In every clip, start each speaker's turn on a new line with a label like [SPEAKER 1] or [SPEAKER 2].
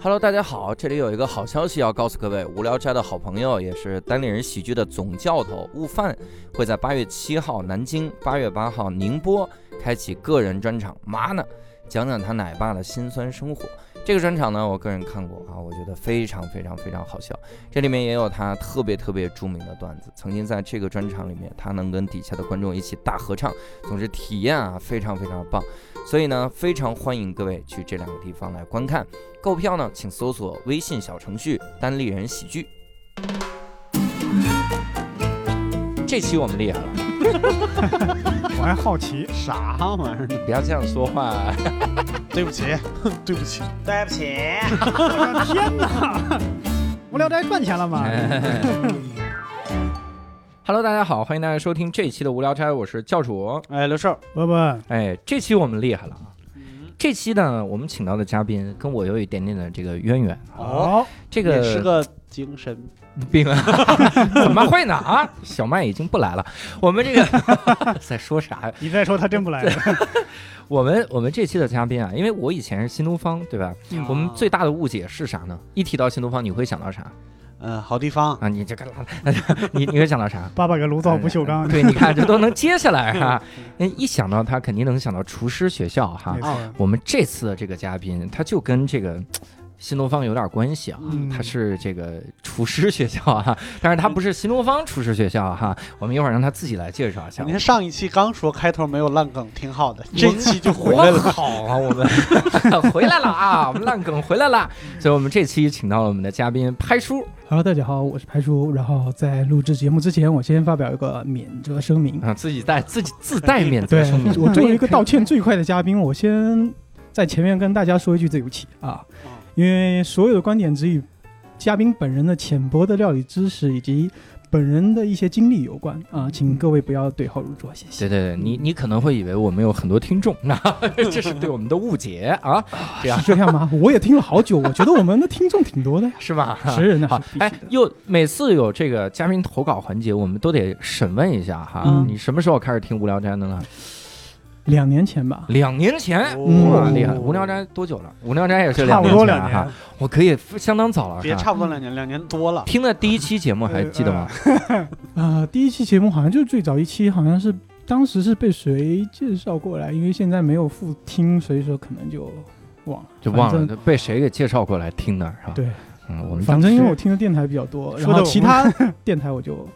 [SPEAKER 1] Hello，大家好，这里有一个好消息要告诉各位，无聊斋的好朋友，也是单立人喜剧的总教头悟饭，会在八月七号南京，八月八号宁波开启个人专场《妈呢》，讲讲他奶爸的辛酸生活。这个专场呢，我个人看过啊，我觉得非常非常非常好笑。这里面也有他特别特别著名的段子，曾经在这个专场里面，他能跟底下的观众一起大合唱，总之体验啊非常非常棒。所以呢，非常欢迎各位去这两个地方来观看。购票呢，请搜索微信小程序“单立人喜剧”。这期我们厉害了，
[SPEAKER 2] 我还好奇，
[SPEAKER 3] 啥玩意儿？
[SPEAKER 1] 你不要这样说话、
[SPEAKER 4] 对不起，对不起，
[SPEAKER 3] 对不起，
[SPEAKER 2] 我的天哪！无聊斋赚钱了吗？
[SPEAKER 3] 哎
[SPEAKER 5] Hello，大家好，欢迎大家收听这一期的无聊斋，我是教主。
[SPEAKER 4] 哎，刘少，
[SPEAKER 2] 伯伯，
[SPEAKER 5] 哎，这期我们厉害了啊！
[SPEAKER 3] 嗯
[SPEAKER 5] 这期呢，我们请到的嘉宾跟我有一点点的这个渊源。
[SPEAKER 2] 哦，
[SPEAKER 5] 这
[SPEAKER 3] 也
[SPEAKER 5] 个
[SPEAKER 3] 是个精神
[SPEAKER 5] 病啊， 怎么会呢？啊，小麦已经不来了。我们这个 在说啥呀？
[SPEAKER 2] 你再说他真不来了。
[SPEAKER 5] 我们我们这期的嘉宾啊，因为我以前是新东方，对吧？
[SPEAKER 2] 嗯
[SPEAKER 5] 我们最大的误解是啥呢？一提到新东方，你会想到啥
[SPEAKER 3] 嗯好地方。
[SPEAKER 5] 啊？你这个， 你你会想到啥？
[SPEAKER 2] 八百个炉灶不锈钢，
[SPEAKER 5] 对，你看这都能接下来哈。那 一想到他，肯定能想到厨师学校哈
[SPEAKER 6] 哎啊
[SPEAKER 2] 没。错，
[SPEAKER 5] 我们这次的这个嘉宾，他就跟这个新东方有点关系啊。
[SPEAKER 2] 嗯
[SPEAKER 5] 他是这个厨师学校哈、但是他不是新东方厨师学校哈、我们一会儿让他自己来介绍一下。
[SPEAKER 3] 您上一期刚说开头没有烂梗，挺好的，这
[SPEAKER 5] 我
[SPEAKER 3] 期就回
[SPEAKER 5] 多
[SPEAKER 3] 来了。
[SPEAKER 5] 好啊！我们 回来了啊，我们烂梗回来了。啊所以，我们这期请到了我们的嘉宾拍叔。
[SPEAKER 6] Hello，大家好，我是排叔。然后在录制节目之前，我先发表一个免责声 明。
[SPEAKER 5] 啊，自己带自己自带免责
[SPEAKER 6] 对
[SPEAKER 5] 声明。
[SPEAKER 6] 我作为一个道歉最快的嘉宾，我先在前面跟大家说一句对不起啊
[SPEAKER 3] 哦，
[SPEAKER 6] 因为所有的观点只与嘉宾本人的浅薄的料理知识以及本人的一些经历有关啊，
[SPEAKER 2] 嗯
[SPEAKER 6] 请各位不要对号入座，谢谢。
[SPEAKER 5] 对对对，你你可能会以为我们有很多听众，那 这是对我们的误解啊，这样
[SPEAKER 6] 是这样吗？我也听了好久，我觉得我们的听众挺
[SPEAKER 5] 。
[SPEAKER 6] 多的呀
[SPEAKER 5] 是吧？
[SPEAKER 6] 是，那
[SPEAKER 5] 好
[SPEAKER 6] 是，必
[SPEAKER 5] 哎
[SPEAKER 6] 须的，。
[SPEAKER 5] 又每次有这个嘉宾投稿环节，我们都得审问一下哈。
[SPEAKER 6] 嗯
[SPEAKER 5] 你什么时候开始听《无聊斋》的呢？
[SPEAKER 6] 两年前吧，
[SPEAKER 5] 两年前，
[SPEAKER 6] 嗯
[SPEAKER 5] 哎哇，厉害！《无聊斋》多久了？《无聊斋》也是
[SPEAKER 2] 哦差
[SPEAKER 5] 两
[SPEAKER 2] 不多
[SPEAKER 5] 前
[SPEAKER 2] 两
[SPEAKER 5] 了
[SPEAKER 2] 年
[SPEAKER 5] 哈，。我可以相当早了。
[SPEAKER 3] 别
[SPEAKER 5] 是吧
[SPEAKER 3] 差不多两年，两年多了。
[SPEAKER 5] 听的第一期节目
[SPEAKER 2] 呃
[SPEAKER 5] 还记得吗？
[SPEAKER 6] 啊、第一期节目好像就是最早一期，好像是当时是被谁介绍过来，因为现在没有复听，所以说可能就忘了，
[SPEAKER 5] 就忘
[SPEAKER 6] 反
[SPEAKER 5] 了
[SPEAKER 6] 正。
[SPEAKER 5] 被谁给介绍过来听的是吧？
[SPEAKER 6] 对，
[SPEAKER 5] 嗯，我们
[SPEAKER 6] 反正因为我听的电台比较多，
[SPEAKER 2] 说
[SPEAKER 6] 然
[SPEAKER 2] 得
[SPEAKER 6] 后
[SPEAKER 2] 我
[SPEAKER 6] 其他电台我就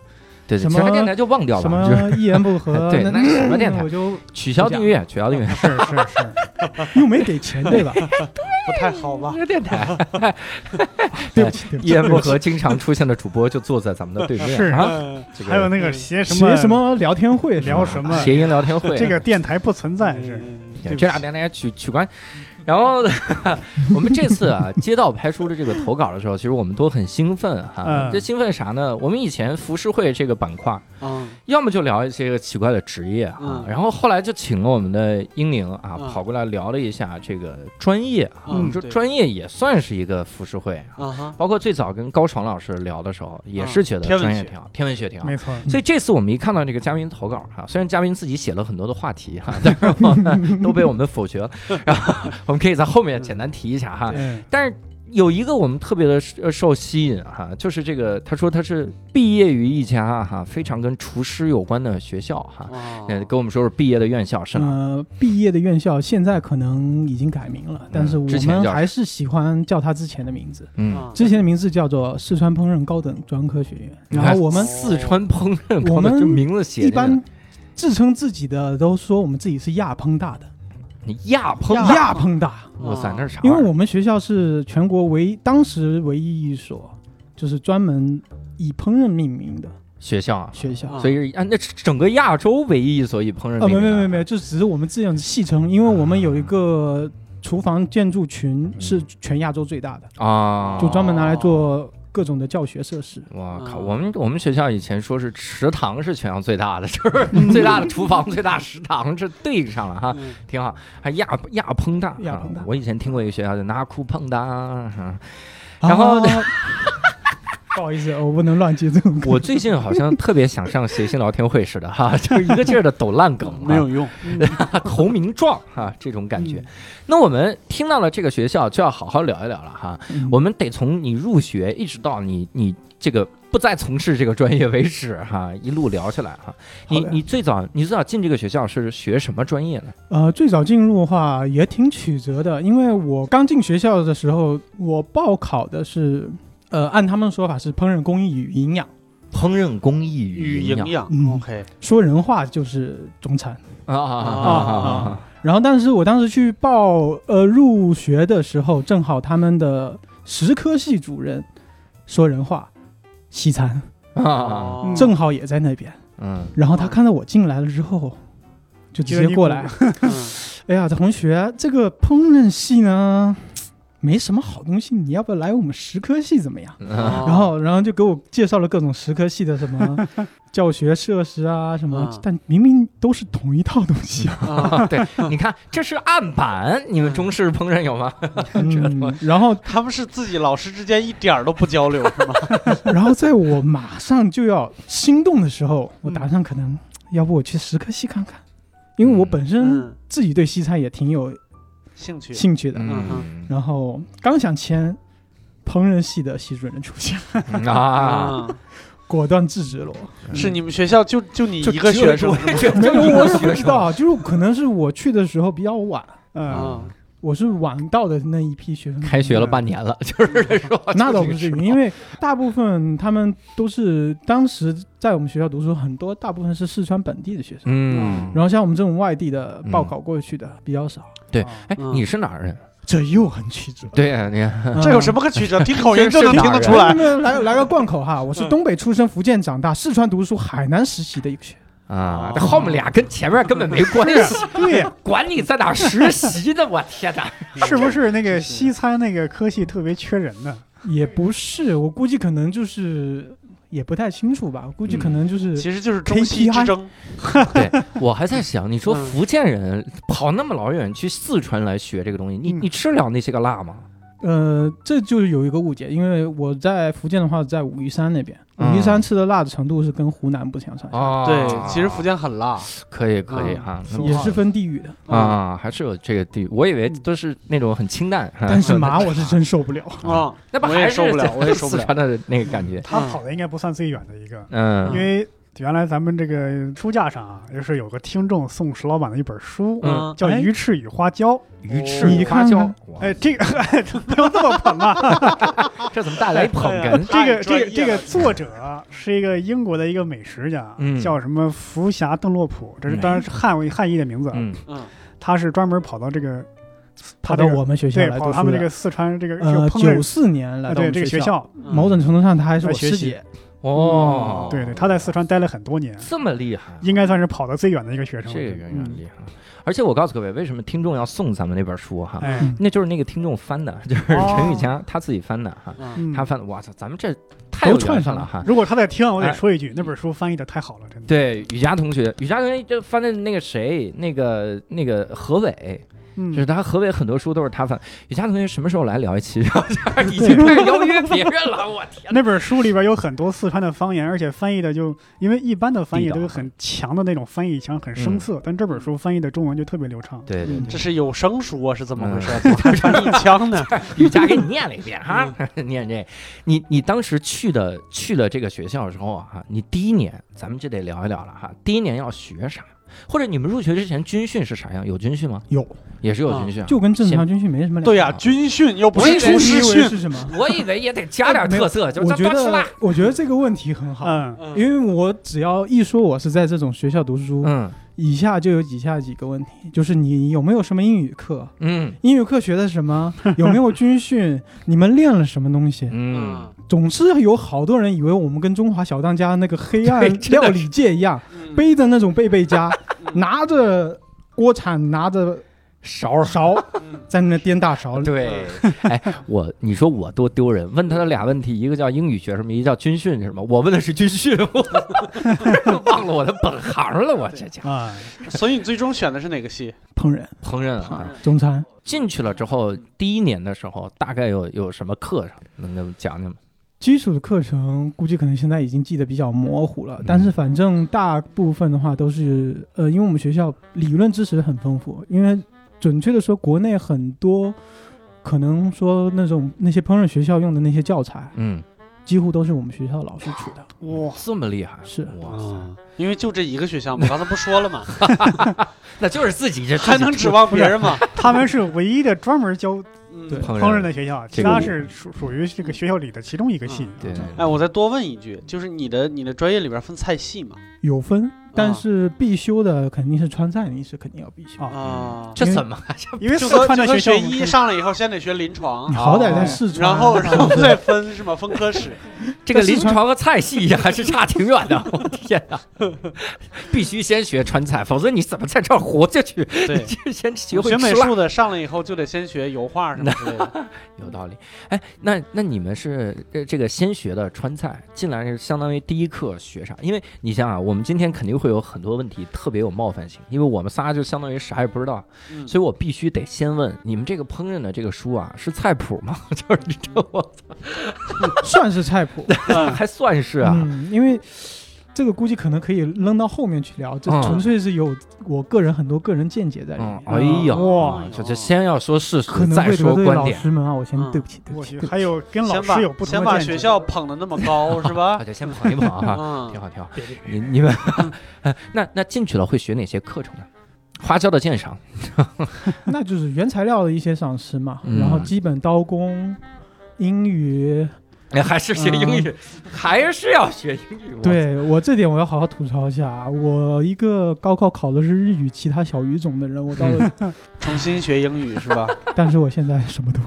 [SPEAKER 5] 对对，
[SPEAKER 6] 什
[SPEAKER 5] 其
[SPEAKER 6] 么
[SPEAKER 5] 他电台就忘掉
[SPEAKER 6] 什
[SPEAKER 5] 了，就是哎
[SPEAKER 6] 么 E 一言不合，
[SPEAKER 5] 对那是什么
[SPEAKER 6] 那
[SPEAKER 5] 电台
[SPEAKER 6] 我就
[SPEAKER 5] 取消 订阅，取消订 阅。
[SPEAKER 2] 是是是，
[SPEAKER 6] 又没给钱，对 吧？
[SPEAKER 3] 不太好吧？
[SPEAKER 5] 个电台
[SPEAKER 2] 对不起对不
[SPEAKER 5] 一
[SPEAKER 2] 起。
[SPEAKER 5] 言不合经常出现的主播就坐在咱们的对面
[SPEAKER 2] 是
[SPEAKER 5] 啊，
[SPEAKER 3] 嗯
[SPEAKER 5] 这啊
[SPEAKER 2] 还有那个谐什么
[SPEAKER 6] 写什么聊天会是吧
[SPEAKER 2] 聊什么
[SPEAKER 5] 谐 E 音聊天会，
[SPEAKER 2] 这个
[SPEAKER 1] 嗯
[SPEAKER 2] 电台不存在是。
[SPEAKER 3] 嗯
[SPEAKER 2] 对不起
[SPEAKER 5] 这俩电台取取关。然后 我们这次啊接到拍叔的这个投稿的时候，其实我们都很兴奋哈。
[SPEAKER 2] 嗯
[SPEAKER 5] 这兴奋啥呢？我们以前浮世绘这个板块，
[SPEAKER 3] 嗯，
[SPEAKER 5] 要么就聊一些奇怪的职业啊
[SPEAKER 3] 嗯，
[SPEAKER 5] 然后后来就请了我们的英宁啊
[SPEAKER 3] 嗯
[SPEAKER 5] 跑过来聊了一下这个专业啊，
[SPEAKER 3] 嗯
[SPEAKER 5] 这
[SPEAKER 3] 对
[SPEAKER 5] 专业也算是一个浮世绘
[SPEAKER 3] 啊
[SPEAKER 5] 啊。
[SPEAKER 3] 哈，
[SPEAKER 5] 包括最早跟高爽老师聊的时候，也是觉得
[SPEAKER 3] 啊天文
[SPEAKER 5] 专业
[SPEAKER 3] 学
[SPEAKER 5] 挺好，天文学挺好。
[SPEAKER 2] 没
[SPEAKER 6] 嗯
[SPEAKER 2] 错，
[SPEAKER 5] 所以这次我们一看到这个嘉宾投稿哈，虽然嘉宾自己写了很多的话题 哈，但是我们都被我们否决了。然后我们可以在后面简单提一下哈。
[SPEAKER 2] 嗯，
[SPEAKER 5] 但是有一个我们特别的受受吸引哈，就是这个他说他是毕业于一家哈非常跟厨师有关的学校哈，
[SPEAKER 3] 哦
[SPEAKER 5] 呃，跟我们说说毕业的院校是哪？
[SPEAKER 6] 呃，毕业的院校现在可能已经改名了，但是我
[SPEAKER 5] 嗯之前
[SPEAKER 6] 们
[SPEAKER 5] 叫
[SPEAKER 6] 还是喜欢叫它之前的名字。
[SPEAKER 5] 嗯，
[SPEAKER 3] 啊
[SPEAKER 6] 之前的名字叫做四川烹饪高等专科学院，然后我们
[SPEAKER 5] 四川烹饪
[SPEAKER 6] 我
[SPEAKER 5] 高等
[SPEAKER 6] 们
[SPEAKER 5] 这名字写
[SPEAKER 6] 一
[SPEAKER 5] 进来
[SPEAKER 6] 般自称自己的都说我们自己是亚烹大的，
[SPEAKER 5] 你亚烹
[SPEAKER 3] 亚
[SPEAKER 5] 大，
[SPEAKER 6] 亚烹大，
[SPEAKER 3] 嗯
[SPEAKER 5] 哇塞，那是啥哦玩意
[SPEAKER 6] 因
[SPEAKER 5] 儿？
[SPEAKER 6] 为我们学校是全国唯一当时唯一一所就是专门以烹饪命名的
[SPEAKER 5] 学校啊，
[SPEAKER 6] 学校。
[SPEAKER 3] 啊
[SPEAKER 5] 所以啊，那是整个亚洲唯一一所以烹饪
[SPEAKER 6] 啊，没
[SPEAKER 5] 命名
[SPEAKER 6] 没
[SPEAKER 5] 的
[SPEAKER 6] 没没，就只是我们这样戏称，因为我们有一个厨房建筑群是全亚洲最大的，
[SPEAKER 5] 啊，
[SPEAKER 6] 就专门拿来做各种的教学设施。
[SPEAKER 5] 我靠，
[SPEAKER 3] 啊
[SPEAKER 5] 我们我们学校以前说是食堂是全校最大的， 就是最大的厨房、最大食堂，这对上了哈，
[SPEAKER 3] 嗯
[SPEAKER 5] 挺好。还亚亚烹大，
[SPEAKER 6] 亚烹大
[SPEAKER 3] 哦
[SPEAKER 5] 啊啊我以前听过一个学校叫拿库碰大，啊然后
[SPEAKER 6] 啊不好意思，我不能乱接这种梗。
[SPEAKER 5] 我最近好像特别想上谐星聊天会似的哈， 就是一个劲儿的抖烂梗、啊，
[SPEAKER 3] 没有用。
[SPEAKER 5] 投名状哈、这种感觉。那我们听到了这个学校，就要好好聊一聊了哈。
[SPEAKER 6] 嗯
[SPEAKER 5] 我们得从你入学一直到你你这个不再从事这个专业为止哈，一路聊下来哈。你
[SPEAKER 6] 好的
[SPEAKER 5] 你最早你最早进这个学校是学什么专业呢？
[SPEAKER 6] 呃，最早进入的话也挺曲折的，因为我刚进学校的时候，我报考的是，呃，按他们说法是烹饪工艺与营养，
[SPEAKER 5] 烹饪工艺
[SPEAKER 3] 与
[SPEAKER 5] 与
[SPEAKER 3] 营
[SPEAKER 5] 养
[SPEAKER 3] 养
[SPEAKER 6] 嗯
[SPEAKER 3] ，OK，
[SPEAKER 6] 说人话就是中餐。
[SPEAKER 5] 啊啊啊
[SPEAKER 6] 然后，但是我当时去报呃入学的时候，正好他们的食科系主任说人话，西餐
[SPEAKER 5] 啊啊！
[SPEAKER 3] 哦
[SPEAKER 6] 正好也在那边。
[SPEAKER 5] 嗯，
[SPEAKER 6] 然后他看到我进来了之后，就直
[SPEAKER 2] 觉得
[SPEAKER 6] 接
[SPEAKER 2] 你
[SPEAKER 6] 过来，
[SPEAKER 3] 嗯
[SPEAKER 6] 哎呀，同学，这个烹饪系呢，没什么好东西，你要不要来我们食科系怎么样？
[SPEAKER 5] 嗯
[SPEAKER 3] 哦
[SPEAKER 6] 然后，然后就给我介绍了各种食科系的什么教学设施啊，什么
[SPEAKER 3] 啊，
[SPEAKER 6] 但明明都是同一套东西 啊。
[SPEAKER 3] 嗯
[SPEAKER 5] 啊 对，你看这是案板，你们中式烹饪有吗？
[SPEAKER 6] 嗯，然后，
[SPEAKER 3] 他们是自己老师之间一点儿都不交流是吗？
[SPEAKER 6] 然后在我马上就要心动的时候，我打算可能，要不我去食科系看看，因为我本身
[SPEAKER 3] 嗯，
[SPEAKER 6] 自己对西餐也挺有
[SPEAKER 3] 兴趣，
[SPEAKER 6] 兴趣的。
[SPEAKER 5] 嗯
[SPEAKER 6] 然后刚想签，烹饪系的系主任出现，
[SPEAKER 5] 啊，嗯
[SPEAKER 3] 嗯
[SPEAKER 6] 果断制止了我。
[SPEAKER 3] 是你们学校就就你
[SPEAKER 6] 就
[SPEAKER 3] 一个
[SPEAKER 6] 只有
[SPEAKER 3] 学生
[SPEAKER 5] 我
[SPEAKER 3] 是吗
[SPEAKER 5] 也觉 得
[SPEAKER 6] 没有，我也不
[SPEAKER 5] 学
[SPEAKER 6] 知
[SPEAKER 5] 生
[SPEAKER 6] 道，就是可能是我去的时候比较晚，嗯，
[SPEAKER 3] 啊？
[SPEAKER 6] 我是晚到的那一批学生。
[SPEAKER 5] 开学了半年了，就是说
[SPEAKER 6] 那倒不至于，因
[SPEAKER 5] 为
[SPEAKER 6] 为大部分他们都是当时在我们学校读书，很多大部分是四川本地的学生，
[SPEAKER 5] 嗯，
[SPEAKER 6] 然后像我们这种外地的报考过去的比较少，
[SPEAKER 5] 对
[SPEAKER 3] 啊
[SPEAKER 5] 哎，
[SPEAKER 3] 嗯
[SPEAKER 5] 你是哪儿人？
[SPEAKER 6] 这又很曲折。
[SPEAKER 5] 对呀，你啊看
[SPEAKER 6] 嗯
[SPEAKER 3] 这有什么个曲 折？听口音就能听得出
[SPEAKER 6] 来
[SPEAKER 3] 来。嗯
[SPEAKER 6] 来来 个贯口哈，我是东北出生，福建长大，四川读书，海南实习的一个学生。
[SPEAKER 3] 哦，
[SPEAKER 5] 啊这后面俩跟前面根本没关系，
[SPEAKER 2] 对，
[SPEAKER 5] 管你在哪儿实习呢，我天哪！
[SPEAKER 2] 是不是那个西餐那个科系特别缺人呢？
[SPEAKER 6] 也不是，我估计可能就是也不太清楚吧，我估计
[SPEAKER 5] 嗯
[SPEAKER 6] 可能就是、
[SPEAKER 3] 其实就是中西之争，
[SPEAKER 5] 我还在想，你说
[SPEAKER 3] 嗯
[SPEAKER 5] 福建人跑那么老远去四川来学这个东西，你
[SPEAKER 2] 嗯
[SPEAKER 5] 你吃了那些个辣吗？
[SPEAKER 6] 呃，这就是有一个误解，因为我在福建的话，在武夷山那边，武
[SPEAKER 5] 嗯
[SPEAKER 6] 夷山吃的辣的程度是跟湖南不相上
[SPEAKER 2] 哦
[SPEAKER 6] 下，
[SPEAKER 5] 啊，
[SPEAKER 3] 对，其实福建很辣
[SPEAKER 5] 可以可以哈，那
[SPEAKER 3] 嗯
[SPEAKER 6] 也是分地域的。
[SPEAKER 3] 啊
[SPEAKER 5] 啊，还是有这个地，我以为都是那种很清淡，
[SPEAKER 3] 嗯
[SPEAKER 6] 但 是麻我是真受不了，
[SPEAKER 3] 啊！
[SPEAKER 5] 那不
[SPEAKER 3] 我也
[SPEAKER 5] 还是
[SPEAKER 3] 受不 了我也受不了嗯
[SPEAKER 5] 四川的那个感觉，
[SPEAKER 2] 他跑的应该不算最远的一个，因
[SPEAKER 5] 嗯
[SPEAKER 2] 为原来咱们这个书架上啊，就是有个听众送石老板的一本书，
[SPEAKER 5] 嗯，
[SPEAKER 2] 哦 叫
[SPEAKER 6] 哎
[SPEAKER 2] 《鱼翅与花椒》。
[SPEAKER 5] 鱼翅
[SPEAKER 6] 你
[SPEAKER 5] 花
[SPEAKER 6] 看
[SPEAKER 5] 椒
[SPEAKER 6] 看，
[SPEAKER 5] 哇
[SPEAKER 2] 哎，这个 不用这么捧啊！
[SPEAKER 5] 这怎么带来一捧哏？
[SPEAKER 2] 这
[SPEAKER 3] 太
[SPEAKER 2] 个
[SPEAKER 3] 啊专
[SPEAKER 2] 这
[SPEAKER 3] 业
[SPEAKER 2] 个这个
[SPEAKER 3] 了
[SPEAKER 2] 作者是一个英国的一个美食家，
[SPEAKER 5] 嗯
[SPEAKER 2] 叫什么福霞邓洛普，这是
[SPEAKER 5] 嗯
[SPEAKER 2] 当然是汉为汉译的名字啊。
[SPEAKER 5] 嗯
[SPEAKER 3] 嗯，
[SPEAKER 2] 他是专门跑到这个，
[SPEAKER 6] 跑到
[SPEAKER 2] 他这个
[SPEAKER 6] 我们学校
[SPEAKER 2] 对，
[SPEAKER 6] 来
[SPEAKER 2] 跑
[SPEAKER 6] 读
[SPEAKER 2] 到他
[SPEAKER 6] 书
[SPEAKER 2] 们这个
[SPEAKER 6] 的。
[SPEAKER 2] 四川这个这
[SPEAKER 6] 呃
[SPEAKER 2] 个，烹饪
[SPEAKER 6] 九四年来
[SPEAKER 2] 啊
[SPEAKER 6] 到我
[SPEAKER 2] 对
[SPEAKER 6] 们
[SPEAKER 2] 这个学
[SPEAKER 6] 校，
[SPEAKER 2] 校，
[SPEAKER 3] 嗯
[SPEAKER 6] 某种程度上她还是我
[SPEAKER 2] 来学
[SPEAKER 6] 师
[SPEAKER 2] 习
[SPEAKER 6] 姐。
[SPEAKER 5] 哦，
[SPEAKER 2] 对对，他在四川待了很多年，
[SPEAKER 5] 这么厉害，
[SPEAKER 2] 应该算是跑得最远的一个学生。
[SPEAKER 5] 这个
[SPEAKER 2] 我觉得
[SPEAKER 5] 远远厉害。而且我告诉各位，为什么听众要送咱们那本书哈？
[SPEAKER 2] 哎，
[SPEAKER 5] 那就是那个听众翻的，就是陈宇佳他自己翻的哈，
[SPEAKER 3] 嗯
[SPEAKER 2] 嗯
[SPEAKER 5] 他翻的，哇操，咱们这太有
[SPEAKER 6] 都串
[SPEAKER 5] 缘分
[SPEAKER 6] 上
[SPEAKER 5] 了
[SPEAKER 6] 了
[SPEAKER 5] 哈。
[SPEAKER 2] 如果他在听，我
[SPEAKER 5] 哎
[SPEAKER 2] 得说一句，那本书翻译的太好了，真的。
[SPEAKER 5] 对，雨佳同学，雨佳同学就翻的那个谁，那个那个何伟，
[SPEAKER 2] 嗯，
[SPEAKER 5] 就是他何伟很多书都是他翻。雨佳同学什么时候来聊一期？ 然后就是已经开始邀约别人了，我天！
[SPEAKER 2] 那本书里边有很多四川的方言，而且翻译的就因为一般的翻译
[SPEAKER 5] 地道
[SPEAKER 2] 都有很强的那种翻译腔，很生涩，但这本
[SPEAKER 3] 嗯
[SPEAKER 2] 书翻译的中文就特别流畅。
[SPEAKER 5] 嗯对
[SPEAKER 6] 嗯
[SPEAKER 5] 对，
[SPEAKER 3] 这是有声书啊，是怎么回事？ 还传一枪呢？
[SPEAKER 5] 雨佳给你念了一遍哈， 念这，你你当时去的去了这个学校之后啊，哈你第一年咱们就得聊一聊了哈，第一年要学啥？或者你们入学之前军训是啥样？有军训吗？
[SPEAKER 6] 有，
[SPEAKER 5] 也是有
[SPEAKER 3] 啊
[SPEAKER 5] 军训啊。
[SPEAKER 6] 就跟正常军训没什么两样。
[SPEAKER 3] 对呀，军训又不
[SPEAKER 5] 我以
[SPEAKER 3] 是厨
[SPEAKER 5] 为
[SPEAKER 6] 你
[SPEAKER 3] 师
[SPEAKER 6] 以为
[SPEAKER 3] 训，
[SPEAKER 6] 是什么？
[SPEAKER 5] 我以为也得加点特色，就是
[SPEAKER 6] 我
[SPEAKER 5] 咱
[SPEAKER 6] 觉
[SPEAKER 5] 多吃辣
[SPEAKER 6] 得。，我觉得这个问题很好，
[SPEAKER 2] 嗯，
[SPEAKER 6] 因为我只要一说我是在这种学校读书，
[SPEAKER 5] 嗯
[SPEAKER 6] 以下就有以下几个问题，就是你有没有什么英语课？
[SPEAKER 5] 嗯
[SPEAKER 6] 英语课学的什 么？有没有军训？你们练了什么东西？
[SPEAKER 5] 嗯
[SPEAKER 3] 嗯，
[SPEAKER 6] 总是有好多人以为我们跟中华小当家那个黑暗
[SPEAKER 5] 对真的
[SPEAKER 6] 料理界一样，
[SPEAKER 3] 嗯
[SPEAKER 6] 背着那种贝贝 家，
[SPEAKER 3] 嗯
[SPEAKER 6] 拿着锅铲，拿着
[SPEAKER 5] 勺
[SPEAKER 6] 勺
[SPEAKER 3] 嗯
[SPEAKER 6] 在那颠大勺。
[SPEAKER 5] 对，哎，我你说我多丢人，问他的俩问题，一个叫英语学什么，一个叫军训是什么。我问的是军训， 我忘了我的本行了，我这 家
[SPEAKER 2] 啊，
[SPEAKER 3] 所以你最终选的是哪个系？
[SPEAKER 6] 烹饪
[SPEAKER 5] 伙烹饪啊
[SPEAKER 6] 啊。，中餐。
[SPEAKER 5] 进去了之后，第一年的时候，大概有有什么课上能给我们讲讲吗？
[SPEAKER 6] 基础的课程估计可能现在已经记得比较模糊
[SPEAKER 5] 嗯
[SPEAKER 6] 了，但是反正大部分的话都是，呃，因为我们学校理论知识很丰富，因为准确的说，国内很多可能说那种那些烹饪学校用的那些教材，
[SPEAKER 5] 嗯，
[SPEAKER 6] 几乎都是我们学校老师出的。
[SPEAKER 4] 哇，
[SPEAKER 5] 这么厉害，
[SPEAKER 6] 是
[SPEAKER 5] 哇塞，
[SPEAKER 3] 啊，因为就这一个学校嘛，刚才不说了嘛，
[SPEAKER 5] 那就是自己这
[SPEAKER 3] 还能指望别人吗？
[SPEAKER 2] 他们是唯一的专门教
[SPEAKER 3] 嗯
[SPEAKER 6] 对
[SPEAKER 5] 烹
[SPEAKER 2] 烹饪
[SPEAKER 5] 饪？
[SPEAKER 2] 的学校，
[SPEAKER 5] 这
[SPEAKER 2] 其
[SPEAKER 5] 个
[SPEAKER 2] 他是属属于这个学校里的其中一个系。
[SPEAKER 5] 对，
[SPEAKER 3] 哎，我再多问一句，就是你的你的专业里边分菜系嘛？
[SPEAKER 6] 有分，啊但是必修的肯定是川菜饮食，肯定要必修。
[SPEAKER 2] 啊
[SPEAKER 3] 啊，
[SPEAKER 5] 这怎么
[SPEAKER 2] 因为
[SPEAKER 3] 就
[SPEAKER 2] 四
[SPEAKER 3] 和
[SPEAKER 2] 川
[SPEAKER 3] 就
[SPEAKER 2] 的
[SPEAKER 3] 和
[SPEAKER 2] 学校
[SPEAKER 3] 学
[SPEAKER 2] 我们
[SPEAKER 3] 医
[SPEAKER 2] 看
[SPEAKER 3] 上来以后，先得学临
[SPEAKER 6] 你
[SPEAKER 3] 床，
[SPEAKER 6] 好歹
[SPEAKER 5] 哦
[SPEAKER 6] 在四川，
[SPEAKER 3] 然后然后再分是吗？分科室。
[SPEAKER 5] 这个临床和菜系还是差挺远的，我的天 哪！必须先学川菜，否则你怎么在这儿活下去？
[SPEAKER 3] 对，
[SPEAKER 5] 就先学会
[SPEAKER 3] 学美
[SPEAKER 5] 吃辣。
[SPEAKER 3] 术的上来以后就得先学油画什么之类的。
[SPEAKER 5] 有道理。哎，那那你们是呃这这个先学的川菜，进来是相当于第一课学啥？因为你想啊，我们今天肯定会有很多问题特别有冒犯性，因为我们仨就相当于啥也不知道，
[SPEAKER 3] 嗯
[SPEAKER 5] 所以我必须得先问你们这个烹饪的这个书啊，是菜谱吗？ 就是你这我
[SPEAKER 6] 算是菜谱。
[SPEAKER 3] 嗯
[SPEAKER 5] 还算是啊，
[SPEAKER 6] 嗯，因为这个估计可能可以扔到后面去聊，这
[SPEAKER 5] 嗯
[SPEAKER 6] 纯粹是有我个人很多个人见解在里
[SPEAKER 5] 嗯
[SPEAKER 6] 面，。
[SPEAKER 5] 哎呀，
[SPEAKER 2] 哇
[SPEAKER 5] 就就先要说事实
[SPEAKER 6] 可，能
[SPEAKER 5] 再
[SPEAKER 6] 会
[SPEAKER 5] 说
[SPEAKER 6] 得罪
[SPEAKER 5] 观
[SPEAKER 6] 老
[SPEAKER 5] 点。
[SPEAKER 6] 师们啊！我先
[SPEAKER 3] 嗯
[SPEAKER 6] 对不起，对不
[SPEAKER 2] 我
[SPEAKER 6] 起
[SPEAKER 2] 去，
[SPEAKER 6] 对不起。
[SPEAKER 2] 还有跟老
[SPEAKER 3] 先
[SPEAKER 2] 师
[SPEAKER 3] 把
[SPEAKER 2] 有不同
[SPEAKER 3] 先
[SPEAKER 2] 的
[SPEAKER 3] 把
[SPEAKER 2] 见
[SPEAKER 3] 学
[SPEAKER 2] 解。
[SPEAKER 3] 校捧得那么高是吧
[SPEAKER 5] 啊，？就先捧一捧哈，
[SPEAKER 3] 嗯，
[SPEAKER 5] 挺好挺好。
[SPEAKER 2] 别别别
[SPEAKER 5] 你你们，
[SPEAKER 6] 嗯
[SPEAKER 5] 哎 那那进去了会学哪些课程呢？花椒的鉴赏，
[SPEAKER 6] 那就是原材料的一些赏识嘛，
[SPEAKER 5] 嗯
[SPEAKER 6] 然后基本刀工、英语。
[SPEAKER 5] 哎， 还是学英语，还是要学英语。我
[SPEAKER 6] 对我这点我要好好吐槽一下啊，我一个高考考的是日语，其他小语种的人，我
[SPEAKER 5] 嗯
[SPEAKER 6] 到了，
[SPEAKER 3] 重新学英语是吧？
[SPEAKER 6] 但是我现在什么都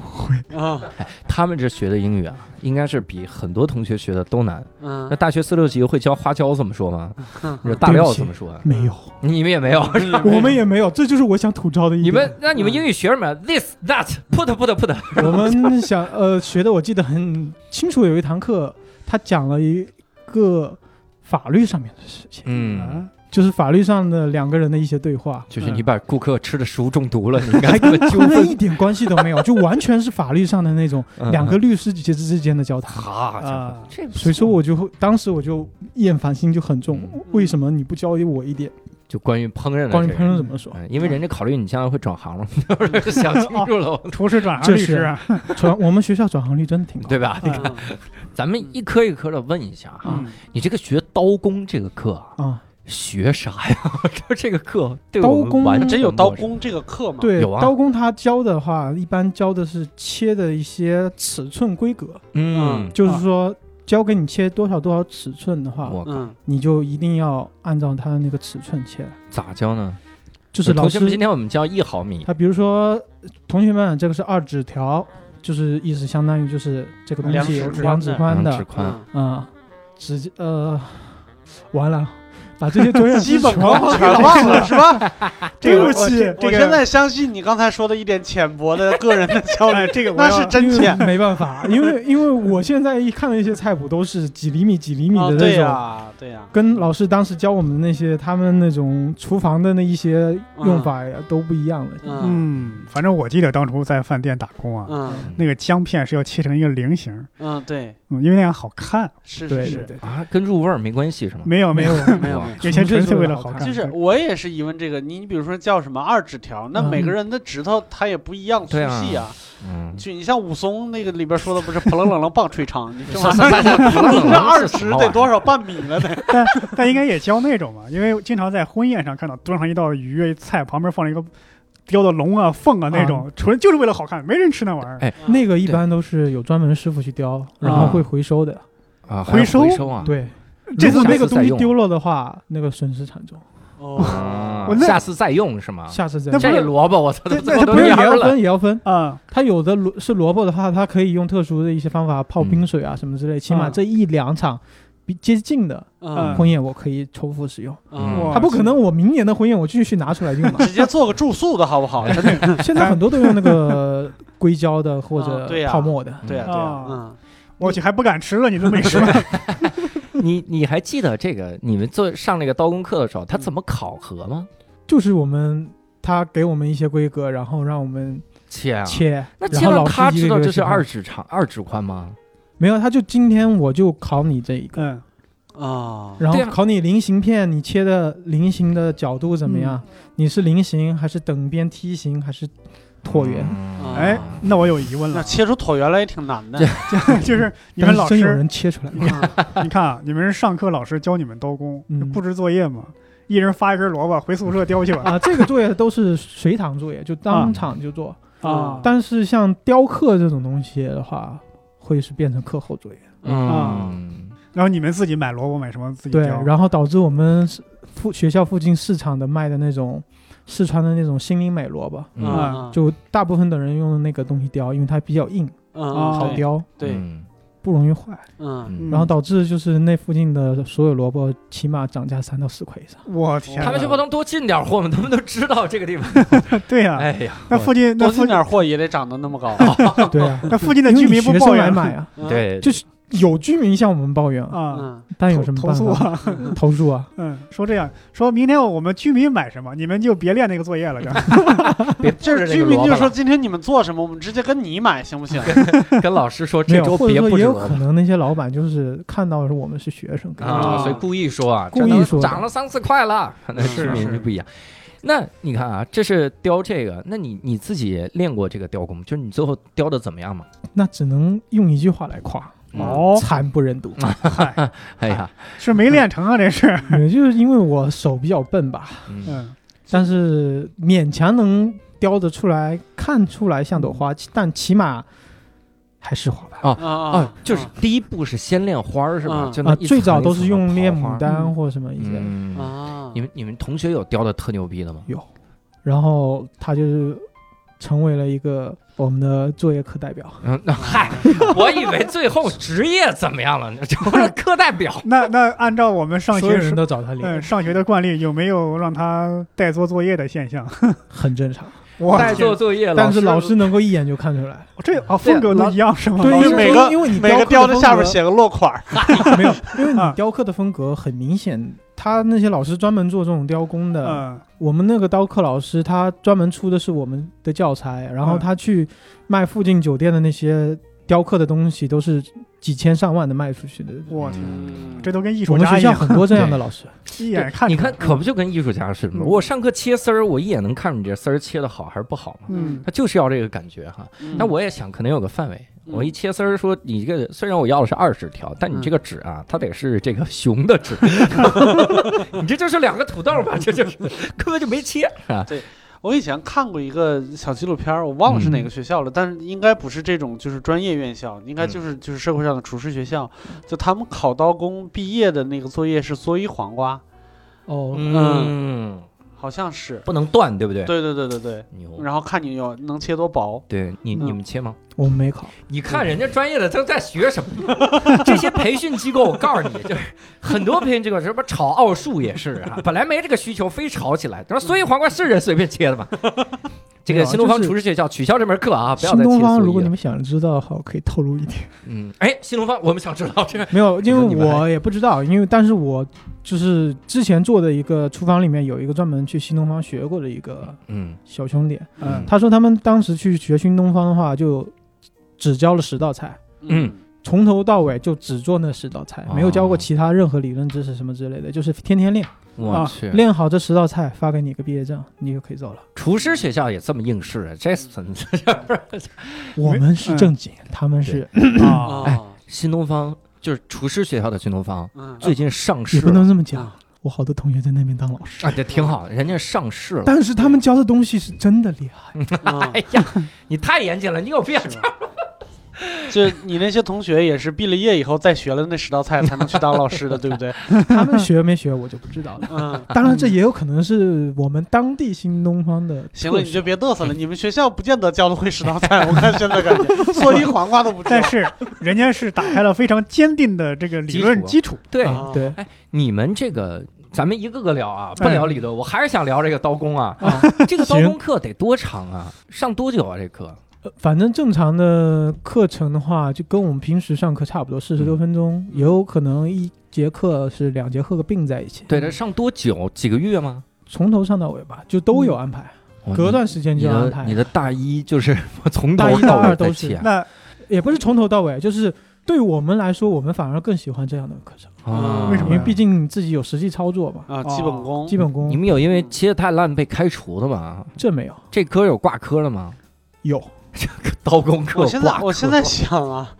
[SPEAKER 3] 嗯
[SPEAKER 5] 他们这学的英语啊，应该是比很多同学学的都难。那
[SPEAKER 3] 嗯，
[SPEAKER 5] 大学四六级会教花椒怎么说 吗？你说大料怎么说啊？
[SPEAKER 6] 没有，
[SPEAKER 5] 你们也没有。
[SPEAKER 6] 我们也没有，这就是我想吐槽的一
[SPEAKER 5] 你
[SPEAKER 6] 点。
[SPEAKER 5] 们那你们英语学什么？This that put put put。
[SPEAKER 6] 我们想呃学的，我记得很清楚，有一堂课他讲了一个法律上面的事情，
[SPEAKER 5] 嗯，
[SPEAKER 6] 就是法律上的两个人的一些对话，
[SPEAKER 5] 就是你把顾客吃的食物中毒 了，你应该
[SPEAKER 6] 还
[SPEAKER 5] 怎
[SPEAKER 6] 跟
[SPEAKER 5] 么纠
[SPEAKER 6] 烹饪
[SPEAKER 5] 纷？
[SPEAKER 6] 一 点关系都没有，就完全是法律上的那种
[SPEAKER 5] 嗯
[SPEAKER 6] 两个律师之间之间的交谈。
[SPEAKER 5] 好家伙
[SPEAKER 2] 啊，
[SPEAKER 5] 这不
[SPEAKER 6] 所以说，我就会当时我就厌烦心就很重
[SPEAKER 5] 嗯，
[SPEAKER 6] 为什么你不教我一点
[SPEAKER 5] 就关于烹饪的
[SPEAKER 6] 关于
[SPEAKER 5] 这
[SPEAKER 6] 烹
[SPEAKER 5] 个
[SPEAKER 6] 饪怎么说？
[SPEAKER 5] 嗯，因为人家考虑你将来会转行 嘛，就是想清楚了，
[SPEAKER 2] 厨师转行
[SPEAKER 6] 这
[SPEAKER 2] 律
[SPEAKER 6] 是
[SPEAKER 2] 师 啊，
[SPEAKER 6] 转我们学校转行率真的挺高，
[SPEAKER 5] 对吧？
[SPEAKER 2] 嗯
[SPEAKER 5] 咱们一科一科的问一下哈，
[SPEAKER 2] 嗯
[SPEAKER 5] 你这个学刀工这个课啊
[SPEAKER 6] 啊，
[SPEAKER 5] 学啥呀？ 就这个课对我
[SPEAKER 6] 刀
[SPEAKER 5] 们
[SPEAKER 6] 工
[SPEAKER 5] 完全
[SPEAKER 3] 真有刀
[SPEAKER 5] 陌生，
[SPEAKER 3] 工这个课吗？
[SPEAKER 6] 对
[SPEAKER 5] 有啊
[SPEAKER 6] 刀工他教的话，一般教的是切的一些尺寸规格，
[SPEAKER 5] 嗯，
[SPEAKER 6] 就是说教给你切多少多少尺寸的话，
[SPEAKER 5] 我
[SPEAKER 3] 嗯，
[SPEAKER 6] 你就一定要按照它的那个尺寸切。
[SPEAKER 5] 咋教呢？
[SPEAKER 6] 就
[SPEAKER 5] 就是
[SPEAKER 6] 是老
[SPEAKER 5] 同学
[SPEAKER 6] 师
[SPEAKER 5] 们，今天我们教一毫米，
[SPEAKER 6] 他比如说，同学们，这个是二指条，就是意思相当于就是这个东西
[SPEAKER 3] 两指宽的
[SPEAKER 6] 两指宽
[SPEAKER 5] 两
[SPEAKER 6] 的
[SPEAKER 5] 指宽，
[SPEAKER 3] 嗯
[SPEAKER 6] 啊，指呃，完了，把这些作 业
[SPEAKER 3] 基本功
[SPEAKER 6] 全
[SPEAKER 3] 全忘了是吧？
[SPEAKER 6] 对不
[SPEAKER 3] 我
[SPEAKER 6] 起
[SPEAKER 3] 这我
[SPEAKER 2] 这个
[SPEAKER 3] 现在相信你刚才说的一点浅薄的个 人的教育，
[SPEAKER 2] 哎， 这个我
[SPEAKER 3] 那
[SPEAKER 2] 要
[SPEAKER 3] 是真
[SPEAKER 6] 因为
[SPEAKER 3] 浅。
[SPEAKER 6] 没办法，因为因为我现在一看的一些菜谱都是几厘米几厘米
[SPEAKER 3] 啊
[SPEAKER 6] 的那
[SPEAKER 3] 对
[SPEAKER 6] 种，
[SPEAKER 3] 呀，对呀，
[SPEAKER 6] 跟老师当时教我们那些他们那种厨房的那一些用法呀、都不一样了。
[SPEAKER 3] 嗯
[SPEAKER 2] 嗯，反正我记得当初在饭店打工啊，
[SPEAKER 3] 嗯
[SPEAKER 2] 那个姜片是要切成一个菱形，
[SPEAKER 3] 嗯，对，
[SPEAKER 2] 嗯，因为那样好看。
[SPEAKER 3] 是
[SPEAKER 6] 对
[SPEAKER 3] 是
[SPEAKER 6] 对
[SPEAKER 3] 是，哦
[SPEAKER 6] 对，
[SPEAKER 5] 啊，跟入味儿没关系是吗？
[SPEAKER 2] 没有没有，
[SPEAKER 3] 没有没有。
[SPEAKER 2] 有些真是为了好看。
[SPEAKER 3] 就是我也是疑问这个，你你比如说叫什么二指条，那
[SPEAKER 6] 嗯
[SPEAKER 3] 每个人的指头它也不一样粗
[SPEAKER 5] 对啊
[SPEAKER 3] 细啊。
[SPEAKER 5] 嗯，
[SPEAKER 3] 就你像武松那个里边说的 不是扑棱棱棱棒捶肠，你这玩意
[SPEAKER 5] 啥啥啥
[SPEAKER 3] 儿你这二
[SPEAKER 5] 什
[SPEAKER 3] 指
[SPEAKER 5] 么玩意儿
[SPEAKER 3] 得多少半米了得？
[SPEAKER 2] 但 但应该也教那种吧，因为经常在婚宴上看到端上一道鱼菜，旁边放了一个雕的龙啊、凤啊那种，纯就是为了好看，没人吃那玩意儿。
[SPEAKER 5] 哎
[SPEAKER 6] 那个一般都是有专门的师傅去雕，然
[SPEAKER 3] 嗯
[SPEAKER 6] 后会回收的。
[SPEAKER 5] 啊，还要
[SPEAKER 2] 回收
[SPEAKER 5] 回收啊，
[SPEAKER 6] 对，
[SPEAKER 2] 这
[SPEAKER 6] 如果
[SPEAKER 2] 次
[SPEAKER 5] 下
[SPEAKER 6] 那
[SPEAKER 5] 次
[SPEAKER 6] 个东
[SPEAKER 5] 再
[SPEAKER 6] 西
[SPEAKER 5] 用
[SPEAKER 6] 丢了的话，那个损失惨重。
[SPEAKER 3] 哦
[SPEAKER 5] 啊
[SPEAKER 2] 我那
[SPEAKER 5] 下次再用是吗？
[SPEAKER 6] 下次再
[SPEAKER 2] 那不
[SPEAKER 6] 用
[SPEAKER 2] 是
[SPEAKER 5] 这萝卜我操，
[SPEAKER 2] 那
[SPEAKER 5] 这
[SPEAKER 2] 那
[SPEAKER 5] 么
[SPEAKER 2] 它
[SPEAKER 5] 多
[SPEAKER 6] 不是也
[SPEAKER 5] 年
[SPEAKER 6] 要
[SPEAKER 5] 儿了，
[SPEAKER 6] 分也要分，
[SPEAKER 2] 啊，
[SPEAKER 6] 它有的萝是萝卜的话，它可以用特殊的一些方法泡冰水啊什么之类，起码
[SPEAKER 2] 嗯
[SPEAKER 6] 这一两场比接近的
[SPEAKER 3] 嗯
[SPEAKER 6] 婚宴我可以重复使用。
[SPEAKER 5] 嗯
[SPEAKER 2] 哇
[SPEAKER 6] 它不可能我明年的婚宴我继续拿出来用嘛，
[SPEAKER 3] 直接做个住宿的好 不好？真的，
[SPEAKER 6] 现在很多都用那个硅胶的或
[SPEAKER 3] 啊对
[SPEAKER 6] 者
[SPEAKER 3] 呀
[SPEAKER 6] 泡沫的，
[SPEAKER 3] 对啊对啊，嗯
[SPEAKER 2] 啊我去还不敢吃了，你这么 一说，
[SPEAKER 5] 你你还记得这个？你们做上那个刀工课的时候，他怎么考核吗？
[SPEAKER 6] 就是我们他给我们一些规格，然后让我们
[SPEAKER 5] 切啊！
[SPEAKER 6] 切，
[SPEAKER 5] 那
[SPEAKER 6] 然
[SPEAKER 5] 切
[SPEAKER 6] 后
[SPEAKER 5] 到
[SPEAKER 6] 老
[SPEAKER 5] 他
[SPEAKER 6] 师一
[SPEAKER 5] 知
[SPEAKER 6] 个
[SPEAKER 5] 道
[SPEAKER 6] 一个
[SPEAKER 5] 这是
[SPEAKER 6] 去看
[SPEAKER 5] 二指长、二指宽吗？
[SPEAKER 6] 没有，他就今天我就考你这一个，
[SPEAKER 2] 嗯，
[SPEAKER 3] 啊，
[SPEAKER 6] 然后
[SPEAKER 5] 对啊
[SPEAKER 6] 考你菱形片，你切的菱形的角度怎么样？
[SPEAKER 5] 嗯
[SPEAKER 6] 你是菱形还是等边梯形还是椭圆？
[SPEAKER 5] 嗯
[SPEAKER 3] 嗯
[SPEAKER 2] 哎，那我有疑问
[SPEAKER 3] 那
[SPEAKER 2] 了，
[SPEAKER 3] 切出椭圆来也挺难的。
[SPEAKER 2] 就是你
[SPEAKER 6] 但
[SPEAKER 2] 们
[SPEAKER 6] 是
[SPEAKER 2] 老
[SPEAKER 6] 真有
[SPEAKER 2] 师
[SPEAKER 6] 人切 出来了，
[SPEAKER 2] 你看啊，你们是上课老师教你们刀工，
[SPEAKER 6] 嗯
[SPEAKER 2] 就布置作业嘛，一人发一根萝卜，回宿舍叼去 吧。
[SPEAKER 6] 啊，这个作业都是随堂作业，就当场就做。
[SPEAKER 3] 嗯
[SPEAKER 2] 啊
[SPEAKER 6] 但是像雕刻这种东西的话，会是变成课后作业。啊
[SPEAKER 5] 嗯，
[SPEAKER 2] 然后你们自己买萝卜买什么自己
[SPEAKER 6] 对
[SPEAKER 2] 叼。，
[SPEAKER 6] 然后导致我们是附学校附近市场的卖的那种四川的那种心灵美萝卜，
[SPEAKER 5] 嗯
[SPEAKER 3] 啊，
[SPEAKER 6] 就大部分的人用的那个东西雕，因为它比较硬，
[SPEAKER 3] 嗯
[SPEAKER 6] 好
[SPEAKER 3] 对
[SPEAKER 6] 雕，
[SPEAKER 3] 对，
[SPEAKER 5] 嗯
[SPEAKER 6] 不容易坏。
[SPEAKER 3] 嗯，
[SPEAKER 2] 嗯
[SPEAKER 6] 啊然后导致就是那附近的所有萝卜起码涨价三到四块以 上。
[SPEAKER 2] 我天哪，
[SPEAKER 5] 他们
[SPEAKER 6] 啊
[SPEAKER 5] 就不能多进点货吗？他们都 知道这个地方。
[SPEAKER 2] 对
[SPEAKER 6] 啊
[SPEAKER 2] 呀、
[SPEAKER 5] 哎呀，
[SPEAKER 2] 那附近那
[SPEAKER 3] 多
[SPEAKER 2] 附
[SPEAKER 3] 进
[SPEAKER 2] 近
[SPEAKER 3] 点货也得长得那么 高。
[SPEAKER 6] 对啊，
[SPEAKER 2] 那附近的
[SPEAKER 6] 因为
[SPEAKER 2] 居
[SPEAKER 6] 你
[SPEAKER 2] 民不
[SPEAKER 6] 学
[SPEAKER 2] 抱
[SPEAKER 6] 生
[SPEAKER 2] 怨
[SPEAKER 6] 来
[SPEAKER 2] 吗
[SPEAKER 6] 买啊，
[SPEAKER 3] 嗯，
[SPEAKER 5] 对，
[SPEAKER 6] 就是有居民向我们抱怨啊，
[SPEAKER 2] 啊？
[SPEAKER 3] 嗯，
[SPEAKER 6] 但有
[SPEAKER 2] 投
[SPEAKER 6] 什么
[SPEAKER 2] 投
[SPEAKER 6] 办
[SPEAKER 2] 诉
[SPEAKER 6] 法？
[SPEAKER 2] 啊？
[SPEAKER 6] 投诉啊，
[SPEAKER 2] 嗯，说这样，说明天我们居民买什么，你们就别练那个作业了，就
[SPEAKER 5] 别
[SPEAKER 3] 就是居民就说今天你们做什么，我们直接跟你买行不行？
[SPEAKER 5] 跟老师说
[SPEAKER 6] 没
[SPEAKER 5] 这
[SPEAKER 6] 有，
[SPEAKER 5] 周
[SPEAKER 6] 或者
[SPEAKER 5] 别
[SPEAKER 6] 说
[SPEAKER 5] 布
[SPEAKER 6] 也
[SPEAKER 5] 置
[SPEAKER 6] 有
[SPEAKER 5] 萝
[SPEAKER 6] 可
[SPEAKER 5] 卜
[SPEAKER 6] 能那些老板就是看到是我们是学生，跟
[SPEAKER 3] 啊
[SPEAKER 5] 啊，所以故意说啊，
[SPEAKER 6] 故意
[SPEAKER 5] 这能
[SPEAKER 6] 说的
[SPEAKER 5] 涨了三四块了，那市民就不一样。那你看啊，这是雕这个，那你你自己练过这个雕工吗，就是你最后雕的怎么样嘛？
[SPEAKER 6] 那只能用一句话来夸，
[SPEAKER 5] 嗯，
[SPEAKER 2] 哦，
[SPEAKER 6] 惨不忍睹。
[SPEAKER 5] 哎呀，
[SPEAKER 2] 是没练成啊，这是。
[SPEAKER 6] 也就是因为我手比较笨吧，
[SPEAKER 5] 嗯
[SPEAKER 2] 嗯，
[SPEAKER 6] 但是勉强能雕得出来，看出来像朵花，但起码还是花吧。
[SPEAKER 3] 啊
[SPEAKER 5] 啊
[SPEAKER 3] 啊，，
[SPEAKER 5] 就是第一步是先练花儿是吧？
[SPEAKER 3] 嗯
[SPEAKER 5] 就那
[SPEAKER 6] 啊，
[SPEAKER 5] 一层
[SPEAKER 6] 最早
[SPEAKER 5] 一
[SPEAKER 6] 都是
[SPEAKER 5] 层的
[SPEAKER 6] 用
[SPEAKER 5] 刨
[SPEAKER 6] 练
[SPEAKER 5] 花
[SPEAKER 6] 牡
[SPEAKER 5] 儿
[SPEAKER 6] 丹或什么一些，
[SPEAKER 5] 嗯，
[SPEAKER 3] 啊，
[SPEAKER 5] 你们你们同学有雕的特牛逼的吗？
[SPEAKER 6] 然后他就是成为了一个我们的作业课代表。
[SPEAKER 5] 嗯，那嗨，我以为最后职业怎么样了呢？ 成了课代表。
[SPEAKER 2] 那那按照我们上
[SPEAKER 6] 所有
[SPEAKER 2] 学
[SPEAKER 6] 人
[SPEAKER 2] 时，
[SPEAKER 6] 都找他
[SPEAKER 2] 嗯，
[SPEAKER 6] 练，
[SPEAKER 2] 上学的惯例，有没有让他代做作业的 现象？
[SPEAKER 6] 很正常。
[SPEAKER 2] 我
[SPEAKER 5] 代做
[SPEAKER 2] 天
[SPEAKER 5] 作业，
[SPEAKER 6] 但是哎老师能够一眼就看出来，
[SPEAKER 2] 这啊，风格都一样是吗？
[SPEAKER 6] 对，因为
[SPEAKER 3] 每个
[SPEAKER 6] 因为你
[SPEAKER 3] 每
[SPEAKER 6] 雕
[SPEAKER 3] 个雕
[SPEAKER 6] 刻
[SPEAKER 3] 的
[SPEAKER 6] 的
[SPEAKER 3] 下边
[SPEAKER 6] 风格
[SPEAKER 3] 写个落款儿，
[SPEAKER 6] 没有，因为你
[SPEAKER 2] 啊
[SPEAKER 6] 雕刻的风格很明显，他那些老师专门做这种雕工的，
[SPEAKER 2] 嗯
[SPEAKER 6] 我们那个雕刻老师他专门出的是我们的教材，然后
[SPEAKER 2] 嗯
[SPEAKER 6] 他去卖附近酒店的那些雕刻的东西，都是几千上万的卖出去的。
[SPEAKER 2] 我天，
[SPEAKER 5] 嗯
[SPEAKER 2] 这都跟艺
[SPEAKER 6] 我
[SPEAKER 2] 术
[SPEAKER 6] 们
[SPEAKER 2] 家
[SPEAKER 6] 学
[SPEAKER 2] 一啊
[SPEAKER 6] 校
[SPEAKER 2] 样，
[SPEAKER 6] 很多这样的老师，
[SPEAKER 2] 一眼看
[SPEAKER 5] 你
[SPEAKER 2] 出来
[SPEAKER 5] 看，可不就跟艺术家似的吗？
[SPEAKER 2] 嗯
[SPEAKER 5] 我上课切丝儿，我一眼能看出你这丝儿切的好还是不好嘛。
[SPEAKER 2] 嗯
[SPEAKER 5] 他就是要这个感觉哈。
[SPEAKER 6] 嗯
[SPEAKER 5] 那我也想，可能有个范围。
[SPEAKER 3] 嗯
[SPEAKER 5] 我一切丝儿，说你这个虽然我要的是二十条，但
[SPEAKER 6] 嗯
[SPEAKER 5] 你这个纸啊，它得是这个熊的 纸。 你这就是两个土豆吧？这就是根本就没切啊。
[SPEAKER 3] 我以前看过一个小纪录片儿，我忘了是
[SPEAKER 5] 嗯
[SPEAKER 3] 哪个学校了，但是应该不是这种，就是专业院校，应
[SPEAKER 5] 嗯
[SPEAKER 3] 该就是就是社会上的厨师学校，就他们考刀工毕业的那个作业是缩衣黄瓜，
[SPEAKER 6] 哦，
[SPEAKER 5] 嗯，
[SPEAKER 3] 好像是，
[SPEAKER 5] 不能断，对不对？
[SPEAKER 3] 对对对对对，
[SPEAKER 5] 牛。
[SPEAKER 3] 然后看你有能切多薄，
[SPEAKER 5] 对你
[SPEAKER 3] 嗯
[SPEAKER 5] 你们切吗？
[SPEAKER 6] 我们没考，
[SPEAKER 5] 你看人家专业的都在学什么？ 这些培训机构，我告诉你，就是很多培训机构，什么炒奥数也是啊，本来没这个需求，非炒起来。他说，所以黄瓜是人随便切的吗？ 这个新东方厨师学校取消这门课啊，不要
[SPEAKER 6] 新
[SPEAKER 5] 再切
[SPEAKER 6] 东方，如
[SPEAKER 5] 素
[SPEAKER 6] 果你
[SPEAKER 5] 了。
[SPEAKER 6] 们想知道的话，我可以透露一点。
[SPEAKER 5] 嗯，哎，新东方，我们想知道这个。
[SPEAKER 6] 没有，因
[SPEAKER 5] 你
[SPEAKER 6] 为
[SPEAKER 5] 们还
[SPEAKER 6] 我也不知道，因为但是我就是之前做的一个厨房里面有一个专门去新东方学过的一个
[SPEAKER 5] 嗯
[SPEAKER 6] 小兄弟，
[SPEAKER 2] 嗯
[SPEAKER 6] 他说他们当时去学新东方的话，就只教了十道菜，
[SPEAKER 5] 嗯
[SPEAKER 6] 从头到尾就只做那十道菜
[SPEAKER 5] 哦，
[SPEAKER 6] 没有教过其他任何理论知识什么之类的，就是天天练，
[SPEAKER 5] 我去，
[SPEAKER 6] 练好这十道菜发给你个毕业证，你就可以走了。
[SPEAKER 5] 厨师学校也这么应试啊？这孙子，嗯
[SPEAKER 6] 我们是正经，他们是
[SPEAKER 2] 啊，
[SPEAKER 5] 哎
[SPEAKER 3] 啊，
[SPEAKER 5] 新东方就是厨师学校的新东方，
[SPEAKER 3] 嗯，
[SPEAKER 5] 最近上市
[SPEAKER 6] 也不能
[SPEAKER 5] 了
[SPEAKER 6] 这么讲
[SPEAKER 3] 啊。
[SPEAKER 6] 我好多同学在那边当老师，
[SPEAKER 5] 啊，这挺好，人家上市了。
[SPEAKER 6] 但是他们教的东西是真的厉害。
[SPEAKER 3] 啊
[SPEAKER 5] 哎 呀，你太严谨了，你有必要这
[SPEAKER 3] 是
[SPEAKER 5] 样。
[SPEAKER 3] 就你那些同学也是毕了业以后再学了那十道菜才能去当老师的，对不 对？
[SPEAKER 6] 他们学没学我就不知道了。
[SPEAKER 3] 嗯，
[SPEAKER 6] 当然，这也有可能是我们当地新东方的特色。
[SPEAKER 3] 行了，你就别嘚瑟了，你们学校不见得教的会十道菜，我看现在感觉缩衣黄瓜都不
[SPEAKER 2] 但
[SPEAKER 3] 知
[SPEAKER 2] 是人家是打开了非常坚定的这个理论基
[SPEAKER 6] 啊
[SPEAKER 2] 础，
[SPEAKER 5] 对
[SPEAKER 3] 道。
[SPEAKER 6] 对，
[SPEAKER 5] 哎，你们这个，咱们一个个聊啊，不
[SPEAKER 2] 哎
[SPEAKER 5] 聊理论，我还是想聊这个刀工啊。
[SPEAKER 2] 啊
[SPEAKER 5] 这个 刀工
[SPEAKER 6] 行
[SPEAKER 5] 课得多长啊？上多久啊？这课？
[SPEAKER 6] 呃反正正常的课程的话，就跟我们平时上课差不多，四十
[SPEAKER 3] 嗯
[SPEAKER 6] 多分钟，也有可能一节课是两节课并在一起，
[SPEAKER 5] 对，这上多久？几个月吗？
[SPEAKER 6] 从头上到尾吧，就都有
[SPEAKER 3] 嗯
[SPEAKER 6] 安排，隔段时间
[SPEAKER 5] 你
[SPEAKER 6] 就安
[SPEAKER 5] 的
[SPEAKER 6] 排。
[SPEAKER 5] 你的大一就是 从
[SPEAKER 6] 大
[SPEAKER 5] 头
[SPEAKER 6] 一大
[SPEAKER 5] 尾
[SPEAKER 6] 二
[SPEAKER 5] 在
[SPEAKER 6] 都
[SPEAKER 5] 切
[SPEAKER 6] 是
[SPEAKER 5] 啊
[SPEAKER 2] 那
[SPEAKER 6] 也不是从头到尾，就是对我们来说，我们反而更喜欢这样的课程，
[SPEAKER 5] 啊
[SPEAKER 2] 为什
[SPEAKER 6] 因
[SPEAKER 2] 么
[SPEAKER 6] 为
[SPEAKER 2] 呀
[SPEAKER 6] 毕竟自己有实际操作嘛，
[SPEAKER 3] 啊，基本
[SPEAKER 5] 哦
[SPEAKER 3] 功，
[SPEAKER 6] 基本功
[SPEAKER 5] 你们有
[SPEAKER 3] 嗯
[SPEAKER 5] 因为切的太烂被开除的吗？
[SPEAKER 6] 这没有。
[SPEAKER 5] 这科有挂科了吗？
[SPEAKER 6] 有
[SPEAKER 5] 刀工课
[SPEAKER 3] 我现
[SPEAKER 5] 挂
[SPEAKER 3] 在
[SPEAKER 5] 科
[SPEAKER 3] 我现在想啊，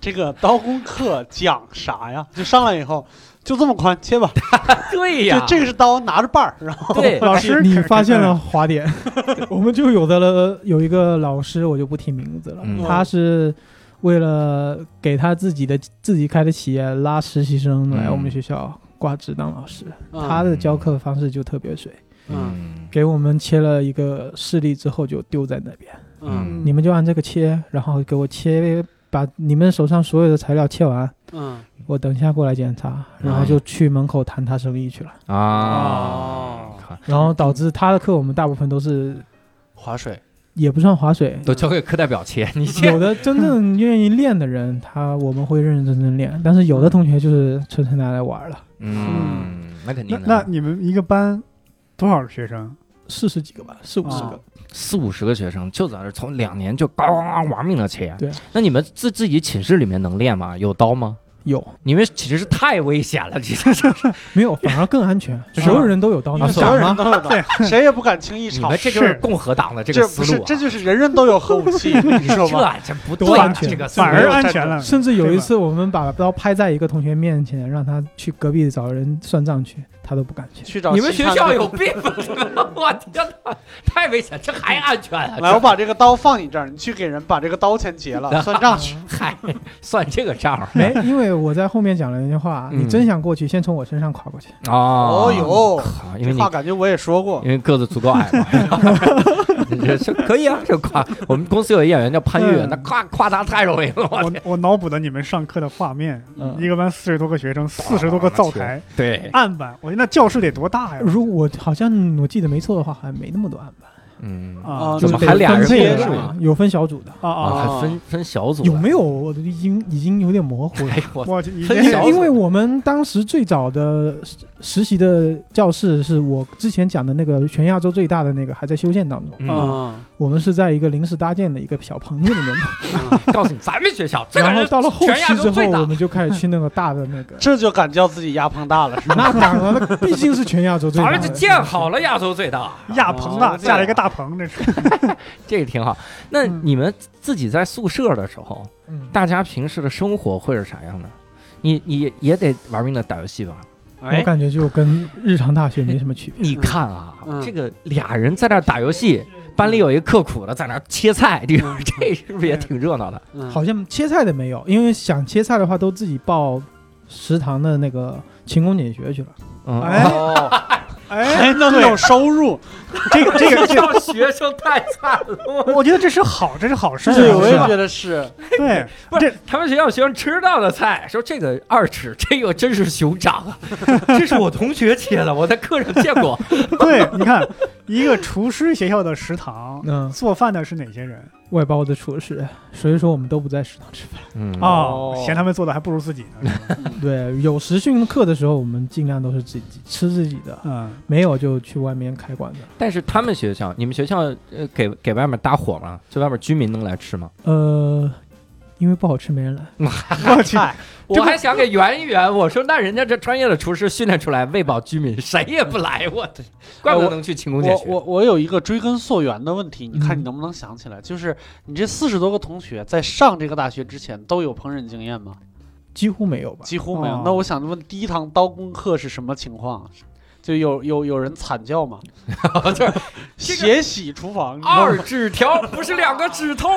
[SPEAKER 3] 这个刀工课讲啥呀？就上来以后就这么宽，切吧。就
[SPEAKER 5] 对呀，
[SPEAKER 3] 这个是刀，拿着把儿，然后
[SPEAKER 5] 对
[SPEAKER 2] 老师嗯
[SPEAKER 6] 你
[SPEAKER 2] 肯
[SPEAKER 6] 发现了
[SPEAKER 2] 肯
[SPEAKER 6] 滑点，我们就有的了。有一个老师，我就不提名字了，
[SPEAKER 5] 嗯
[SPEAKER 6] 他是为了给他自己的自己开的企业拉实习生来
[SPEAKER 5] 嗯
[SPEAKER 6] 我们学校挂职当老师，
[SPEAKER 3] 嗯
[SPEAKER 6] 他的教课方式就特别水，
[SPEAKER 3] 嗯
[SPEAKER 5] 嗯
[SPEAKER 6] 给我们切了一个事例之后就丢在那边，
[SPEAKER 3] 嗯
[SPEAKER 6] 你们就按这个切，然后给我切，把你们手上所有的材料切完。
[SPEAKER 3] 嗯
[SPEAKER 6] 我等一下过来检查，然后就去门口谈他生意去了，
[SPEAKER 5] 啊，
[SPEAKER 3] 哦，
[SPEAKER 5] 看
[SPEAKER 6] 然后导致他的课我们大部分都是
[SPEAKER 3] 划水
[SPEAKER 5] 哦
[SPEAKER 6] 也不算划水，
[SPEAKER 5] 都交给课代表切，你切
[SPEAKER 6] 有的真正愿意练的人，他我们会认认真真练，但是有的同学就是纯粹拿来玩了，
[SPEAKER 5] 嗯，那肯
[SPEAKER 2] 那
[SPEAKER 5] 定的。
[SPEAKER 2] 那你们一个班多少个学生？
[SPEAKER 6] 四十几个吧，四五十个
[SPEAKER 2] 哦，
[SPEAKER 5] 四五十个学生就在那从两年就咣咣咣玩命的切。
[SPEAKER 6] 对，
[SPEAKER 5] 那你们自自己寝室里面能练吗？有刀吗？
[SPEAKER 6] 有
[SPEAKER 5] 你们寝室太危险了，其实是
[SPEAKER 6] 没有反而更安 全，
[SPEAKER 3] 是啊
[SPEAKER 6] 所有人都有刀，
[SPEAKER 3] 因
[SPEAKER 6] 你
[SPEAKER 3] 为所有
[SPEAKER 6] 敢
[SPEAKER 3] 人
[SPEAKER 6] 吗？
[SPEAKER 3] 都有刀，谁也不敢轻易
[SPEAKER 5] 你
[SPEAKER 3] 吵
[SPEAKER 5] 们。这就是
[SPEAKER 2] 是
[SPEAKER 5] 共和党的这个
[SPEAKER 3] 这不
[SPEAKER 5] 思路
[SPEAKER 3] 是
[SPEAKER 5] 啊，，
[SPEAKER 3] 这就是人人都有核武 器，你说吧？
[SPEAKER 5] 这这不
[SPEAKER 6] 多
[SPEAKER 5] 对啊
[SPEAKER 6] 安，全
[SPEAKER 5] 这个思路
[SPEAKER 2] 反而安全了，
[SPEAKER 6] 甚至有一次，我们把刀拍在一个同学面前，让他去隔壁找人算账去，他都不敢 去。
[SPEAKER 3] 去找
[SPEAKER 5] 你们
[SPEAKER 3] 其
[SPEAKER 5] 学
[SPEAKER 3] 他
[SPEAKER 5] 校
[SPEAKER 3] 的
[SPEAKER 5] 有病 吧？我天哪，太危险，这还安全啊？
[SPEAKER 3] 来，我把这个刀放你这儿，你去给人把这个刀钱结了，算账去。
[SPEAKER 5] 嗨，算这个账啊
[SPEAKER 6] 没，因为我在后面讲了一句话，
[SPEAKER 5] 嗯
[SPEAKER 6] 你真想过去，先从我身上跨过去。！
[SPEAKER 5] 哦
[SPEAKER 3] 哦哟，
[SPEAKER 5] 靠因为
[SPEAKER 3] 这
[SPEAKER 5] 你
[SPEAKER 3] 话感觉我也说过
[SPEAKER 5] 因。为个子足够矮嘛， 这是可以啊，这夸我们公司有一演员叫潘越，
[SPEAKER 2] 嗯
[SPEAKER 5] 那夸夸他太容易了，我
[SPEAKER 2] 我我脑补的你们上课的画面，
[SPEAKER 6] 嗯
[SPEAKER 2] 一个班四十多个学生，四十多个灶台，
[SPEAKER 5] 对，
[SPEAKER 2] 案板，我觉得那教室得多大呀！
[SPEAKER 6] 如我好像我记得没错的话，还没那么多案板，
[SPEAKER 5] 嗯
[SPEAKER 2] 啊
[SPEAKER 3] 啊
[SPEAKER 5] 怎么还俩人
[SPEAKER 6] 就是得分
[SPEAKER 5] 接
[SPEAKER 6] 配
[SPEAKER 5] 是
[SPEAKER 6] 的
[SPEAKER 5] 吗？
[SPEAKER 6] 有分小组的。
[SPEAKER 2] 啊啊！
[SPEAKER 5] 啊，
[SPEAKER 3] 啊
[SPEAKER 5] 还分分小组
[SPEAKER 6] 有没有？我都已经已经有点模糊了
[SPEAKER 5] 哎。我
[SPEAKER 2] 我 你
[SPEAKER 5] 分
[SPEAKER 2] 这
[SPEAKER 6] 因
[SPEAKER 5] 小
[SPEAKER 6] 为
[SPEAKER 5] 组
[SPEAKER 6] 因为我们当时最早的实实习的教室是我之前讲的那个全亚洲最大的那个还在修建当中，
[SPEAKER 5] 嗯，
[SPEAKER 3] 嗯，，
[SPEAKER 6] 我们是在一个临时搭建的一个小棚子里面的。
[SPEAKER 5] 告诉你，咱们学校这个
[SPEAKER 6] 然后
[SPEAKER 5] 人
[SPEAKER 6] 到了后
[SPEAKER 5] 全亚
[SPEAKER 6] 期之
[SPEAKER 5] 洲最
[SPEAKER 6] 后，
[SPEAKER 5] 大
[SPEAKER 6] 我们就开始去那个大的那个
[SPEAKER 3] 这就敢叫自己压胖大了是吧？
[SPEAKER 6] 那当然了，那毕竟是全亚洲最
[SPEAKER 5] 咱
[SPEAKER 6] 大
[SPEAKER 5] 们
[SPEAKER 6] 的
[SPEAKER 5] 就。建好了亚洲最大，
[SPEAKER 2] 亚棚大，
[SPEAKER 3] 哦
[SPEAKER 2] 架了一个大棚，这是
[SPEAKER 5] 这个挺好。那
[SPEAKER 6] 嗯
[SPEAKER 5] 你们自己在宿舍的时候，
[SPEAKER 6] 嗯，
[SPEAKER 5] 大家平时的生活会是啥样的？你你也得玩命的打游戏吧？
[SPEAKER 6] 我
[SPEAKER 3] 哎，
[SPEAKER 6] 感觉就跟日常大学没什么区别。
[SPEAKER 5] 你看啊，
[SPEAKER 3] 嗯
[SPEAKER 5] 这个俩人在那儿打游戏，班里有一个刻苦的在那儿切菜，这个 这是不是也挺热闹的？
[SPEAKER 3] 嗯
[SPEAKER 6] 好像切菜的没有，因为想切菜的话都自己报食堂的那个勤工俭学去了。
[SPEAKER 5] 嗯，
[SPEAKER 2] 哎
[SPEAKER 3] 哦，
[SPEAKER 2] 哎，
[SPEAKER 3] 还能有收入，
[SPEAKER 2] 这个这个这
[SPEAKER 5] 叫学生太惨了，
[SPEAKER 2] 个，我觉得这是好，这是好事儿啊，
[SPEAKER 3] 对，我也
[SPEAKER 2] 是吧
[SPEAKER 3] 觉得是。
[SPEAKER 2] 对，
[SPEAKER 5] 不是
[SPEAKER 2] 这
[SPEAKER 5] 他们学校学生吃到的菜，说这个二尺，这个真是熊掌啊， 这是我同学切的，我在课上见过。
[SPEAKER 2] 对，你看一个厨师学校的食堂，
[SPEAKER 6] 嗯，
[SPEAKER 2] 做饭的是哪些人
[SPEAKER 6] 外包的厨师，所以说我们都不在食堂吃饭。
[SPEAKER 5] 嗯
[SPEAKER 2] 哦
[SPEAKER 3] 哦，
[SPEAKER 2] 嫌他们做的还不如自己呢。是吧
[SPEAKER 6] 对，有实训课的时候，我们尽量都是自己吃自己的，
[SPEAKER 2] 嗯，
[SPEAKER 6] 没有就去外面开馆子。
[SPEAKER 5] 但是他们学校，你们学校呃给给外面搭伙吗？这外面居民能来吃吗？
[SPEAKER 6] 呃，因为不好吃没人来。
[SPEAKER 2] 我去，
[SPEAKER 5] 我还想给圆一圆，我说那人家这专业的厨师训练出来喂饱居民，谁也不来，我的， 怪不得能去勤工俭
[SPEAKER 3] 我
[SPEAKER 5] 学。
[SPEAKER 3] 我我有一个追根溯源的问题，你看
[SPEAKER 6] 嗯
[SPEAKER 3] 你能不能想起来？就是你这四十多个同学在上这个大学之前都有烹饪经验吗？
[SPEAKER 6] 几乎没有吧？
[SPEAKER 3] 几乎没有
[SPEAKER 2] 哦。
[SPEAKER 3] 那我想问，第一堂刀工课是什么情况？啊就有有有人惨叫吗？
[SPEAKER 5] 就是
[SPEAKER 3] 血洗厨房，你知道吗
[SPEAKER 5] 二指条不是两个指头，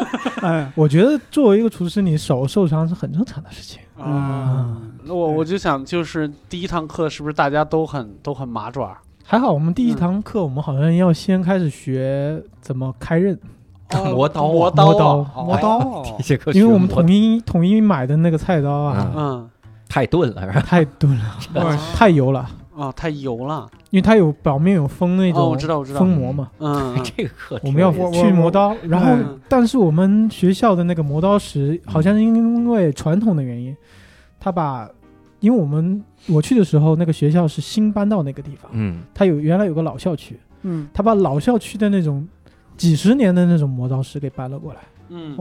[SPEAKER 2] 嗯
[SPEAKER 6] 我觉得作为一个厨师，你手受伤是很正常的事情。
[SPEAKER 3] 啊，那我我就想，就是第一堂课是不是大家都很都很麻爪儿？
[SPEAKER 6] 还好我们第一堂课，我们好像要先开始学怎么开刃，哦
[SPEAKER 5] 磨刀 啊
[SPEAKER 3] 磨刀啊，
[SPEAKER 6] 磨
[SPEAKER 2] 刀
[SPEAKER 3] 哦
[SPEAKER 5] 这个
[SPEAKER 6] 因为我们统一统一买的那个菜刀啊，
[SPEAKER 3] 嗯
[SPEAKER 5] 太钝了，是吧？
[SPEAKER 6] 太钝了，
[SPEAKER 3] 啊
[SPEAKER 6] 太油了，
[SPEAKER 3] 啊，太油了。
[SPEAKER 6] 因为它有表面有封那
[SPEAKER 3] 哦，我
[SPEAKER 6] 种
[SPEAKER 3] 知道，我知道
[SPEAKER 6] 封。膜嘛。
[SPEAKER 3] 嗯，嗯
[SPEAKER 5] 这个课
[SPEAKER 6] 我们要
[SPEAKER 2] 我
[SPEAKER 6] 去磨刀，然后
[SPEAKER 3] 嗯
[SPEAKER 6] 但是我们学校的那个磨刀石，好像是因为传统的原因，他把，因为我们我去的时候，那个学校是新搬到那个地方，
[SPEAKER 5] 嗯
[SPEAKER 6] 他有原来有个老校区，
[SPEAKER 2] 嗯，
[SPEAKER 6] 他把老校区的那种几十年的那种磨刀石给搬了过来，
[SPEAKER 3] 嗯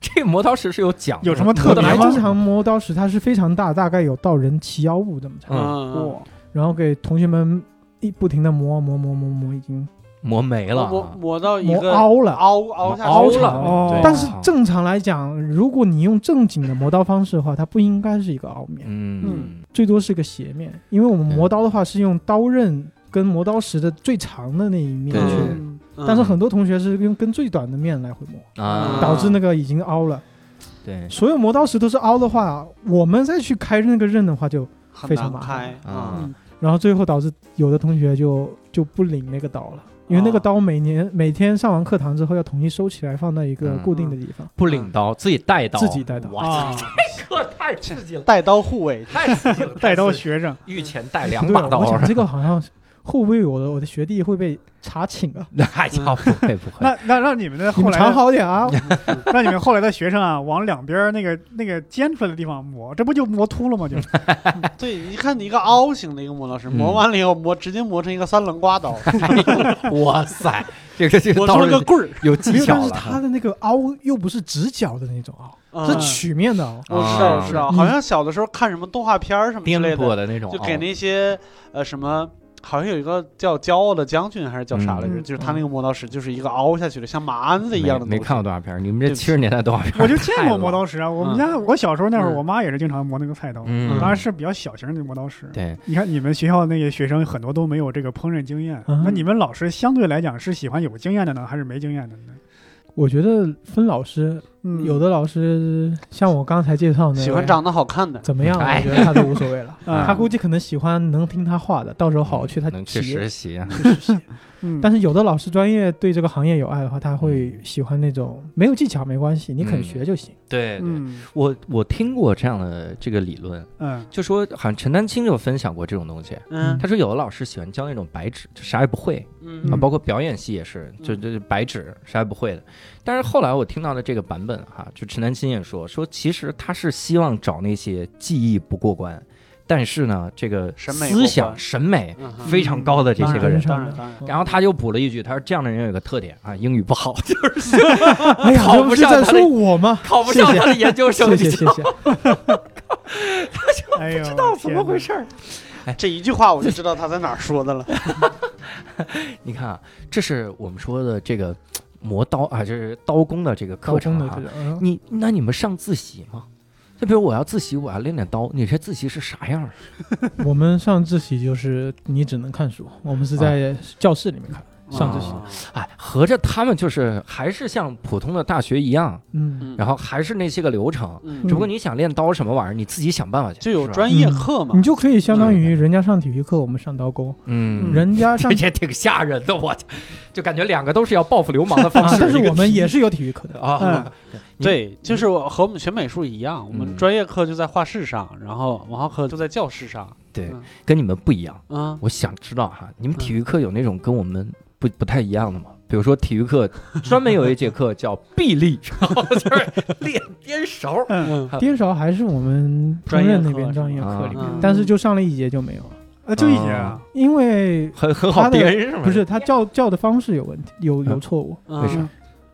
[SPEAKER 5] 这磨刀石是有讲究的，
[SPEAKER 2] 有什么特
[SPEAKER 6] 我
[SPEAKER 2] 别
[SPEAKER 6] 本
[SPEAKER 2] 吗
[SPEAKER 6] 来这长磨刀石它是非常大，大概有到人齐腰部这么长，
[SPEAKER 3] 嗯，
[SPEAKER 2] 哇，
[SPEAKER 6] 然后给同学们一不停的磨磨磨磨磨，已经
[SPEAKER 5] 磨没了
[SPEAKER 3] 磨
[SPEAKER 5] 啊，
[SPEAKER 3] 磨到一
[SPEAKER 6] 磨
[SPEAKER 3] 个
[SPEAKER 6] 凹了。
[SPEAKER 3] 凹凹下去
[SPEAKER 5] 凹
[SPEAKER 6] 凹
[SPEAKER 5] 了
[SPEAKER 6] 了
[SPEAKER 2] 哦
[SPEAKER 5] 对
[SPEAKER 6] 但是正常来讲，如果你用正经的磨刀方式的话，它不应该是一个凹面，
[SPEAKER 5] 嗯，
[SPEAKER 6] 最多是个斜面，因为我们
[SPEAKER 5] 对
[SPEAKER 6] 磨刀的话是用刀刃跟磨刀石的最长的那一面
[SPEAKER 5] 对
[SPEAKER 6] 去
[SPEAKER 5] 对
[SPEAKER 3] 嗯，嗯
[SPEAKER 6] 但是很多同学是用跟最短的面来回磨，
[SPEAKER 1] 嗯
[SPEAKER 2] 嗯
[SPEAKER 5] 啊，
[SPEAKER 6] 导致那个已经凹了。
[SPEAKER 5] 对，
[SPEAKER 6] 所有磨刀石都是凹的话，我们再去开那个刃的话就，
[SPEAKER 3] 很
[SPEAKER 6] 非常
[SPEAKER 3] 难
[SPEAKER 6] 麻
[SPEAKER 3] 开
[SPEAKER 6] 烦嗯
[SPEAKER 3] 啊，
[SPEAKER 5] 啊，
[SPEAKER 6] 然后最后导致有的同学就就不领那个刀了，因为那个刀每年每天上完课堂之后要统一收起来放在一个固定的地方。
[SPEAKER 5] 不领刀，自己带刀，
[SPEAKER 6] 嗯自己带刀
[SPEAKER 5] 哇，
[SPEAKER 2] 啊，
[SPEAKER 5] 这太刺激了，
[SPEAKER 3] 带刀护卫，
[SPEAKER 5] 太 刺激了，
[SPEAKER 2] 带刀
[SPEAKER 5] 太刺激了
[SPEAKER 2] 学生，
[SPEAKER 5] 御前带
[SPEAKER 6] 不
[SPEAKER 5] 两
[SPEAKER 6] 对啊
[SPEAKER 5] 把刀
[SPEAKER 6] 我想
[SPEAKER 5] 啊，
[SPEAKER 6] 这个好像会不会我的我的学弟会被查寝啊？
[SPEAKER 5] 哎呀，不会不会，
[SPEAKER 2] 那那让你们的
[SPEAKER 6] 你
[SPEAKER 2] 后
[SPEAKER 6] 们
[SPEAKER 2] 来
[SPEAKER 6] 藏
[SPEAKER 2] 的
[SPEAKER 6] 好点啊！
[SPEAKER 2] 让你们后来的学生啊，往两边儿那个那个尖出来的地方磨，这不就磨秃了吗？就
[SPEAKER 3] 对，一看你一个凹形的一个磨刀石，磨
[SPEAKER 5] 嗯
[SPEAKER 3] 完了以后磨直接磨成一个三棱刮刀，
[SPEAKER 5] 哇塞，这个这个
[SPEAKER 3] 磨
[SPEAKER 5] 刀
[SPEAKER 3] 出
[SPEAKER 5] 是
[SPEAKER 3] 个棍儿。
[SPEAKER 5] 有技
[SPEAKER 6] 没有，
[SPEAKER 5] 巧
[SPEAKER 6] 但是
[SPEAKER 5] 了
[SPEAKER 6] 它
[SPEAKER 5] 啊，
[SPEAKER 6] 的那个凹又不是直角的那种凹，是
[SPEAKER 3] 嗯
[SPEAKER 6] 曲面的凹。
[SPEAKER 3] 我知道，我知道，
[SPEAKER 6] 嗯
[SPEAKER 3] 好像小的时候看什么动画片儿什么之
[SPEAKER 5] 颠
[SPEAKER 3] 类
[SPEAKER 5] 簸
[SPEAKER 3] 的，
[SPEAKER 5] 的那种，哦啊
[SPEAKER 3] 就给那些呃什么。好像有一个叫骄傲的将军还是叫啥来着？
[SPEAKER 6] 嗯
[SPEAKER 3] 就是他那个磨刀石，就是一个凹下去的，像马鞍子一样的
[SPEAKER 5] 没没看过
[SPEAKER 3] 到。
[SPEAKER 5] 动画片，你们这
[SPEAKER 3] 对不
[SPEAKER 5] 七
[SPEAKER 3] 起
[SPEAKER 5] 十年代动画片，
[SPEAKER 2] 我就见过磨刀石啊。我们
[SPEAKER 3] 嗯
[SPEAKER 2] 家我小时候那会
[SPEAKER 3] 嗯
[SPEAKER 2] 儿，我妈也是经常磨那个菜刀，
[SPEAKER 5] 嗯
[SPEAKER 2] 当然是比较小型的磨刀石。
[SPEAKER 5] 对，
[SPEAKER 2] 你看你们学校那些学生很多都没有这个烹饪经验，
[SPEAKER 6] 嗯
[SPEAKER 2] 那你们老师相对来讲是喜欢有经验的呢，还是没经验的呢？
[SPEAKER 6] 我觉得分老师，
[SPEAKER 2] 嗯，
[SPEAKER 6] 有的老师像我刚才介绍那
[SPEAKER 3] 喜欢
[SPEAKER 6] 位
[SPEAKER 3] 长得好看的，
[SPEAKER 6] 怎么样，
[SPEAKER 5] 哎
[SPEAKER 6] 我觉得他都无所谓 了。
[SPEAKER 2] 嗯
[SPEAKER 6] 他估计可能喜欢能听他话的，到时候好好去他
[SPEAKER 5] 啊嗯能去
[SPEAKER 6] 企业
[SPEAKER 5] 实习啊，
[SPEAKER 6] 去实习。
[SPEAKER 2] 嗯，
[SPEAKER 6] 但是有的老师专业对这个行业有爱的话，他
[SPEAKER 5] 嗯
[SPEAKER 6] 会喜欢那种没有技巧没关系，你肯学就 行。
[SPEAKER 5] 对对，
[SPEAKER 2] 嗯
[SPEAKER 5] 我我听过这样的这个理论，
[SPEAKER 2] 嗯
[SPEAKER 5] 就说好像陈丹青就分享过这种东西。
[SPEAKER 3] 嗯
[SPEAKER 5] 他说有的老师喜欢教那种白纸，就啥也不会啊，
[SPEAKER 3] 嗯
[SPEAKER 5] 包括表演系也是，就
[SPEAKER 3] 嗯
[SPEAKER 5] 就就白纸啥也不会的。但是后来我听到的这个版本哈、就陈丹青也说说，其实他是希望找那些技艺不过关，但是呢，这个
[SPEAKER 3] 审美
[SPEAKER 5] 思
[SPEAKER 3] 过
[SPEAKER 5] 想
[SPEAKER 3] 关
[SPEAKER 5] 审美
[SPEAKER 3] 嗯哼
[SPEAKER 5] 非常高的这些个
[SPEAKER 6] 当
[SPEAKER 5] 人
[SPEAKER 6] 然。
[SPEAKER 3] 当然当然
[SPEAKER 5] 然后他就补了一句，他说这样的人有一个特点啊，英语不好，就是
[SPEAKER 6] 哎呀，
[SPEAKER 5] 考
[SPEAKER 6] 这
[SPEAKER 5] 不
[SPEAKER 6] 不是
[SPEAKER 5] 上
[SPEAKER 6] 在
[SPEAKER 5] 他的
[SPEAKER 6] 说我吗？
[SPEAKER 5] 考不上他的研究生。
[SPEAKER 6] 谢谢
[SPEAKER 5] 你知
[SPEAKER 6] 谢
[SPEAKER 5] 道
[SPEAKER 6] 谢，
[SPEAKER 2] 哎呦，不知道怎么回事儿，
[SPEAKER 3] 这一句话我就知道他在哪儿说的了。
[SPEAKER 5] 你看啊，这是我们说的这个磨刀啊，这是刀工的这个
[SPEAKER 6] 高
[SPEAKER 5] 课
[SPEAKER 6] 中
[SPEAKER 5] 程
[SPEAKER 6] 的这。
[SPEAKER 5] 啊
[SPEAKER 6] 种，嗯
[SPEAKER 5] 你那你们上自习吗？就比如我要自习，我要练练刀，你这自习是啥样儿？
[SPEAKER 6] 嗯我们上自习就是你只能看书，我们是在教室里面看上自习。
[SPEAKER 3] 习，
[SPEAKER 5] 哎，合着他们就是还是像普通的大学一样，
[SPEAKER 6] 嗯，
[SPEAKER 5] 然后还是那些个流程，
[SPEAKER 3] 嗯
[SPEAKER 5] 只不过你想练刀什么玩意儿，你自己想办法去。
[SPEAKER 3] 就有
[SPEAKER 5] 是吧
[SPEAKER 3] 专业课嘛
[SPEAKER 6] 你，就可以相当于人家上体育课，我们上刀工；
[SPEAKER 5] 嗯，
[SPEAKER 6] 人家上
[SPEAKER 5] 这也挺吓人的，我操， 就感觉两个都是要报复流氓的方
[SPEAKER 6] 啊
[SPEAKER 5] 式。，
[SPEAKER 6] 但是
[SPEAKER 5] 这个
[SPEAKER 6] 我们也是有体育课的。
[SPEAKER 5] 啊，你
[SPEAKER 3] 对，就是我和我们学美术一样，我
[SPEAKER 5] 嗯
[SPEAKER 3] 们专业课就在画室上，然后文化课就在教室上。
[SPEAKER 5] 对
[SPEAKER 3] 嗯，
[SPEAKER 5] 跟你们不一样。
[SPEAKER 3] 啊，
[SPEAKER 5] 我想知道哈，你们体育课有那种跟我们不不太一样的吗？比如说体育课 专门有一节课叫臂力，然后哦就是练颠勺。
[SPEAKER 3] 嗯
[SPEAKER 6] 颠勺还是我们烹饪那边专业课里
[SPEAKER 3] 专业课是吧
[SPEAKER 6] 面
[SPEAKER 3] 啊，
[SPEAKER 6] 但是就上了一节就没有了，
[SPEAKER 2] 啊，就一节啊，
[SPEAKER 6] 因为
[SPEAKER 5] 很很好
[SPEAKER 6] 他的
[SPEAKER 5] 别人是吗？
[SPEAKER 6] 不是他教教的方式有问题，有有错误。
[SPEAKER 3] 嗯
[SPEAKER 5] 为啥？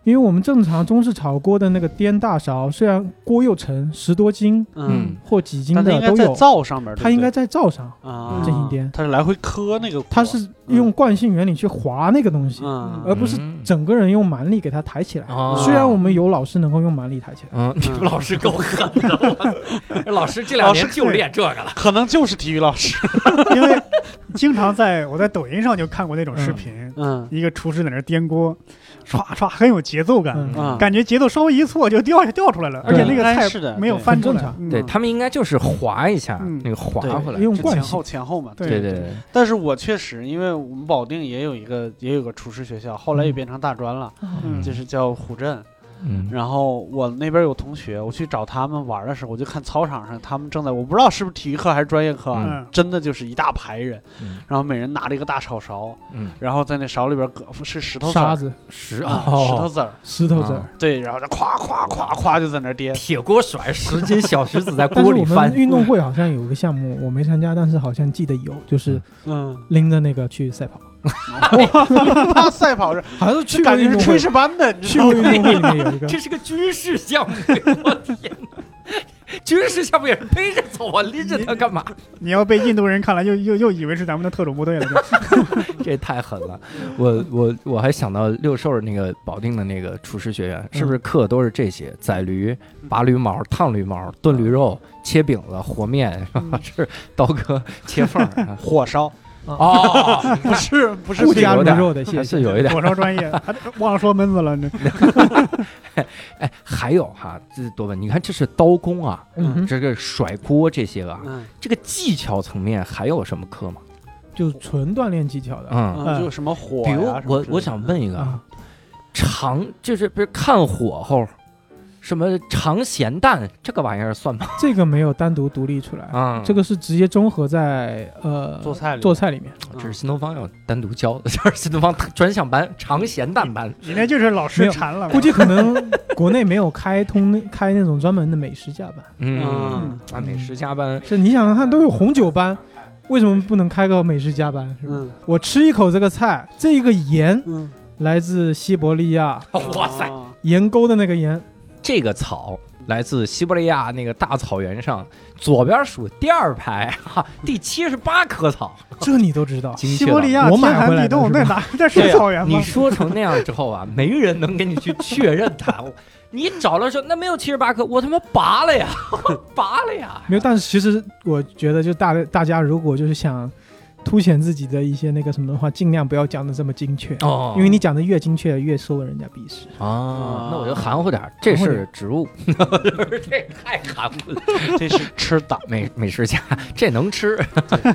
[SPEAKER 6] 因为我们正常中式炒锅的那个颠大勺，虽然锅又沉，十多斤
[SPEAKER 5] 嗯
[SPEAKER 3] 嗯，，
[SPEAKER 6] 或几斤
[SPEAKER 3] 但它应
[SPEAKER 6] 的
[SPEAKER 3] 该
[SPEAKER 6] 都
[SPEAKER 3] 在
[SPEAKER 6] 有，
[SPEAKER 3] 灶上面，
[SPEAKER 6] 它应该在灶上，
[SPEAKER 3] 啊
[SPEAKER 6] 进行颠
[SPEAKER 3] 它是来回磕那个锅，
[SPEAKER 6] 它是呃用惯性原理去划那个东西，
[SPEAKER 3] 嗯，
[SPEAKER 6] 而不是整个人用蛮力给它抬起来。
[SPEAKER 5] 啊
[SPEAKER 6] 虽然我们有老师能够用蛮力抬起来，
[SPEAKER 5] 嗯，你们老师够狠的，我操老师这两年就练这个了。
[SPEAKER 3] 可能就是体育老师，
[SPEAKER 2] 因为经常在我在抖音上就看过那种视频，
[SPEAKER 3] 嗯
[SPEAKER 2] 一个厨师在那儿颠锅，唰唰很有节奏感，
[SPEAKER 6] 嗯
[SPEAKER 3] 啊，
[SPEAKER 2] 感觉节奏稍微一错就掉下掉出来了，而且那
[SPEAKER 3] 应
[SPEAKER 2] 个
[SPEAKER 3] 该
[SPEAKER 2] 菜
[SPEAKER 3] 是的
[SPEAKER 2] 没有
[SPEAKER 3] 对
[SPEAKER 2] 翻出来
[SPEAKER 6] 很正，常
[SPEAKER 2] 嗯
[SPEAKER 5] 对他们应该就是划一下
[SPEAKER 2] 嗯
[SPEAKER 5] 那个划
[SPEAKER 3] 对
[SPEAKER 5] 回
[SPEAKER 6] 因
[SPEAKER 5] 来
[SPEAKER 6] 为。用
[SPEAKER 3] 就
[SPEAKER 6] 惯
[SPEAKER 3] 前
[SPEAKER 6] 性
[SPEAKER 3] 后。前后嘛，
[SPEAKER 2] 对
[SPEAKER 5] 对对对，
[SPEAKER 3] 但是我确实，因为我们保定也有一个也有个厨师学校，后来也变成大专了，
[SPEAKER 2] 嗯
[SPEAKER 3] 就是叫虎镇。
[SPEAKER 5] 嗯
[SPEAKER 3] 然后我那边有同学，我去找他们玩的时候，我就看操场上他们正在，我不知道是不是体育课还是专业课啊，
[SPEAKER 2] 嗯
[SPEAKER 3] 真的就是一大排人，
[SPEAKER 5] 嗯
[SPEAKER 3] 然后每人拿着一个大炒勺，
[SPEAKER 5] 嗯，
[SPEAKER 3] 然后在那勺里边搁是石头子
[SPEAKER 6] 沙
[SPEAKER 3] 儿
[SPEAKER 6] 子、
[SPEAKER 5] 十
[SPEAKER 3] 啊，石头
[SPEAKER 5] 哦，
[SPEAKER 3] 子儿，
[SPEAKER 6] 石头子儿
[SPEAKER 5] 啊，
[SPEAKER 3] 对，然后就咵咵咵咵就在那儿颠，
[SPEAKER 5] 铁锅甩十斤小石子在
[SPEAKER 6] 但
[SPEAKER 5] 锅
[SPEAKER 6] 是
[SPEAKER 5] 里
[SPEAKER 6] 我
[SPEAKER 5] 翻
[SPEAKER 6] 们。运动会好像有一个项目我没参加，但是好像记得有，就是
[SPEAKER 3] 嗯，
[SPEAKER 6] 拎着那个去赛跑。
[SPEAKER 3] 他赛跑 是，
[SPEAKER 6] 好像是
[SPEAKER 3] 这
[SPEAKER 6] 去
[SPEAKER 3] 感
[SPEAKER 6] 过
[SPEAKER 3] 觉
[SPEAKER 6] 运
[SPEAKER 3] 是
[SPEAKER 6] 动
[SPEAKER 3] 炊
[SPEAKER 6] 会，
[SPEAKER 3] 事班的，你知
[SPEAKER 6] 去
[SPEAKER 3] 道
[SPEAKER 6] 过
[SPEAKER 3] 吗？
[SPEAKER 6] 运动会里面有一个，
[SPEAKER 5] 这是个军事项目，我天哪！军事项目也是背着走啊，拎着他干嘛？
[SPEAKER 2] 你要被印度人看来，又又又以为是咱们的特种部队了。就
[SPEAKER 5] 这也太狠了！我我我还想到六兽那个保定的那个厨师学院，是
[SPEAKER 6] 嗯
[SPEAKER 5] 不是课都是这些？宰驴、拔驴毛、烫驴毛、炖
[SPEAKER 6] 嗯
[SPEAKER 5] 驴肉、切饼子、和面，是吧？ 是刀割切缝儿。 啊
[SPEAKER 3] 火烧
[SPEAKER 5] 哦，
[SPEAKER 3] 不是不是
[SPEAKER 6] 不
[SPEAKER 5] 这
[SPEAKER 6] 加
[SPEAKER 5] 有
[SPEAKER 6] 驴
[SPEAKER 5] 点儿
[SPEAKER 6] 肉的，
[SPEAKER 5] 还
[SPEAKER 6] 谢谢。
[SPEAKER 5] 是有一点儿。
[SPEAKER 2] 火烧专业，啊忘了说闷 子了。这
[SPEAKER 5] 哎，还有哈，这多问，你看这是刀工啊，
[SPEAKER 6] 嗯哼，
[SPEAKER 5] 这个甩锅这些个啊，
[SPEAKER 3] 嗯，
[SPEAKER 5] 这个技巧层面还有什么课吗？
[SPEAKER 6] 就纯锻炼技巧的，
[SPEAKER 5] 嗯，
[SPEAKER 3] 嗯就什么火呀
[SPEAKER 5] 比如
[SPEAKER 3] 什么之类
[SPEAKER 5] 我
[SPEAKER 3] 的
[SPEAKER 5] 我想问一个啊
[SPEAKER 6] 啊，
[SPEAKER 5] 长就是比如看火候，什么长咸淡这个玩意儿算吗？
[SPEAKER 6] 这个没有单独独立出来，
[SPEAKER 5] 啊
[SPEAKER 6] 这个是直接综合在呃
[SPEAKER 3] 做菜里
[SPEAKER 6] 做菜里面，
[SPEAKER 3] 啊
[SPEAKER 5] 这是新东方要单独教的， 这是新东方专项班长咸淡班。
[SPEAKER 2] 你那就是老
[SPEAKER 6] 没
[SPEAKER 2] 师
[SPEAKER 6] 有
[SPEAKER 2] 馋了，
[SPEAKER 6] 估计可能国内没有开通 那开那种专门的美食家班，
[SPEAKER 5] 嗯，啊，美食加班，
[SPEAKER 6] 是你想想看，都有红酒班，为什么不能开个美食家班？是吧？
[SPEAKER 3] 嗯
[SPEAKER 6] 我吃一口这个菜，这个盐
[SPEAKER 3] 嗯，
[SPEAKER 6] 来自西伯利亚
[SPEAKER 5] 哇塞，
[SPEAKER 3] 啊，
[SPEAKER 6] 盐沟的那个盐，
[SPEAKER 5] 这个草来自西伯利亚那个大草原上，左边数第二排哈、第七十八棵草，
[SPEAKER 6] 这你都知 道。
[SPEAKER 5] 精
[SPEAKER 2] 西
[SPEAKER 5] 确
[SPEAKER 2] 伯
[SPEAKER 5] 到
[SPEAKER 2] 利亚
[SPEAKER 6] 我
[SPEAKER 2] 天
[SPEAKER 6] 买
[SPEAKER 2] 寒
[SPEAKER 6] 回来
[SPEAKER 2] 地
[SPEAKER 6] 的
[SPEAKER 2] 冻，
[SPEAKER 6] 是
[SPEAKER 2] 那哪那是草原吗
[SPEAKER 5] 啊你？说成那样之后啊，没人能跟你去确认它。我你找了说那没有七十八颗，我他妈拔了呀， 拔了呀！
[SPEAKER 6] 没有，但是其实我觉得，就大大家如果就是想凸显自己的一些那个什么的话，尽量不要讲的这么精确，
[SPEAKER 5] 哦
[SPEAKER 6] 因为你讲的越精确，越受人家鄙视。
[SPEAKER 5] 啊，那我就含糊点儿，这是植物， 这太含糊了。
[SPEAKER 3] 这是吃的。
[SPEAKER 5] 美美食家 这能吃，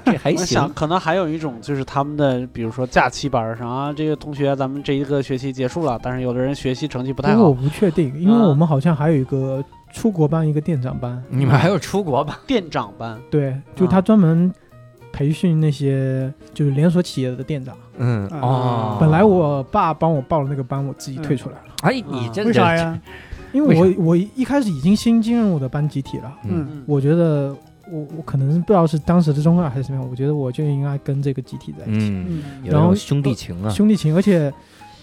[SPEAKER 5] 这还
[SPEAKER 3] 我想
[SPEAKER 5] 哎行。
[SPEAKER 3] 可能还有一种就是他们的，比如说假期班儿上啊，这个同学咱们这一个学期结束了，但是有的人学习成绩不
[SPEAKER 6] 不
[SPEAKER 3] 太
[SPEAKER 6] 过我
[SPEAKER 3] 好，
[SPEAKER 6] 不确定，因为
[SPEAKER 3] 啊
[SPEAKER 6] 我们好像还有一个出国班，一个店长班，
[SPEAKER 5] 你们还有出国吧？
[SPEAKER 3] 店长班
[SPEAKER 6] 对，就
[SPEAKER 5] 嗯
[SPEAKER 6] 他专门培训那些就是连锁企业的店长。
[SPEAKER 5] 嗯哦，
[SPEAKER 6] 本来我爸帮我报了那个班，我自己退出来了，
[SPEAKER 5] 哎，你这
[SPEAKER 2] 为啥？呀？
[SPEAKER 6] 因
[SPEAKER 5] 嗯为
[SPEAKER 6] 为我我一开始已经新进入我的班集体了，
[SPEAKER 5] 嗯，
[SPEAKER 3] 嗯
[SPEAKER 6] 我觉得我我可能不知道是当时的中二还是什么样，我觉得我就应该跟这个集体在一起，
[SPEAKER 5] 嗯，
[SPEAKER 2] 嗯
[SPEAKER 5] 有那种兄弟情啊，
[SPEAKER 6] 兄弟情，而且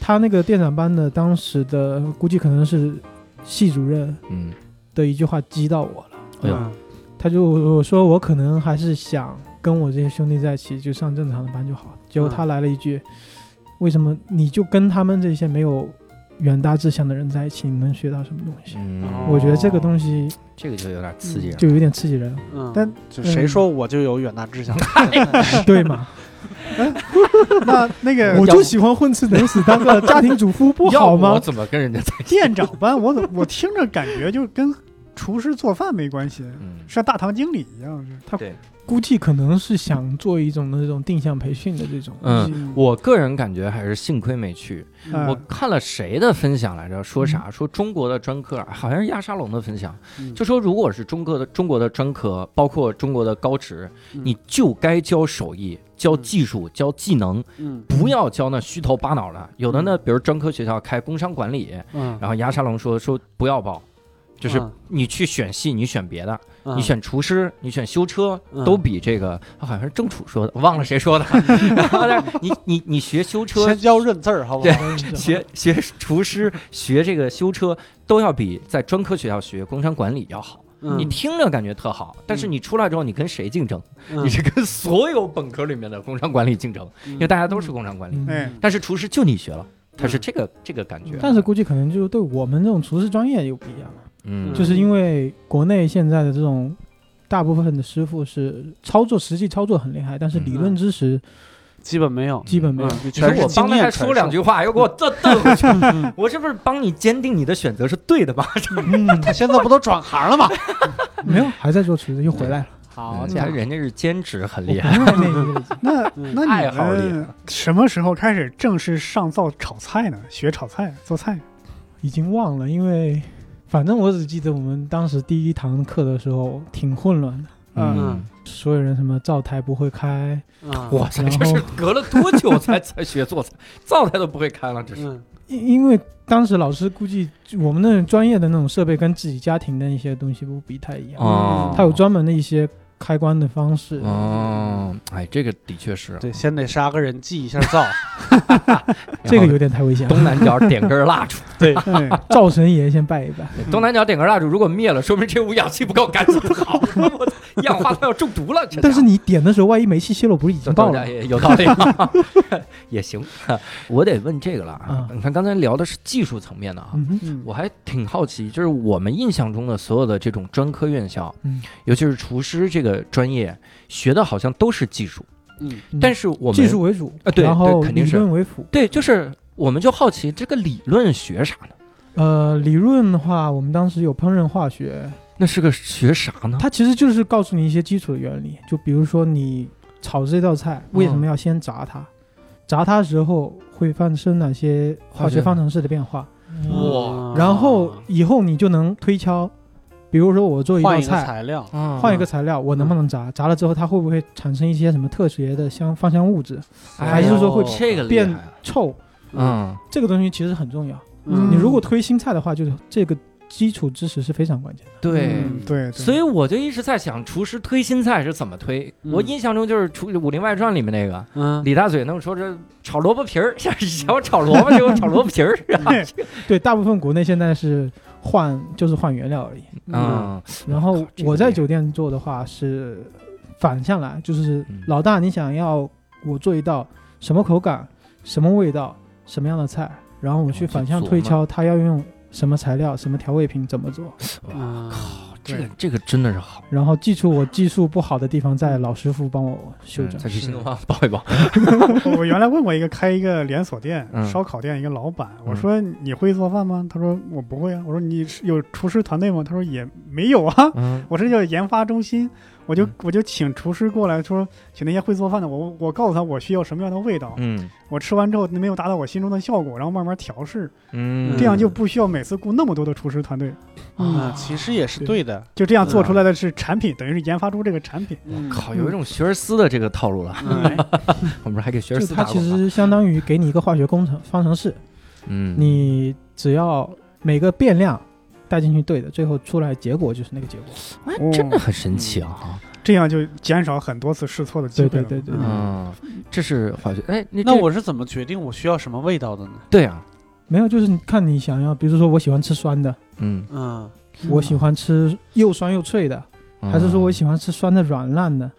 [SPEAKER 6] 他那个店长班的当时的呃估计可能是系主任
[SPEAKER 5] 嗯，
[SPEAKER 6] 的一句话激到我了。
[SPEAKER 5] 哎呦
[SPEAKER 3] 嗯
[SPEAKER 6] 他就说我可能还是想跟我这些兄弟在一起，就上正常的班就好。结果他
[SPEAKER 5] 嗯
[SPEAKER 6] 来了一句：“为什么你就跟他们这些没有远大志向的人在一起，你能学到什么东西？”
[SPEAKER 5] 嗯，
[SPEAKER 6] 我觉得这个东西
[SPEAKER 5] 这个就有点哦刺激了。
[SPEAKER 6] 哦就有点刺激 人，
[SPEAKER 3] 嗯，
[SPEAKER 2] 但
[SPEAKER 3] 就谁
[SPEAKER 6] 嗯
[SPEAKER 3] 说我就有远大志向？
[SPEAKER 6] 对嘛？
[SPEAKER 2] 那那个
[SPEAKER 6] 我就喜欢混吃等死，当个家庭主妇不好
[SPEAKER 5] 要
[SPEAKER 6] 吗
[SPEAKER 5] 我？怎么跟人家在一起？
[SPEAKER 2] 店长班，我怎么我听着感觉就跟厨师做饭没关系，
[SPEAKER 5] 嗯，
[SPEAKER 2] 是大堂经理一样是。
[SPEAKER 6] 估计可能是想做一种那种定向培训的这种。
[SPEAKER 5] 嗯，我个人感觉还是幸亏没去。
[SPEAKER 2] 嗯
[SPEAKER 5] 我看了谁的分享来着？说啥？说中国的专科好像是亚沙龙的分享，
[SPEAKER 3] 嗯
[SPEAKER 5] 就说如果是中国的中国的专科，包括中国的高职，
[SPEAKER 3] 嗯
[SPEAKER 5] 你就该教手艺、教
[SPEAKER 3] 嗯
[SPEAKER 5] 技术、教技能，
[SPEAKER 3] 嗯
[SPEAKER 5] 不要教那虚头巴脑的。有的呢，比如专科学校开工商管理，
[SPEAKER 3] 嗯，
[SPEAKER 5] 然后亚沙龙说说不要报。就是
[SPEAKER 3] 嗯
[SPEAKER 5] 你去选系，你选别的，
[SPEAKER 3] 嗯
[SPEAKER 5] 你选厨师，你选修车，
[SPEAKER 3] 嗯
[SPEAKER 5] 都比这个好像是郑楚说的， 忘了谁说的。然后呢， 你你你学修车，
[SPEAKER 3] 先教认字儿，好不
[SPEAKER 5] 对
[SPEAKER 3] 好？
[SPEAKER 5] 学学 厨师、学这个修车，都要比在专科学校学工商管理要好。
[SPEAKER 3] 嗯
[SPEAKER 5] 你听着感觉特好，但是你出来之后，你跟谁竞争？
[SPEAKER 3] 嗯
[SPEAKER 5] 你是跟所有本科里面的工商管理竞争，因为大家都是工商管理。
[SPEAKER 6] 嗯
[SPEAKER 2] 哎，
[SPEAKER 5] 但是厨师就你学了，他是
[SPEAKER 3] 嗯
[SPEAKER 5] 这个这个感觉。
[SPEAKER 6] 但是估计可能就对我们这种厨师专业又不一样了，
[SPEAKER 5] 嗯，
[SPEAKER 6] 就是因为国内现在的这种大部分的师傅是操作实际操作很厉害，
[SPEAKER 5] 嗯
[SPEAKER 6] 但是理论知识
[SPEAKER 3] 基本没有，
[SPEAKER 6] 基本没有。
[SPEAKER 3] 嗯，
[SPEAKER 5] 你说
[SPEAKER 3] 全是
[SPEAKER 5] 我
[SPEAKER 3] 经
[SPEAKER 5] 帮大家
[SPEAKER 3] 验传
[SPEAKER 5] 说两
[SPEAKER 3] 授
[SPEAKER 5] 句话，又给我瞪 瞪回去，我是不是帮你坚定你的选择是对的吧？
[SPEAKER 6] 嗯，
[SPEAKER 3] 他现在不都转行了吗？
[SPEAKER 6] 没有，还在做厨师，又回来了。
[SPEAKER 3] 好
[SPEAKER 5] 嗯
[SPEAKER 3] 家伙，
[SPEAKER 5] 人家是兼职，很
[SPEAKER 6] 我
[SPEAKER 5] 厉害。
[SPEAKER 6] 不太那个了已经
[SPEAKER 2] 那
[SPEAKER 3] 嗯
[SPEAKER 2] 那
[SPEAKER 5] 爱
[SPEAKER 2] 你
[SPEAKER 5] 好啊厉
[SPEAKER 2] 们
[SPEAKER 5] 害
[SPEAKER 2] 什么时候开始正式上灶炒菜呢？学炒菜 做菜？
[SPEAKER 6] 已经忘了，因为反正我只记得我们当时第一堂课的时候挺混乱的，
[SPEAKER 5] 嗯
[SPEAKER 3] 嗯，
[SPEAKER 6] 所有人什么灶台不会开，
[SPEAKER 3] 嗯
[SPEAKER 5] 哇塞，
[SPEAKER 6] 然
[SPEAKER 5] 这 是
[SPEAKER 6] 后
[SPEAKER 5] 隔了多久才才学做菜？灶台都不会开了，这是。
[SPEAKER 3] 嗯
[SPEAKER 6] 因因为当时老师估计我
[SPEAKER 3] 嗯
[SPEAKER 6] 们那种专业的那种设备跟自己家庭的一些东西不不太一样，
[SPEAKER 5] 哦
[SPEAKER 6] 他有专门的一些开关的方式。
[SPEAKER 5] 哦，哎，这个的确是
[SPEAKER 3] 对，先得杀个人祭一下灶，
[SPEAKER 6] 这个有点太危险了。
[SPEAKER 5] 东南角点根蜡烛，
[SPEAKER 2] 对，
[SPEAKER 6] 灶神爷先拜一拜，
[SPEAKER 3] 嗯
[SPEAKER 5] 东南角点根蜡烛如果灭了，说明这屋氧气不够，赶 紧跑！我操一氧化碳要中毒了。这家伙
[SPEAKER 6] 但是你点的时候，万一煤气泄漏，不是已
[SPEAKER 5] 这
[SPEAKER 6] 经爆
[SPEAKER 5] 道
[SPEAKER 6] 了
[SPEAKER 5] 理？也 有道理， 也行。 我得问这个了啊！
[SPEAKER 6] 嗯
[SPEAKER 5] 你看刚才聊的是技术层面的啊，
[SPEAKER 6] 嗯哼，
[SPEAKER 2] 嗯
[SPEAKER 5] 我还挺好奇，就是我们印象中的所有的这种专科院校，
[SPEAKER 6] 嗯
[SPEAKER 5] 尤其是厨师这个专业，学的好像都是技术，
[SPEAKER 3] 嗯，
[SPEAKER 6] 嗯
[SPEAKER 5] 但是我们
[SPEAKER 6] 技术为主
[SPEAKER 5] 啊对
[SPEAKER 6] 然后
[SPEAKER 5] 对肯定
[SPEAKER 6] 理
[SPEAKER 5] 是
[SPEAKER 6] 论为辅。
[SPEAKER 5] 对，就是我们就好奇这个理论学啥呢？
[SPEAKER 6] 呃，理论的话，我们当时有烹饪化学，
[SPEAKER 5] 那是个学啥呢？
[SPEAKER 6] 它其实就是告诉你一些基础的原理，就比如说你炒这道菜为什么要先炸它，炸它的时候会发生哪些化学方程式的变化，
[SPEAKER 5] 哇
[SPEAKER 6] 然后以后你就能推敲，比如说我做一道
[SPEAKER 3] 换一个
[SPEAKER 6] 菜。
[SPEAKER 3] 材料，
[SPEAKER 5] 嗯
[SPEAKER 6] 换一个材料，我能不能炸？炸了之后，它会不会产生一些什么特别的香芳香物质？还是说会
[SPEAKER 5] 哎这个厉
[SPEAKER 6] 变
[SPEAKER 5] 害啊
[SPEAKER 6] 臭？
[SPEAKER 5] 嗯
[SPEAKER 6] 这个东西其实很重要。
[SPEAKER 2] 嗯
[SPEAKER 6] 你如果推新菜的话，就是这个基础知识是非常关键的。
[SPEAKER 5] 对。
[SPEAKER 2] 嗯对，对
[SPEAKER 5] 所以我就一直在想，厨师推新菜是怎么推？
[SPEAKER 3] 嗯
[SPEAKER 5] 我印象中就是《厨武林外传》里面那个
[SPEAKER 3] 嗯，
[SPEAKER 5] 李大嘴那么说，这炒萝卜皮儿，像想我炒萝卜就炒萝卜皮儿，
[SPEAKER 6] 对，大部分国内现在是换就是换原料而已。
[SPEAKER 5] 嗯，
[SPEAKER 6] 然后
[SPEAKER 5] 这个
[SPEAKER 6] 我在
[SPEAKER 5] 厉害
[SPEAKER 6] 酒店做的话是反向来，就是
[SPEAKER 5] 嗯
[SPEAKER 6] 老大你想要我做一道什么口感、什么味道、什么样的菜，然后我去
[SPEAKER 5] 哦去
[SPEAKER 6] 反向
[SPEAKER 5] 琢
[SPEAKER 6] 推
[SPEAKER 5] 磨
[SPEAKER 6] 敲他要用什么材料、什么调味品怎么做。
[SPEAKER 3] 嗯
[SPEAKER 5] 这个这个真的是好，
[SPEAKER 6] 然后记住我技术不好的地方，在老师傅帮我修
[SPEAKER 5] 嗯
[SPEAKER 6] 整。
[SPEAKER 5] 再去新东方报 一报。
[SPEAKER 2] 我原来问过一个开一个连锁店、
[SPEAKER 5] 嗯
[SPEAKER 2] 烧烤店一个老板，我
[SPEAKER 5] 嗯
[SPEAKER 2] 说你会做饭吗？他说我不会啊。我说你是有厨师团队吗？他说也没有啊。
[SPEAKER 5] 嗯，
[SPEAKER 2] 我是叫研发中心，我就
[SPEAKER 5] 嗯
[SPEAKER 2] 我就请厨师过来说，请那些会做饭的，我我告诉他我需要什么样的味道，
[SPEAKER 5] 嗯
[SPEAKER 2] 我吃完之后没有达到我心中的效果，然后慢慢调试，
[SPEAKER 5] 嗯
[SPEAKER 2] 这样就不需要每次雇那么多的厨师团队，
[SPEAKER 3] 啊，其实也是对的，
[SPEAKER 2] 就这样做出来的是产品，等于是研发出这个产品。
[SPEAKER 3] 嗯
[SPEAKER 5] 靠，有一种学而思的这个套路了。
[SPEAKER 3] 嗯
[SPEAKER 5] 我们还给学而
[SPEAKER 6] 就
[SPEAKER 5] 思
[SPEAKER 6] 它
[SPEAKER 5] 打
[SPEAKER 6] 其
[SPEAKER 5] 广告。
[SPEAKER 6] 实相当于给你一个化学工程方程式，
[SPEAKER 5] 嗯，
[SPEAKER 6] 你只要每个变量带进去对的，最后出来结果就是那个结果。
[SPEAKER 5] 哎
[SPEAKER 2] 哦
[SPEAKER 5] 真的很
[SPEAKER 6] 嗯
[SPEAKER 5] 神奇啊！
[SPEAKER 2] 这样就减少很多次试错的机
[SPEAKER 6] 对对
[SPEAKER 2] 会了。
[SPEAKER 6] 对对，对
[SPEAKER 5] 嗯，这是化学。哎，你
[SPEAKER 3] 那
[SPEAKER 5] 这
[SPEAKER 3] 我是怎么决定我需要什么味道的呢？
[SPEAKER 5] 对啊，
[SPEAKER 6] 没有就是你看你想要，比如说我喜欢吃酸的，
[SPEAKER 5] 嗯，
[SPEAKER 3] 嗯，
[SPEAKER 6] 我喜欢吃又酸又脆的，
[SPEAKER 5] 嗯
[SPEAKER 6] 还是说我喜欢吃酸的软烂的，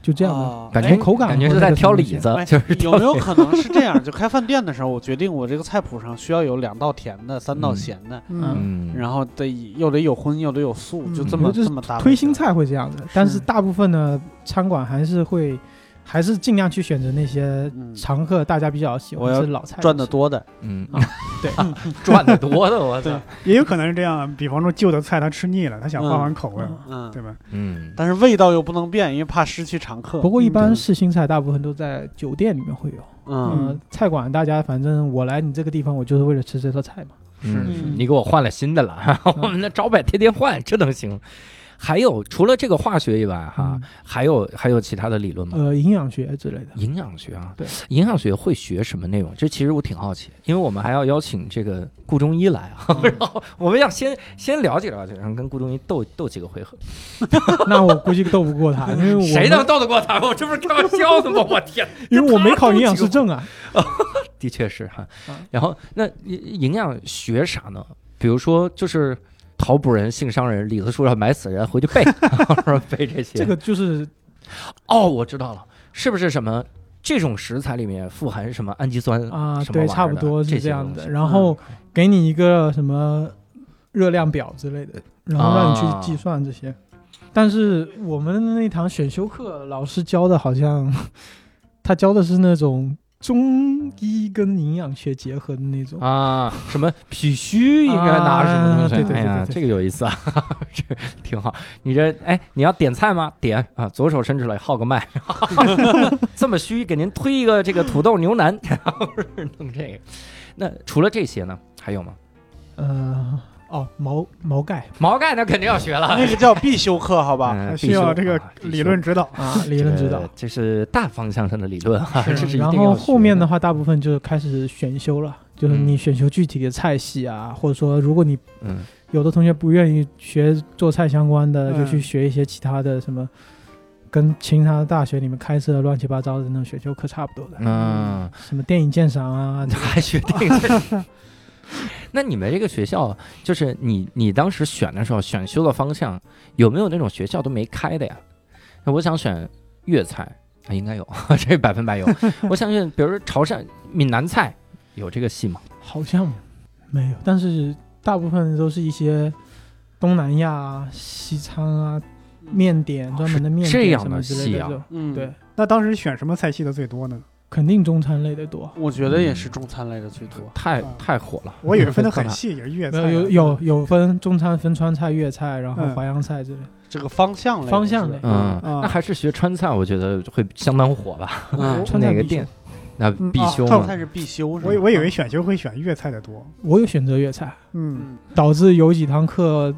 [SPEAKER 6] 就这样的。
[SPEAKER 3] 哦
[SPEAKER 5] 嗯感
[SPEAKER 3] 哎
[SPEAKER 5] 觉
[SPEAKER 6] 口感
[SPEAKER 5] 感觉
[SPEAKER 6] 或
[SPEAKER 5] 是
[SPEAKER 6] 者
[SPEAKER 5] 在
[SPEAKER 6] 是
[SPEAKER 5] 挑
[SPEAKER 6] 什么
[SPEAKER 5] 李
[SPEAKER 6] 东西
[SPEAKER 5] 子
[SPEAKER 3] 哎，
[SPEAKER 5] 就是
[SPEAKER 3] 有
[SPEAKER 5] 挑
[SPEAKER 3] 没有
[SPEAKER 5] 李 子
[SPEAKER 3] 可能是这样？就开饭店的时候，我决定我这个菜谱上需要有两道甜的，三道
[SPEAKER 5] 嗯
[SPEAKER 3] 咸的，
[SPEAKER 2] 嗯，
[SPEAKER 5] 嗯，
[SPEAKER 3] 然后得又得有荤，又得有素，就
[SPEAKER 2] 嗯
[SPEAKER 3] 这么
[SPEAKER 6] 就是
[SPEAKER 3] 这么搭配的。
[SPEAKER 6] 推新菜会这样的，但是大部分的餐馆还是会，还是尽量去选择那些
[SPEAKER 3] 嗯
[SPEAKER 6] 常客大家比较喜
[SPEAKER 3] 我要
[SPEAKER 6] 欢吃老菜
[SPEAKER 3] 赚得
[SPEAKER 6] 吃
[SPEAKER 3] 多的，
[SPEAKER 5] 嗯
[SPEAKER 3] 啊，
[SPEAKER 5] 对， 赚的多的，我操
[SPEAKER 3] 对，
[SPEAKER 2] 也有可能是这样，比方说旧的菜他吃腻了，他想换
[SPEAKER 3] 嗯
[SPEAKER 2] 换口味，
[SPEAKER 3] 嗯，
[SPEAKER 2] 对吧？
[SPEAKER 5] 嗯，
[SPEAKER 3] 但是味道又不能变，因为怕失去常 客
[SPEAKER 6] 不。过一
[SPEAKER 2] 嗯
[SPEAKER 6] 般试新菜大部分都在酒店里面会有，
[SPEAKER 3] 嗯，
[SPEAKER 6] 呃，菜馆大家反正我来你这个地方，我就是为了吃这道菜嘛。
[SPEAKER 5] 嗯你给我换了新的了，
[SPEAKER 6] 嗯
[SPEAKER 5] 我们的招牌天天换，这能行？还有除了这个化学以外，哈，还有还有其他的理论吗？
[SPEAKER 6] 嗯呃，营养学之类 的。
[SPEAKER 5] 营养学啊，
[SPEAKER 6] 对，
[SPEAKER 5] 营养学会学什么内容？这其实我挺好奇，因为我们还要邀请这个顾中医来啊， 然
[SPEAKER 6] 嗯
[SPEAKER 5] 后我们要先先了解了解，然后跟顾中医斗斗几个回合，
[SPEAKER 6] 那我估计斗不过他，因为我们
[SPEAKER 5] 谁能斗得过他？我这不是开玩笑的吗？我天，
[SPEAKER 6] 因为我没考营养
[SPEAKER 5] 这
[SPEAKER 6] 师证啊。
[SPEAKER 5] 的确是哈
[SPEAKER 6] 啊。
[SPEAKER 5] 然后那营营养学啥呢？比如说就是陶捕人、性商人、李子树上埋死人，回去背， 背这些。
[SPEAKER 6] 这个就是
[SPEAKER 5] 哦，我知道了，是不是什么这种食材里面富含什么氨基酸
[SPEAKER 6] 啊、
[SPEAKER 5] 嗯什么
[SPEAKER 6] 对，
[SPEAKER 5] 玩意儿
[SPEAKER 6] 差不
[SPEAKER 5] 的
[SPEAKER 6] 多
[SPEAKER 5] 这
[SPEAKER 6] 是
[SPEAKER 5] 些
[SPEAKER 6] 这样
[SPEAKER 5] 东
[SPEAKER 6] 的。
[SPEAKER 5] 西嗯
[SPEAKER 6] 然后给你一个什么热量表之类的，然后让
[SPEAKER 5] 啊
[SPEAKER 6] 你去计算这些。但是我们那堂选修课老师教的好像， 他教的是那种中医跟营养学结合的那种。
[SPEAKER 5] 啊？什么脾虚应该拿什么东西？
[SPEAKER 6] 啊对对
[SPEAKER 5] 哎呀
[SPEAKER 6] 对对对
[SPEAKER 5] 这个有意思啊， 这挺好。你这哎，你要点菜吗？点啊，左手伸出来号个脉， 这么虚，给您推一个这个土豆牛腩， 然后是弄这个。那除了这些呢，还有吗？
[SPEAKER 6] 呃，哦，毛毛概
[SPEAKER 5] 毛概那肯定要学了，
[SPEAKER 3] 那个叫必修课，好
[SPEAKER 6] 哎
[SPEAKER 3] 吧？
[SPEAKER 5] 嗯
[SPEAKER 2] 还需要这个
[SPEAKER 5] 必修
[SPEAKER 2] 理论指导。
[SPEAKER 3] 嗯
[SPEAKER 6] 啊，理论指导。
[SPEAKER 5] 这这是大方向上的理论啊， 这是一定
[SPEAKER 6] 嗯然
[SPEAKER 5] 要
[SPEAKER 6] 后
[SPEAKER 5] 学
[SPEAKER 6] 后面的话，大部分就是开始选修了，就是
[SPEAKER 5] 嗯
[SPEAKER 6] 你选修具体的菜系啊，或者说如果你
[SPEAKER 5] 嗯
[SPEAKER 6] 有的同学不愿意学做菜相关的，
[SPEAKER 2] 嗯
[SPEAKER 6] 就去学一些其他的什么跟其他大学里面开设的乱七八糟的那种选修课差不多的。
[SPEAKER 5] 嗯，
[SPEAKER 6] 什么电影鉴赏 啊，
[SPEAKER 5] 还学电影。 那你们这个学校，就是你你当时选的时候，选修的方向有没有那种学校都没开的呀？那我想选粤菜啊，应该有， 这百分百 有。我想选，比如说潮汕、闽南菜，有这个系吗？
[SPEAKER 6] 好像没有，但是大部分都是一些东南亚啊、西餐啊、面点专门的面
[SPEAKER 5] 是这
[SPEAKER 6] 点
[SPEAKER 5] 样
[SPEAKER 6] 什么
[SPEAKER 5] 的
[SPEAKER 6] 之类
[SPEAKER 5] 系
[SPEAKER 6] 的
[SPEAKER 5] 啊
[SPEAKER 6] 这种，
[SPEAKER 3] 嗯，
[SPEAKER 6] 对，
[SPEAKER 2] 那当时选什么菜系的最多呢？
[SPEAKER 6] 肯定中餐类的多。
[SPEAKER 3] 我觉得也是中餐类的最多。
[SPEAKER 5] 太
[SPEAKER 2] 嗯
[SPEAKER 5] 太火了。
[SPEAKER 2] 我以为分得
[SPEAKER 5] 太
[SPEAKER 2] 很
[SPEAKER 5] 火了
[SPEAKER 2] 细，也是粤
[SPEAKER 6] 没
[SPEAKER 2] 菜
[SPEAKER 6] 有
[SPEAKER 2] 啊。
[SPEAKER 6] 有有有分中餐、分川菜、粤菜，然后
[SPEAKER 2] 嗯
[SPEAKER 6] 淮扬菜之类的。
[SPEAKER 3] 这个方向类的，
[SPEAKER 6] 方向类
[SPEAKER 3] 是吧
[SPEAKER 5] 嗯，
[SPEAKER 2] 嗯
[SPEAKER 5] 那还是学川菜，我觉得会相当火吧。
[SPEAKER 3] 嗯，
[SPEAKER 6] 川菜
[SPEAKER 5] 哪个
[SPEAKER 6] 必修
[SPEAKER 5] 店？那
[SPEAKER 2] 嗯
[SPEAKER 5] 必
[SPEAKER 2] 啊
[SPEAKER 5] 修
[SPEAKER 3] 川
[SPEAKER 5] 嘛。
[SPEAKER 3] 菜是必修，是吧
[SPEAKER 2] 我以我以为选修会选粤菜的多。
[SPEAKER 6] 我有选择粤菜，
[SPEAKER 2] 嗯，
[SPEAKER 3] 嗯，
[SPEAKER 6] 导致有几堂课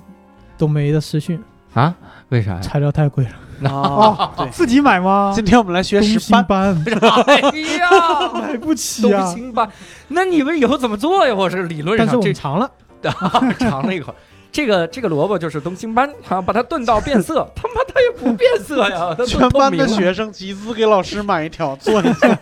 [SPEAKER 6] 都没得师训，
[SPEAKER 5] 啊？为啥呀？
[SPEAKER 6] 材料太贵了。
[SPEAKER 3] 哦，对，
[SPEAKER 2] 自己买吗？
[SPEAKER 6] 嗯
[SPEAKER 3] 今天我们来学
[SPEAKER 6] 东
[SPEAKER 3] 十
[SPEAKER 6] 兴
[SPEAKER 3] 班，
[SPEAKER 6] 班
[SPEAKER 5] 哎呀，
[SPEAKER 6] 买不 起
[SPEAKER 5] 东
[SPEAKER 6] 啊，
[SPEAKER 5] 兴吧？那你们以后怎么做呀？我是理论
[SPEAKER 6] 但是
[SPEAKER 5] 上
[SPEAKER 6] 我
[SPEAKER 5] 这
[SPEAKER 6] 们
[SPEAKER 5] 啊
[SPEAKER 6] 尝 了，
[SPEAKER 5] 尝了一口。这个这个萝卜就是东兴班啊，把它炖到变色，他妈它也不变色呀， 它
[SPEAKER 3] 全
[SPEAKER 5] 都透
[SPEAKER 3] 班
[SPEAKER 5] 明了
[SPEAKER 3] 的。学生集资给老师买一条做一 下，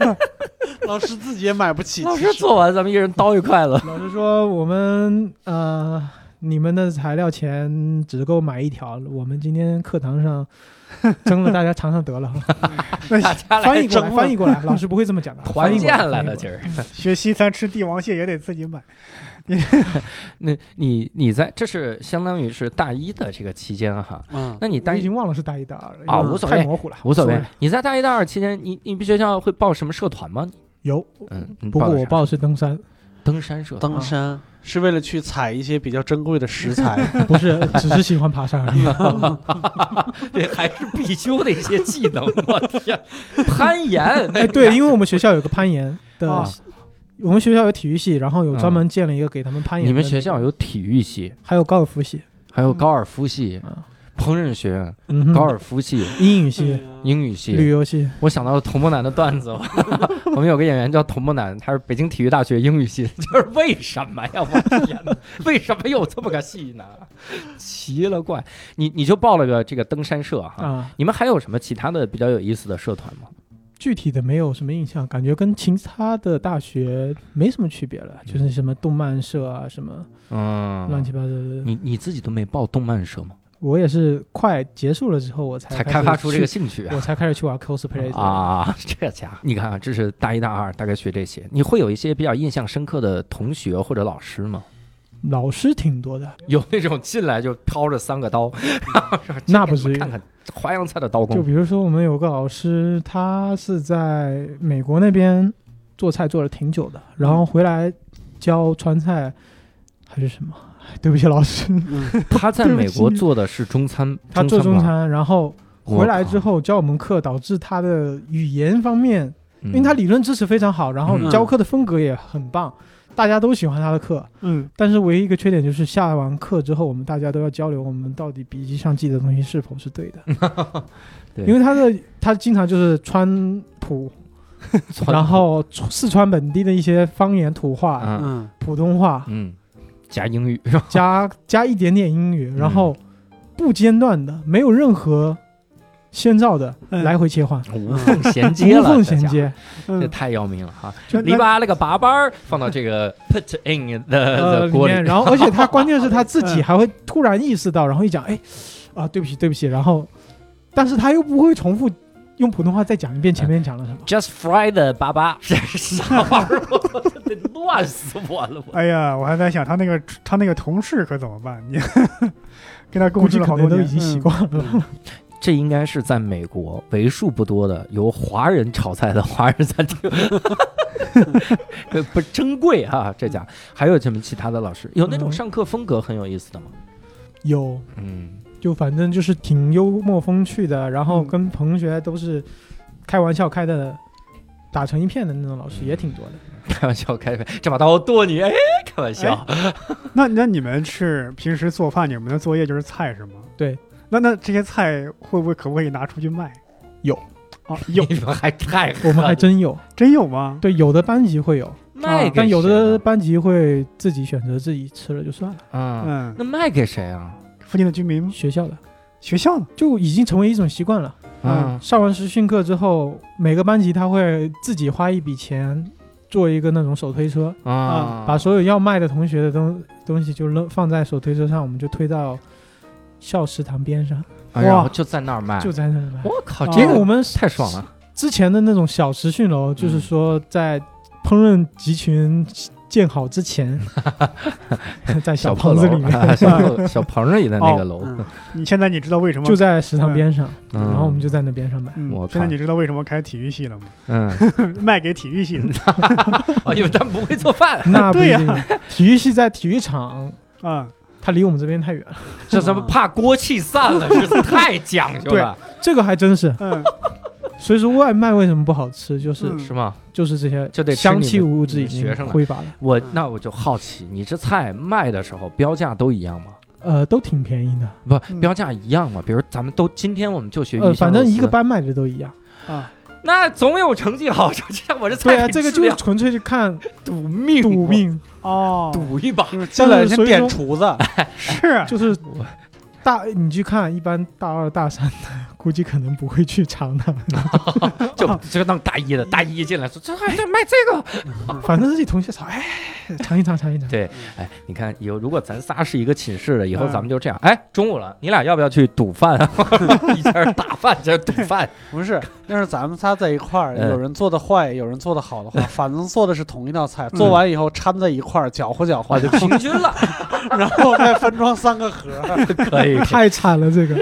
[SPEAKER 3] 老师自己也买不起。
[SPEAKER 5] 老
[SPEAKER 3] 其
[SPEAKER 5] 师
[SPEAKER 3] 实
[SPEAKER 5] 做完，咱们一人叨一筷子。
[SPEAKER 6] 老师说我们呃，你们的材料钱只够买一条，我们今天课堂 上蒸了，大家尝尝得了。
[SPEAKER 5] 大家来
[SPEAKER 6] 翻译过来，
[SPEAKER 5] 蒸
[SPEAKER 6] 翻译过来，老师不会这么讲的。
[SPEAKER 5] 团建来了，
[SPEAKER 6] 了，
[SPEAKER 5] 今儿。
[SPEAKER 2] 学西餐吃帝王蟹也得自己买。
[SPEAKER 5] 那你你在这是相当于是大一的这个期间哈，
[SPEAKER 3] 嗯，
[SPEAKER 5] 那你大
[SPEAKER 6] 我已
[SPEAKER 5] 一
[SPEAKER 6] 经忘了是大一大二了
[SPEAKER 5] 啊
[SPEAKER 6] 因为
[SPEAKER 5] 无所谓
[SPEAKER 6] 太模糊了，
[SPEAKER 5] 无所谓
[SPEAKER 6] sorry。，
[SPEAKER 5] 你在大一大二期间，你你们学校会报什么社团吗？
[SPEAKER 6] 有，
[SPEAKER 5] 嗯，
[SPEAKER 6] 不过我
[SPEAKER 5] 报
[SPEAKER 6] 报的是登 山，
[SPEAKER 5] 登山社，
[SPEAKER 3] 登山是为了去采一些比较珍贵的食材。
[SPEAKER 6] 不是，只是喜欢爬山 而已。
[SPEAKER 5] 对，还是必修的一些技能。我天，攀岩，
[SPEAKER 6] 哎，对，因为我们学校有个攀岩的，
[SPEAKER 2] 啊
[SPEAKER 6] 我们学校有体育系，然后有专门建了一个给他们攀岩的。
[SPEAKER 5] 嗯你们学校有体育系，
[SPEAKER 6] 还有高尔夫系，
[SPEAKER 5] 还有高尔夫系
[SPEAKER 6] 嗯、
[SPEAKER 5] 烹饪学院、
[SPEAKER 6] 嗯哼，
[SPEAKER 5] 高尔嗯夫系、
[SPEAKER 6] 英语系、
[SPEAKER 5] 英语
[SPEAKER 6] 旅
[SPEAKER 5] 系。
[SPEAKER 6] 游系，
[SPEAKER 5] 我想到了 童木楠的段子，我们有个演员叫童木楠，他是北京体育大学英语系， 就是为什么呀？我天哪，为什么有这么个系呢？ 奇了怪，你你就报了个这个登山社哈。
[SPEAKER 6] 啊，
[SPEAKER 5] 你们还有什么其他的比较有意思的社团吗？
[SPEAKER 6] 具体的没有什么印象，感觉跟其他的大学没什么区别了，就是什么动漫社啊，什么
[SPEAKER 5] 嗯
[SPEAKER 6] 乱七八糟的。
[SPEAKER 5] 你你自己都没报动漫社吗？
[SPEAKER 6] 我也是快结束了之后，我才
[SPEAKER 5] 才
[SPEAKER 6] 开始
[SPEAKER 5] 开发出这个
[SPEAKER 6] 去，
[SPEAKER 5] 兴趣啊
[SPEAKER 6] 我才开始去玩 cosplay 的
[SPEAKER 5] 啊！这家伙，你看啊，这是大一、大二，大概学这些，你会有一些比较印象深刻的同学或者老师吗？
[SPEAKER 6] 老师挺多的，
[SPEAKER 5] 有那种进来就掏着三个刀，然后说
[SPEAKER 6] 那
[SPEAKER 5] 这个
[SPEAKER 6] 不至于
[SPEAKER 5] 看看淮扬菜的刀
[SPEAKER 6] 就
[SPEAKER 5] 工
[SPEAKER 6] 比如说，我们有个老师，他是在美国那边做菜做了挺久的，然后回来教川菜还是什么？ 哎对不起，老师，
[SPEAKER 3] 嗯
[SPEAKER 5] 他在
[SPEAKER 6] 对不
[SPEAKER 5] 美
[SPEAKER 6] 起
[SPEAKER 5] 国做的是中餐，
[SPEAKER 6] 他做中
[SPEAKER 5] 馆，
[SPEAKER 6] 餐，然后回来之
[SPEAKER 5] 我靠，
[SPEAKER 6] 后教我们课，导致他的语言方面，
[SPEAKER 5] 因
[SPEAKER 6] 因为他理论知识非常好，然后
[SPEAKER 5] 嗯
[SPEAKER 6] 教课的风格也很棒，大家都喜欢他的课。
[SPEAKER 2] 嗯，
[SPEAKER 6] 但是唯一一个缺点就是下完课之后，我们大家都要交流，我们到底笔记上记的东西是否是对的。
[SPEAKER 5] 对
[SPEAKER 6] 因为他的他经常就是川普，然后啊四川本地的一些方言、土话、
[SPEAKER 5] 嗯
[SPEAKER 3] 嗯，
[SPEAKER 6] 普通话，
[SPEAKER 5] 嗯，加英语是吧？
[SPEAKER 6] 加加一点点英
[SPEAKER 5] 嗯
[SPEAKER 6] 语，然后不间断的，没有任何先兆的
[SPEAKER 2] 嗯
[SPEAKER 6] 来回切换，
[SPEAKER 5] 无缝衔接
[SPEAKER 6] 无
[SPEAKER 5] 了，
[SPEAKER 6] 缝
[SPEAKER 5] 这
[SPEAKER 6] 衔
[SPEAKER 5] 家伙
[SPEAKER 6] 接。
[SPEAKER 5] 这
[SPEAKER 2] 嗯，
[SPEAKER 5] 太要命了哈！
[SPEAKER 2] 那
[SPEAKER 5] 篱笆了个粑粑儿放到这个 put in
[SPEAKER 6] 呃，
[SPEAKER 5] 的
[SPEAKER 6] 里
[SPEAKER 5] 锅
[SPEAKER 6] 面，
[SPEAKER 5] 里，
[SPEAKER 6] 然后而且他关键是他自己还会突然意识到，然后一讲，哎，啊，对不起，对不起，然后，但是他又不会重复用普通话再讲一遍前面讲了什么，
[SPEAKER 5] just fry the 粑粑， 这是啥玩意儿？我得乱死我了！我
[SPEAKER 2] 哎呀，我还在想他那个他那个同事可怎么办？你 跟 他
[SPEAKER 6] 估
[SPEAKER 2] 共
[SPEAKER 6] 计
[SPEAKER 2] 事了
[SPEAKER 6] 可
[SPEAKER 2] 好
[SPEAKER 6] 能
[SPEAKER 2] 多
[SPEAKER 6] 都
[SPEAKER 2] 年，
[SPEAKER 6] 已经习惯了。
[SPEAKER 5] 这应该是在美国为数不多的由华人炒菜的华人餐厅， 这不珍贵啊！这家还有什么其他的老师？有那种上课风格很有意思的吗？
[SPEAKER 6] 有，
[SPEAKER 5] 嗯，
[SPEAKER 6] 就反正就是挺幽默风趣的，然后
[SPEAKER 2] 嗯
[SPEAKER 6] 跟同学都是开玩笑开的，打成一片的那种老师也挺多的。
[SPEAKER 5] 开玩笑，开玩笑，这把刀剁你！哎，开玩笑，
[SPEAKER 2] 嗯。那那你们是平时做饭，你们的作业就是菜是吗？
[SPEAKER 6] 对。
[SPEAKER 2] 那那这些菜会不会可不可以拿出去卖？
[SPEAKER 6] 有
[SPEAKER 2] 啊，有
[SPEAKER 5] 你们还太
[SPEAKER 6] 我们还真有，
[SPEAKER 2] 真有吗？
[SPEAKER 6] 对，有的班级会有，
[SPEAKER 5] 卖给
[SPEAKER 6] 但有
[SPEAKER 5] 谁
[SPEAKER 6] 的
[SPEAKER 5] 呢
[SPEAKER 6] 班级会自己选择自己吃了就算了。
[SPEAKER 5] 嗯，
[SPEAKER 2] 嗯，
[SPEAKER 5] 那卖给谁啊？
[SPEAKER 2] 附近的居民吗
[SPEAKER 6] 学校的
[SPEAKER 2] 学校呢？
[SPEAKER 6] 就已经成为一种习惯了，嗯，上完实训课之后，每个班级他会自己花一笔钱做一个那种手推车，
[SPEAKER 5] 啊，
[SPEAKER 6] 把所有要卖的同学的东东西就扔放在手推车上，我们就推到校食堂边上，
[SPEAKER 5] 啊然后就在那儿卖，
[SPEAKER 6] 就在那儿卖。
[SPEAKER 5] 我靠，
[SPEAKER 6] 因
[SPEAKER 5] 这
[SPEAKER 6] 为我
[SPEAKER 5] 个
[SPEAKER 6] 们
[SPEAKER 5] 太爽了，
[SPEAKER 6] 之前的那种小实训楼，就是说
[SPEAKER 5] 嗯
[SPEAKER 6] 在烹饪集群建好之 前，在小
[SPEAKER 5] 破
[SPEAKER 6] 棚
[SPEAKER 5] 楼
[SPEAKER 6] 子里面，哦
[SPEAKER 5] 啊小破小棚里的那个楼，
[SPEAKER 3] 嗯
[SPEAKER 2] 你现在你知道为什么？
[SPEAKER 6] 就在食堂边上，
[SPEAKER 5] 嗯
[SPEAKER 6] 然后我们就在那边上 买。
[SPEAKER 2] 嗯
[SPEAKER 5] 我
[SPEAKER 2] 现在
[SPEAKER 5] 看
[SPEAKER 2] 你知道为什么开体育系了吗？
[SPEAKER 5] 嗯，
[SPEAKER 2] 卖给体育系的
[SPEAKER 5] 啊，因为他们不会做饭，
[SPEAKER 6] 那不一
[SPEAKER 2] 对呀
[SPEAKER 6] 定，体育系在体育场，
[SPEAKER 5] 嗯
[SPEAKER 2] 啊，
[SPEAKER 6] 它离我们这边太远了。
[SPEAKER 5] 这他
[SPEAKER 6] 嗯
[SPEAKER 5] 妈怕锅气散了，实在太讲究了，
[SPEAKER 6] 这个还真是，
[SPEAKER 2] 嗯，
[SPEAKER 6] 所以说外卖为什么不好吃，就是、
[SPEAKER 2] 嗯
[SPEAKER 5] 是吗？
[SPEAKER 6] 就是这些，
[SPEAKER 5] 就得吃
[SPEAKER 6] 香
[SPEAKER 5] 你
[SPEAKER 6] 气
[SPEAKER 5] 们
[SPEAKER 6] 物质已
[SPEAKER 5] 你们
[SPEAKER 6] 经
[SPEAKER 5] 学生了
[SPEAKER 6] 挥发了，
[SPEAKER 5] 我
[SPEAKER 3] 嗯
[SPEAKER 5] 那我就好奇，你这菜卖的时候标价都一样吗？
[SPEAKER 6] 呃，都挺便宜的，
[SPEAKER 5] 不，
[SPEAKER 2] 嗯
[SPEAKER 5] 标价一样嘛？比如咱们都今天我们就学
[SPEAKER 6] 呃，
[SPEAKER 5] 鱼香
[SPEAKER 6] 反
[SPEAKER 5] 肉丝，
[SPEAKER 6] 正一个班卖的都一样。
[SPEAKER 5] 那总有成绩好，就像我这 菜
[SPEAKER 6] 对啊，
[SPEAKER 5] 品
[SPEAKER 6] 这个
[SPEAKER 5] 质
[SPEAKER 6] 就是
[SPEAKER 5] 量
[SPEAKER 6] 纯粹去看
[SPEAKER 5] 赌命，
[SPEAKER 6] 赌 命，
[SPEAKER 2] 哦，
[SPEAKER 5] 赌一 把。
[SPEAKER 3] 就是进来先点厨 子，
[SPEAKER 5] 哎
[SPEAKER 2] 是啊
[SPEAKER 6] 就是大你去看，一般大二大三的估计可能不会去尝它，
[SPEAKER 5] 就就当大一的，大一进来说这还在卖这个。
[SPEAKER 6] 反正自己同学炒，哎，尝一尝，尝一尝。
[SPEAKER 5] 对，哎，你看，有如果咱仨是一个寝室的，以后
[SPEAKER 2] 嗯
[SPEAKER 5] 咱们就这样。哎，中午了，你俩要不要去赌饭啊？ 一家儿打饭，一家儿赌饭。
[SPEAKER 3] 不是，那是咱们仨在一块儿，
[SPEAKER 5] 嗯
[SPEAKER 3] 有人做的坏，有人做的好的 话，反正做的是同一道
[SPEAKER 5] 嗯
[SPEAKER 3] 菜，做完以后掺在一块儿搅和搅和，就
[SPEAKER 5] 平均了，
[SPEAKER 3] 然后再分装三个盒儿。
[SPEAKER 5] 可以，
[SPEAKER 6] 太惨了，这个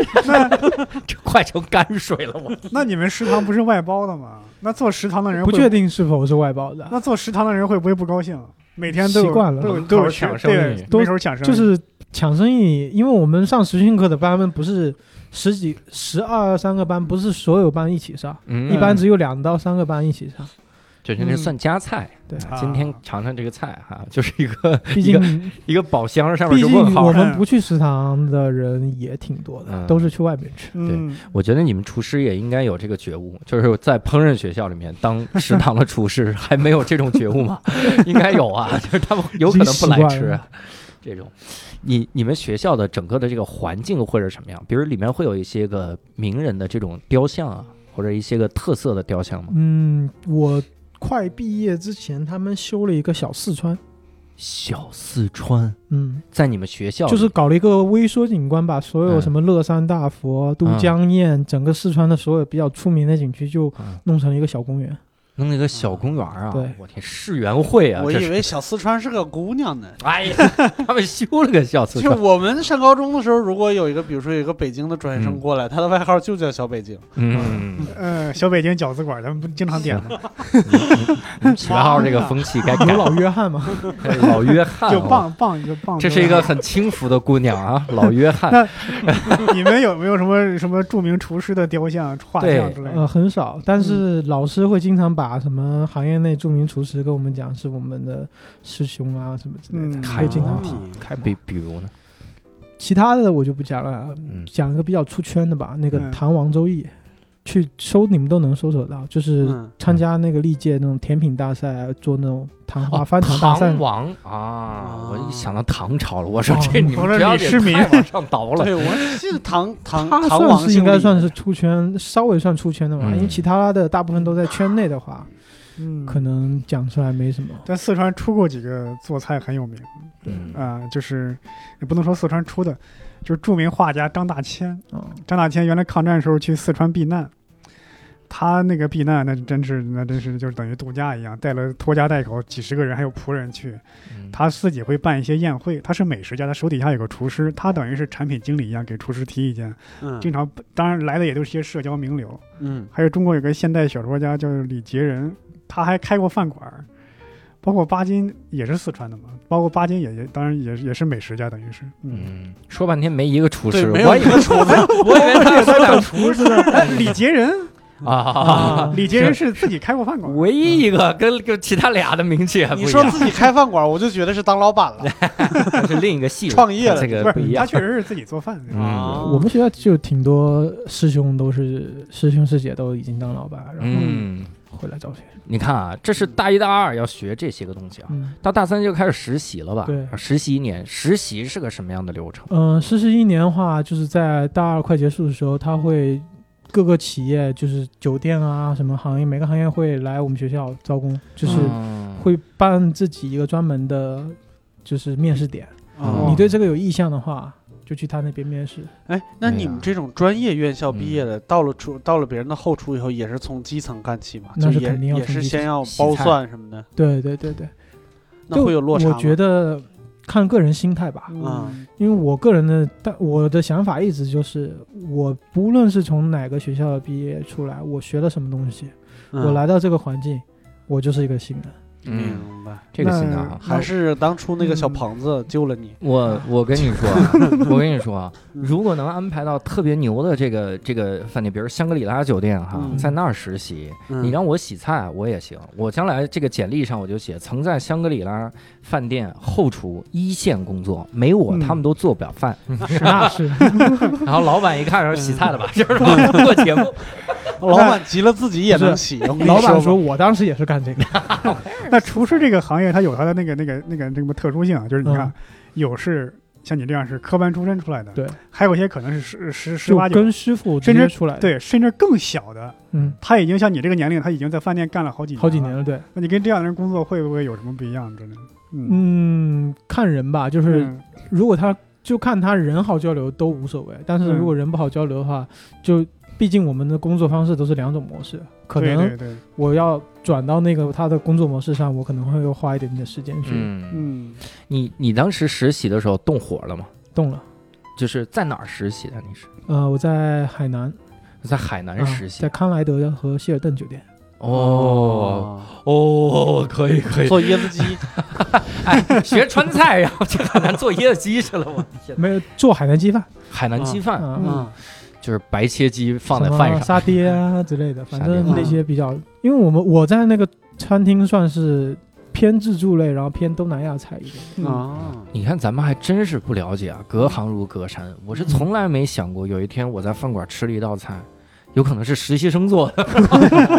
[SPEAKER 5] 这快成泔水了，我
[SPEAKER 2] 那你们食堂不是外包的吗？那做食堂的人
[SPEAKER 6] 不
[SPEAKER 2] 会
[SPEAKER 6] 确，定是否是外包的，啊
[SPEAKER 2] 那做食堂的人会不会不高兴？每天都有
[SPEAKER 6] 习惯了
[SPEAKER 2] 都有
[SPEAKER 5] 门口
[SPEAKER 2] 都有
[SPEAKER 5] 抢
[SPEAKER 2] 学
[SPEAKER 5] 生意
[SPEAKER 2] 对，没手抢生意，
[SPEAKER 6] 就是抢生意。因为我们上实训课的班们不是十几、十二三个班，不是所有班一起上，
[SPEAKER 5] 嗯
[SPEAKER 6] 一般只有两到三个班一起 上。
[SPEAKER 5] 就是那算加菜。
[SPEAKER 6] 对，
[SPEAKER 2] 啊
[SPEAKER 5] 今天尝尝这个菜哈，就是一个
[SPEAKER 6] 毕
[SPEAKER 5] 一
[SPEAKER 6] 竟
[SPEAKER 5] 个一个宝箱上面
[SPEAKER 6] 毕
[SPEAKER 5] 是
[SPEAKER 6] 竟
[SPEAKER 5] 问号
[SPEAKER 6] 我。们不去食堂的人也挺多的，
[SPEAKER 5] 嗯
[SPEAKER 6] 都是去外面吃。
[SPEAKER 2] 嗯，
[SPEAKER 5] 我觉得你们厨师也应该有这个觉悟， 就是在烹饪学校里面当 食堂的厨师，还没有这种觉悟吗？ 应该有啊， 就是他们有可能不来
[SPEAKER 6] 已经习
[SPEAKER 5] 吃
[SPEAKER 6] 惯
[SPEAKER 5] 啊这种。你你们学校的整个的这个环境会是什么样？比如里面会有一些个名人的这种雕像啊，或者一些个特色的雕像吗？
[SPEAKER 6] 嗯，我快毕业之前，他们修了一个小四川，
[SPEAKER 5] 小四川
[SPEAKER 6] 嗯，
[SPEAKER 5] 在你们学校里
[SPEAKER 6] 就是搞了一个微缩景观，把所有
[SPEAKER 5] 嗯
[SPEAKER 6] 什么乐山大佛、都江堰，整个四川的所有比较出名的景区，就
[SPEAKER 5] 嗯
[SPEAKER 6] 弄成了一个小公 园。
[SPEAKER 5] 弄了一个小公园啊！
[SPEAKER 6] 对
[SPEAKER 5] 我天，世园会啊！
[SPEAKER 3] 我
[SPEAKER 5] 这
[SPEAKER 3] 以
[SPEAKER 5] 是
[SPEAKER 3] 为小四川是个姑娘呢。
[SPEAKER 5] 哎呀， 他们修了个小四
[SPEAKER 3] 就
[SPEAKER 5] 川，
[SPEAKER 3] 我们上高中的时候，如果有一个，比如说有一个北京的转学生
[SPEAKER 5] 嗯
[SPEAKER 3] 过来，他的外号就叫小北京。
[SPEAKER 5] 嗯，
[SPEAKER 2] 呃，小北京饺子馆咱们不经常点吗？
[SPEAKER 5] 取号这个风气该改
[SPEAKER 6] 有。老约翰嘛？
[SPEAKER 5] 老约翰，
[SPEAKER 2] 就，棒棒就棒，
[SPEAKER 5] 哦这是一个。很轻浮的姑娘啊，老约翰。
[SPEAKER 2] 你们有没有什么什么著名厨师的雕像、画像之类的？
[SPEAKER 6] 呃，很少，但
[SPEAKER 5] 嗯
[SPEAKER 6] 是老师会经常把什么行业内著名厨师跟我们讲是我们的师兄啊什么之类
[SPEAKER 2] 嗯
[SPEAKER 6] 的，会经常提
[SPEAKER 3] 哦
[SPEAKER 6] 开模
[SPEAKER 5] 比比如呢，
[SPEAKER 6] 其他的我就不讲了，
[SPEAKER 5] 嗯
[SPEAKER 6] 讲一个比较出圈的吧，那个
[SPEAKER 2] 嗯
[SPEAKER 6] 《唐王周易》，去搜你们都能搜索到，就是
[SPEAKER 3] 嗯，
[SPEAKER 6] 参加那个历届那种甜品大赛，啊做那种糖
[SPEAKER 5] 哦
[SPEAKER 6] 花啊翻糖大赛
[SPEAKER 5] 唐。王啊，我一想到唐朝了，我说
[SPEAKER 6] 哦
[SPEAKER 5] 这你们
[SPEAKER 2] 我说
[SPEAKER 5] 这要
[SPEAKER 2] 李世民
[SPEAKER 5] 往上倒了。
[SPEAKER 3] 对，我记得 唐唐
[SPEAKER 6] 他
[SPEAKER 3] 唐王
[SPEAKER 6] 算是
[SPEAKER 3] 姓
[SPEAKER 6] 应该
[SPEAKER 3] 李
[SPEAKER 6] 算是出圈，稍微算出圈的吧，
[SPEAKER 5] 嗯
[SPEAKER 6] 因为其他的大部分都在圈内的话，
[SPEAKER 2] 嗯，
[SPEAKER 6] 呃可能讲出来没什么。
[SPEAKER 2] 但四川出过几个做菜很有名
[SPEAKER 5] 嗯
[SPEAKER 2] 啊、就是也不能说四川出的，就是著名画家张大千。
[SPEAKER 6] 嗯，
[SPEAKER 2] 张大千原来抗战时候去四川避难，他那个避难那真是那真是就是等于度假一样，带了拖家带口几十个人，还有仆人去。
[SPEAKER 5] 嗯
[SPEAKER 2] 他自己会办一些宴会，他是美食家，他手底下有个厨师，他等于是产品经理一样给厨师提意见。
[SPEAKER 3] 嗯
[SPEAKER 2] 经常当然来的也都是一些社交名流，
[SPEAKER 3] 嗯
[SPEAKER 2] 还有中国有个现代小说家叫李杰仁，他还开过饭馆儿，包括巴金也是四川的嘛，包括巴金也也当然也也是美食家，等于是，嗯，
[SPEAKER 5] 嗯，说半天没一个厨
[SPEAKER 3] 对
[SPEAKER 5] 师，
[SPEAKER 3] 没有
[SPEAKER 5] 我以
[SPEAKER 3] 一个
[SPEAKER 5] 为
[SPEAKER 3] 厨子
[SPEAKER 5] 我以为他说俩厨
[SPEAKER 2] 不是哎李杰仁，
[SPEAKER 5] 啊，
[SPEAKER 2] 李杰仁是自己开过饭馆儿，
[SPEAKER 5] 唯一一个跟跟其他俩的名气还不
[SPEAKER 3] 你
[SPEAKER 5] 一
[SPEAKER 3] 说
[SPEAKER 5] 样，哎
[SPEAKER 3] 自己开饭馆，我就觉得是当老板了。
[SPEAKER 5] 这是另一个系列
[SPEAKER 3] 创业了
[SPEAKER 5] 这
[SPEAKER 2] 不
[SPEAKER 5] 个不一
[SPEAKER 2] 是他
[SPEAKER 5] 样。
[SPEAKER 2] 确实是自己做饭，
[SPEAKER 5] 嗯
[SPEAKER 6] 我们学校就挺多师兄都是师兄师姐都已经当老板，然后
[SPEAKER 5] 嗯，
[SPEAKER 6] 回来找学生。
[SPEAKER 5] 你看啊，这是大一大二要学这些个东西啊，
[SPEAKER 6] 嗯。
[SPEAKER 5] 到大三就开始实习了吧？
[SPEAKER 6] 对
[SPEAKER 5] 实习一年，实习
[SPEAKER 6] 呃
[SPEAKER 5] 是个什么样的流程？
[SPEAKER 6] 嗯，实习一年的话，就是在大二快结束的时候，他会各个企业，就是酒店啊，什么行业，每个行业会来我们学校招工，就是
[SPEAKER 3] 嗯
[SPEAKER 6] 会办自己一个专门的，就是面试点。
[SPEAKER 3] 哦
[SPEAKER 6] 你对这个有意向的话，就去他那边面试。
[SPEAKER 3] 哎，那
[SPEAKER 5] 对
[SPEAKER 3] 你
[SPEAKER 5] 呀嗯
[SPEAKER 3] 们这种专业院校毕业的，到了出到了别人的后厨以后，也是从基层干起嘛？
[SPEAKER 6] 那
[SPEAKER 3] 就是也
[SPEAKER 6] 肯定要
[SPEAKER 3] 也
[SPEAKER 6] 从
[SPEAKER 3] 是
[SPEAKER 6] 基
[SPEAKER 3] 先
[SPEAKER 6] 层
[SPEAKER 3] 要
[SPEAKER 5] 洗
[SPEAKER 3] 包
[SPEAKER 5] 菜
[SPEAKER 3] 蒜什么的，
[SPEAKER 6] 对对对对，
[SPEAKER 3] 那会有落差
[SPEAKER 6] 我
[SPEAKER 3] 吗？
[SPEAKER 6] 觉得看个人心态吧。
[SPEAKER 3] 嗯
[SPEAKER 6] 因为我个人的，但我的想法一直就是，我不论是从哪个学校毕业出来，我学了什么东西，
[SPEAKER 3] 嗯，
[SPEAKER 6] 我来到这个环境，我就是一个新人。
[SPEAKER 5] 嗯，
[SPEAKER 3] 明白，
[SPEAKER 5] 这个心态啊，
[SPEAKER 3] 还是当初那个小
[SPEAKER 6] 嗯
[SPEAKER 3] 棚子救了你。
[SPEAKER 5] 我我跟你说 啊，我跟你说啊，
[SPEAKER 3] 嗯
[SPEAKER 5] 如果能安排到特别牛的这个这个饭店，比如香格里拉酒店哈，
[SPEAKER 3] 嗯
[SPEAKER 5] 在那儿实习，
[SPEAKER 3] 嗯
[SPEAKER 5] 你让我洗菜我也行，我将来这个简历上我就写曾在香格里拉饭店后厨一线工作，没我
[SPEAKER 6] 嗯
[SPEAKER 5] 他们都做不 了饭。
[SPEAKER 6] 那是，啊
[SPEAKER 5] 然后老板一看说
[SPEAKER 6] 嗯
[SPEAKER 5] 洗菜的吧，就是吧做节目，
[SPEAKER 3] 老板急了，自己也
[SPEAKER 6] 不是
[SPEAKER 3] 能洗。我跟你
[SPEAKER 6] 老板
[SPEAKER 3] 说
[SPEAKER 6] 说
[SPEAKER 3] 吧，
[SPEAKER 6] 我当时也是干这个，
[SPEAKER 2] 那厨师这个行业，它有它的那个、那个、那个、那个特殊性啊，就是你看，
[SPEAKER 6] 嗯
[SPEAKER 2] 有是像你这样是科班出身出来的，
[SPEAKER 6] 对，
[SPEAKER 2] 还有一些可能是十十十
[SPEAKER 6] 就
[SPEAKER 2] 八九，
[SPEAKER 6] 跟师傅直接出来的，
[SPEAKER 2] 对，甚至更小的，
[SPEAKER 6] 嗯，
[SPEAKER 2] 他已经像你这个年龄，他已经在饭店干了好几
[SPEAKER 6] 好几年
[SPEAKER 2] 了。
[SPEAKER 6] 了，对，
[SPEAKER 2] 那你跟这样的人工作会不会有什么不一样之类的？嗯，
[SPEAKER 6] 嗯，看人吧，就是
[SPEAKER 2] 嗯
[SPEAKER 6] 如果他就看他人好交流都无所谓，但是
[SPEAKER 2] 嗯
[SPEAKER 6] 如果人不好交流的话，就毕竟我们的工作方式都是两种模式，可能
[SPEAKER 2] 对对对，
[SPEAKER 6] 我要转到那个他的工作模式上，我可能会又花一点点时间去
[SPEAKER 5] 嗯，
[SPEAKER 2] 嗯，
[SPEAKER 5] 你你当时实习的时候动火了吗？
[SPEAKER 6] 动了。
[SPEAKER 5] 就是在哪儿实习的？你是
[SPEAKER 6] 呃，我在海南，
[SPEAKER 5] 在海南
[SPEAKER 6] 啊
[SPEAKER 5] 实习
[SPEAKER 6] 在？康莱德和希尔顿酒店。
[SPEAKER 5] 哦，哦，可以 可以，
[SPEAKER 3] 做椰子鸡，
[SPEAKER 5] 哎学川菜，然后去海南做椰子鸡去了。我的天，
[SPEAKER 6] 没有做海南鸡饭，
[SPEAKER 5] 海南鸡饭
[SPEAKER 6] 啊
[SPEAKER 3] 嗯，
[SPEAKER 5] 就是白切鸡放在
[SPEAKER 6] 什么
[SPEAKER 5] 饭上，
[SPEAKER 6] 沙爹啊之类的，反正
[SPEAKER 5] 沙嗯
[SPEAKER 3] 爹
[SPEAKER 6] 那些比较，因为我们我在那个餐厅算是偏自助类，然后偏东南亚菜一点。
[SPEAKER 2] 嗯
[SPEAKER 3] 啊，
[SPEAKER 5] 你看咱们还真是不了解啊，隔行如隔山。我是从来没想过有一天我在饭馆吃了一道菜。有可能是实习生做 的。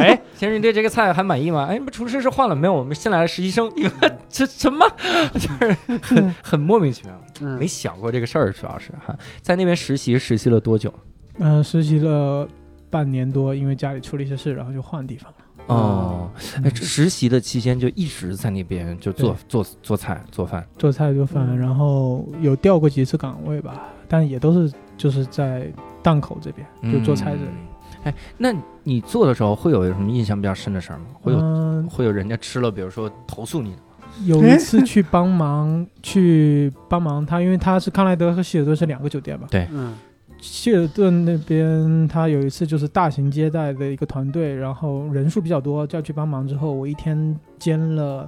[SPEAKER 5] 哎，先生，你对这个菜还满意吗？哎，你们厨师是换了没有？我们新来的实习生，
[SPEAKER 6] 嗯
[SPEAKER 5] 你们 这什么？就是很很莫名其妙，
[SPEAKER 3] 嗯
[SPEAKER 5] 没想过这个事儿，主要是哈，在那边实习实习了多久？
[SPEAKER 6] 嗯、呃，实习了半年多，因为家里出了一些事，然后就换地方了。
[SPEAKER 5] 哦，哎，
[SPEAKER 6] 嗯
[SPEAKER 5] 这实习的期间就一直在那边就做做做菜做饭，
[SPEAKER 6] 做菜做
[SPEAKER 5] 嗯
[SPEAKER 6] 饭，然后有调过几次岗位吧，但也都是就是在档口这边，就做菜这里。
[SPEAKER 5] 嗯。哎，那你做的时候会有什么印象比较深的事儿吗？会有、
[SPEAKER 6] 嗯，
[SPEAKER 5] 会有人家吃了，比如说投诉你的吗？
[SPEAKER 6] 有一次去帮忙，去帮忙他，因为他是康莱德和希尔顿是两个酒店嘛。
[SPEAKER 3] 嗯
[SPEAKER 6] 希尔顿那边他有一次就是大型接待的一个团队，然后人数比较多，叫去帮忙之后，我一天煎了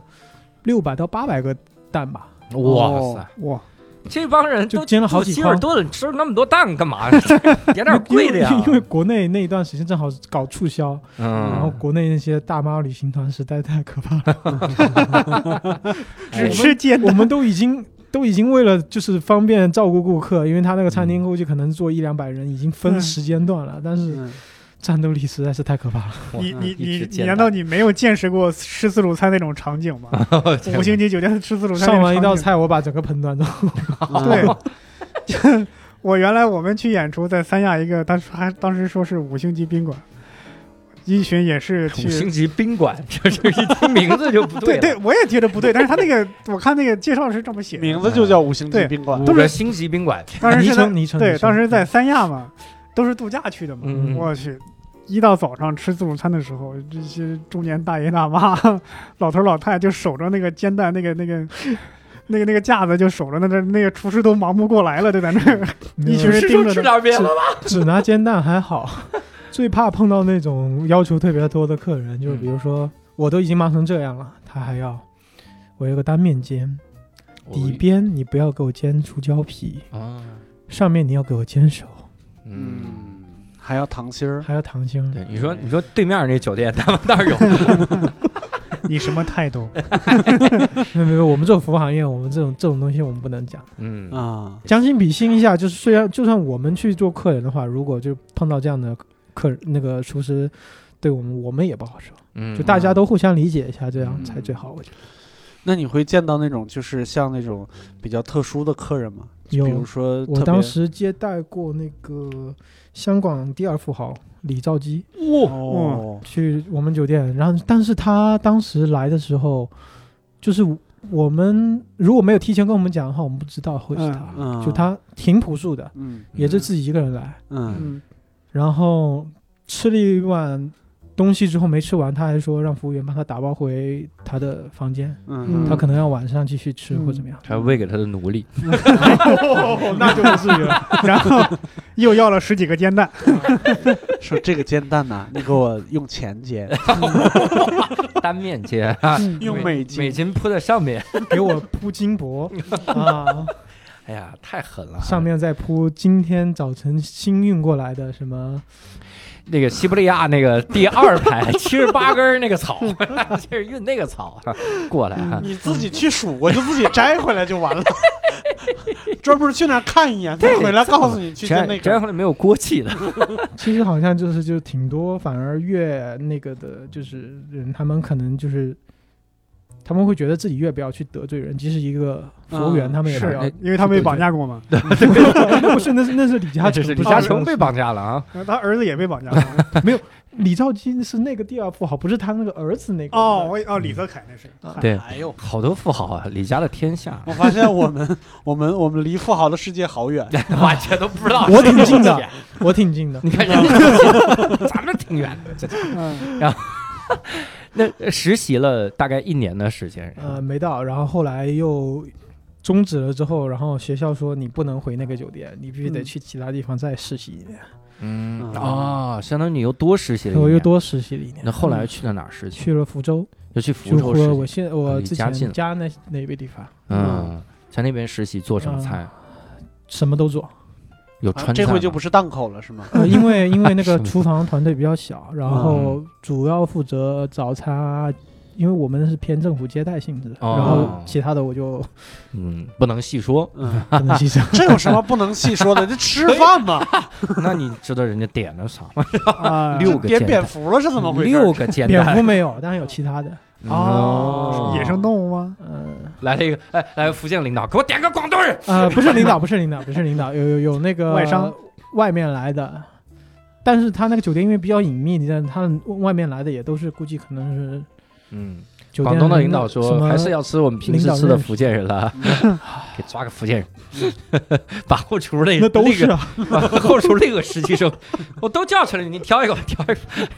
[SPEAKER 6] 六百到八百个蛋吧。
[SPEAKER 5] 哇塞，
[SPEAKER 2] 哇，
[SPEAKER 5] 这帮人
[SPEAKER 6] 就煎了好几
[SPEAKER 5] 希尔
[SPEAKER 6] 筐
[SPEAKER 5] 顿吃那么多蛋 干嘛？点点
[SPEAKER 6] 因为
[SPEAKER 5] 贵的呀
[SPEAKER 6] 因为因 为国内那一段时间正好是搞促销，然后
[SPEAKER 5] 嗯，
[SPEAKER 6] 国内那些大妈旅行团实在太可怕了，
[SPEAKER 5] 哎
[SPEAKER 2] 只吃煎
[SPEAKER 6] 我
[SPEAKER 2] 的，
[SPEAKER 6] 们都已经都已经为了就是方便照顾顾客，因为他那个餐厅估计可能坐一两百人，已经分
[SPEAKER 2] 嗯
[SPEAKER 6] 时间段了，但是
[SPEAKER 3] 嗯，
[SPEAKER 6] 战斗力实在是太可怕了。
[SPEAKER 2] 你
[SPEAKER 5] 嗯
[SPEAKER 2] 你
[SPEAKER 5] 一
[SPEAKER 2] 你
[SPEAKER 5] 直
[SPEAKER 2] 你
[SPEAKER 5] 煎
[SPEAKER 2] 难道你没有见识过吃自助餐那种场景吗？五星级酒店吃自助餐那种
[SPEAKER 6] 上完一道
[SPEAKER 2] 场景，
[SPEAKER 6] 菜，我把整个盆端走。
[SPEAKER 2] 对。
[SPEAKER 3] 嗯
[SPEAKER 2] 我原来我们去演出，在三亚一个，当时还当时说是五星级宾馆，一群也是
[SPEAKER 5] 五星
[SPEAKER 2] 去，
[SPEAKER 5] 级啊宾馆， 这是一听名字就不
[SPEAKER 2] 对
[SPEAKER 5] 了。
[SPEAKER 2] 对，我也觉得不对，但是他那个我看那个介绍是这么写的，
[SPEAKER 3] 名字就叫五星级
[SPEAKER 2] 对
[SPEAKER 3] 宾馆
[SPEAKER 5] 五。个星级宾馆，
[SPEAKER 2] 当时
[SPEAKER 6] 昵
[SPEAKER 2] 是在
[SPEAKER 6] 称昵称昵
[SPEAKER 2] 对，
[SPEAKER 6] 称
[SPEAKER 2] 当时在三亚嘛，都是度假去的嘛，
[SPEAKER 5] 嗯
[SPEAKER 2] 我去。一到早上吃自助餐的时候，这些中年大爷大妈、老头老太就守着那个煎蛋那个那个那个那个架子，就守着那那那个厨师都忙不过来了，就在那儿
[SPEAKER 6] 没
[SPEAKER 2] 一
[SPEAKER 6] 有
[SPEAKER 2] 群人盯着呢。
[SPEAKER 5] 点别
[SPEAKER 6] 只拿煎蛋还好， 最怕碰到那种要求特别多的客人，就是比如说我都已经忙成这样了，他还要我有个单面煎，底边你不要给我煎出胶皮，
[SPEAKER 5] 啊，
[SPEAKER 6] 上面你要给我煎熟，
[SPEAKER 5] 嗯。
[SPEAKER 3] 嗯，还要糖心儿。
[SPEAKER 6] 还要糖精。
[SPEAKER 5] 对，你说你说对面那酒店，他们倒是有
[SPEAKER 2] 你什么态度？
[SPEAKER 6] 没有没有，我们这种服务行业，我们这种这种东西我们不能讲。
[SPEAKER 5] 嗯
[SPEAKER 3] 啊，
[SPEAKER 6] 将心比心一下，就是虽然就算我们去做客人的话，如果就碰到这样的客人那个厨师。对我们，我们也不好说，
[SPEAKER 5] 嗯
[SPEAKER 6] 就大家都互相理解一下，这样才最好。我觉得。
[SPEAKER 3] 那你会见到那种就是像那种比较特殊的客人吗？就比
[SPEAKER 6] 有
[SPEAKER 3] 如说特
[SPEAKER 6] 我
[SPEAKER 3] 别，
[SPEAKER 6] 当时接待过那个香港第二富豪李兆基
[SPEAKER 3] 哦，
[SPEAKER 6] 去我们酒店，然后但是他当时来的时候，就是我们如果没有提前跟我们讲的话，我们不知道会是他，
[SPEAKER 3] 嗯，
[SPEAKER 6] 就，他挺朴素的，
[SPEAKER 3] 嗯
[SPEAKER 6] 也就自己一个人来，
[SPEAKER 3] 嗯
[SPEAKER 2] 嗯，
[SPEAKER 6] 然后吃了一碗东西之后没吃完，他还说让服务员帮他打包回他的房间，
[SPEAKER 3] 嗯，
[SPEAKER 6] 他可能要晚上继续吃或怎么样。
[SPEAKER 5] 还喂给他的奴隶，
[SPEAKER 2] 哦那就不至于了。 然后又要了十几个煎蛋，
[SPEAKER 3] 说这个煎蛋呐，你给我用 钱煎，
[SPEAKER 5] 单面接啊，
[SPEAKER 3] 用美金
[SPEAKER 5] 美金铺在上面，
[SPEAKER 6] 给我铺金 箔啊，
[SPEAKER 5] 哎呀，太狠了啊！
[SPEAKER 6] 上面再铺今天早晨新运过来的什么
[SPEAKER 5] 那个西伯利亚那个第二排七十八根儿那个草， 这是运那个草啊过来
[SPEAKER 3] 嗯
[SPEAKER 5] 哈。
[SPEAKER 4] 嗯你自己去数过，就自 己摘回来就完了。 专门去那儿看一眼，再回来告诉你去
[SPEAKER 5] 摘
[SPEAKER 4] 见那
[SPEAKER 5] 摘
[SPEAKER 4] 个。
[SPEAKER 5] 回来没有锅气的，
[SPEAKER 6] 其实好像就是就挺多，反而越那个的，就是人他们可能就是他们会觉得自己越不要去得罪人，即使一个服务员，
[SPEAKER 3] 嗯
[SPEAKER 6] 他们也不
[SPEAKER 5] 是
[SPEAKER 6] 要。
[SPEAKER 5] 哎
[SPEAKER 2] 因为他被绑架过嘛，
[SPEAKER 6] 不是，那是那是李嘉
[SPEAKER 5] 他
[SPEAKER 6] 诚，
[SPEAKER 5] 只是李
[SPEAKER 6] 不
[SPEAKER 5] 嘉
[SPEAKER 6] 我
[SPEAKER 5] 诚
[SPEAKER 6] 的
[SPEAKER 5] 被绑架了啊！
[SPEAKER 2] 他儿子也被绑架 了。
[SPEAKER 6] 李兆基是那个第二富豪，不是他那个儿子那个。
[SPEAKER 2] 哦，我哦，李泽楷那是，
[SPEAKER 5] 对，
[SPEAKER 4] 哎呦，
[SPEAKER 5] 好多富豪啊，李家的天下
[SPEAKER 4] ，我发现我们我们我们离富豪的世界好远。
[SPEAKER 5] 完全都不知道。
[SPEAKER 6] 我挺近的，我挺近的。
[SPEAKER 5] 你看人家，咱们挺远的。这
[SPEAKER 2] 嗯
[SPEAKER 5] 那实习了大概一年的时间，
[SPEAKER 6] 呃，
[SPEAKER 3] 嗯
[SPEAKER 6] 没到，然后后来又终止了之后，然后学校说你不能回那个酒店，你必须得
[SPEAKER 2] 嗯
[SPEAKER 6] 去其他地方再实习一年，
[SPEAKER 5] 嗯
[SPEAKER 3] 嗯
[SPEAKER 5] 哦，相当于你又多实习了一
[SPEAKER 6] 我
[SPEAKER 5] 年，
[SPEAKER 6] 又多实习了一年。
[SPEAKER 5] 那后来
[SPEAKER 6] 嗯
[SPEAKER 5] 去了哪儿实习？
[SPEAKER 6] 去了福州，
[SPEAKER 5] 又去
[SPEAKER 6] 就
[SPEAKER 5] 福州
[SPEAKER 6] 和
[SPEAKER 5] 实
[SPEAKER 6] 我
[SPEAKER 5] 习。啊
[SPEAKER 6] 现我
[SPEAKER 5] 离
[SPEAKER 6] 之
[SPEAKER 5] 家近
[SPEAKER 6] 前
[SPEAKER 5] 了
[SPEAKER 6] 家那那个地方，
[SPEAKER 5] 嗯，在那边实习做什么菜？
[SPEAKER 6] 什么都 做，
[SPEAKER 5] 有
[SPEAKER 3] 啊
[SPEAKER 5] 川菜
[SPEAKER 3] 这
[SPEAKER 5] 吗，
[SPEAKER 3] 回就不是档口了是吗？
[SPEAKER 6] 呃，因为因为那
[SPEAKER 5] 什
[SPEAKER 6] 个
[SPEAKER 5] 么啊
[SPEAKER 6] 厨房团队比较小，然后主要负责早餐啊。因为我们是偏政府接待性质，的，然后
[SPEAKER 5] 哦
[SPEAKER 6] 其他的我 就
[SPEAKER 5] 嗯，不能细说。
[SPEAKER 3] 嗯，
[SPEAKER 6] 不能记着。
[SPEAKER 4] 这有什么不能细说的？这吃饭嘛，
[SPEAKER 5] 那你知道人家点了啥吗？
[SPEAKER 2] 啊，
[SPEAKER 5] 六个
[SPEAKER 4] 别
[SPEAKER 5] 煎
[SPEAKER 4] 蝙
[SPEAKER 5] 蛋，
[SPEAKER 4] 蝠了是怎么回事？
[SPEAKER 5] 六个煎
[SPEAKER 6] 蝙
[SPEAKER 5] 蛋嗯
[SPEAKER 6] 蝠没有，但是有其他的。
[SPEAKER 5] 哦
[SPEAKER 2] 野生动物吗？
[SPEAKER 6] 嗯、
[SPEAKER 5] 来了一个，哎，来个福建领导，给我点个广东人。
[SPEAKER 6] 呃，不是领导，不是领导，不是领导，有有有那个
[SPEAKER 2] 外商
[SPEAKER 6] 外面来的，但是他那个酒店因为比较隐秘，你知道，他外面来的也都是估计可能是
[SPEAKER 5] 嗯，
[SPEAKER 6] 酒店
[SPEAKER 5] 广东的
[SPEAKER 6] 人
[SPEAKER 5] 领导
[SPEAKER 6] 什
[SPEAKER 5] 说
[SPEAKER 6] 么
[SPEAKER 5] 还是要吃我们平时吃的福建人了，
[SPEAKER 6] 嗯
[SPEAKER 5] 给抓个福建人， 把后厨那
[SPEAKER 6] 那都是
[SPEAKER 5] 那
[SPEAKER 6] 啊，
[SPEAKER 5] 个把后厨那个实习生，我都叫出来，你挑一个吧，挑一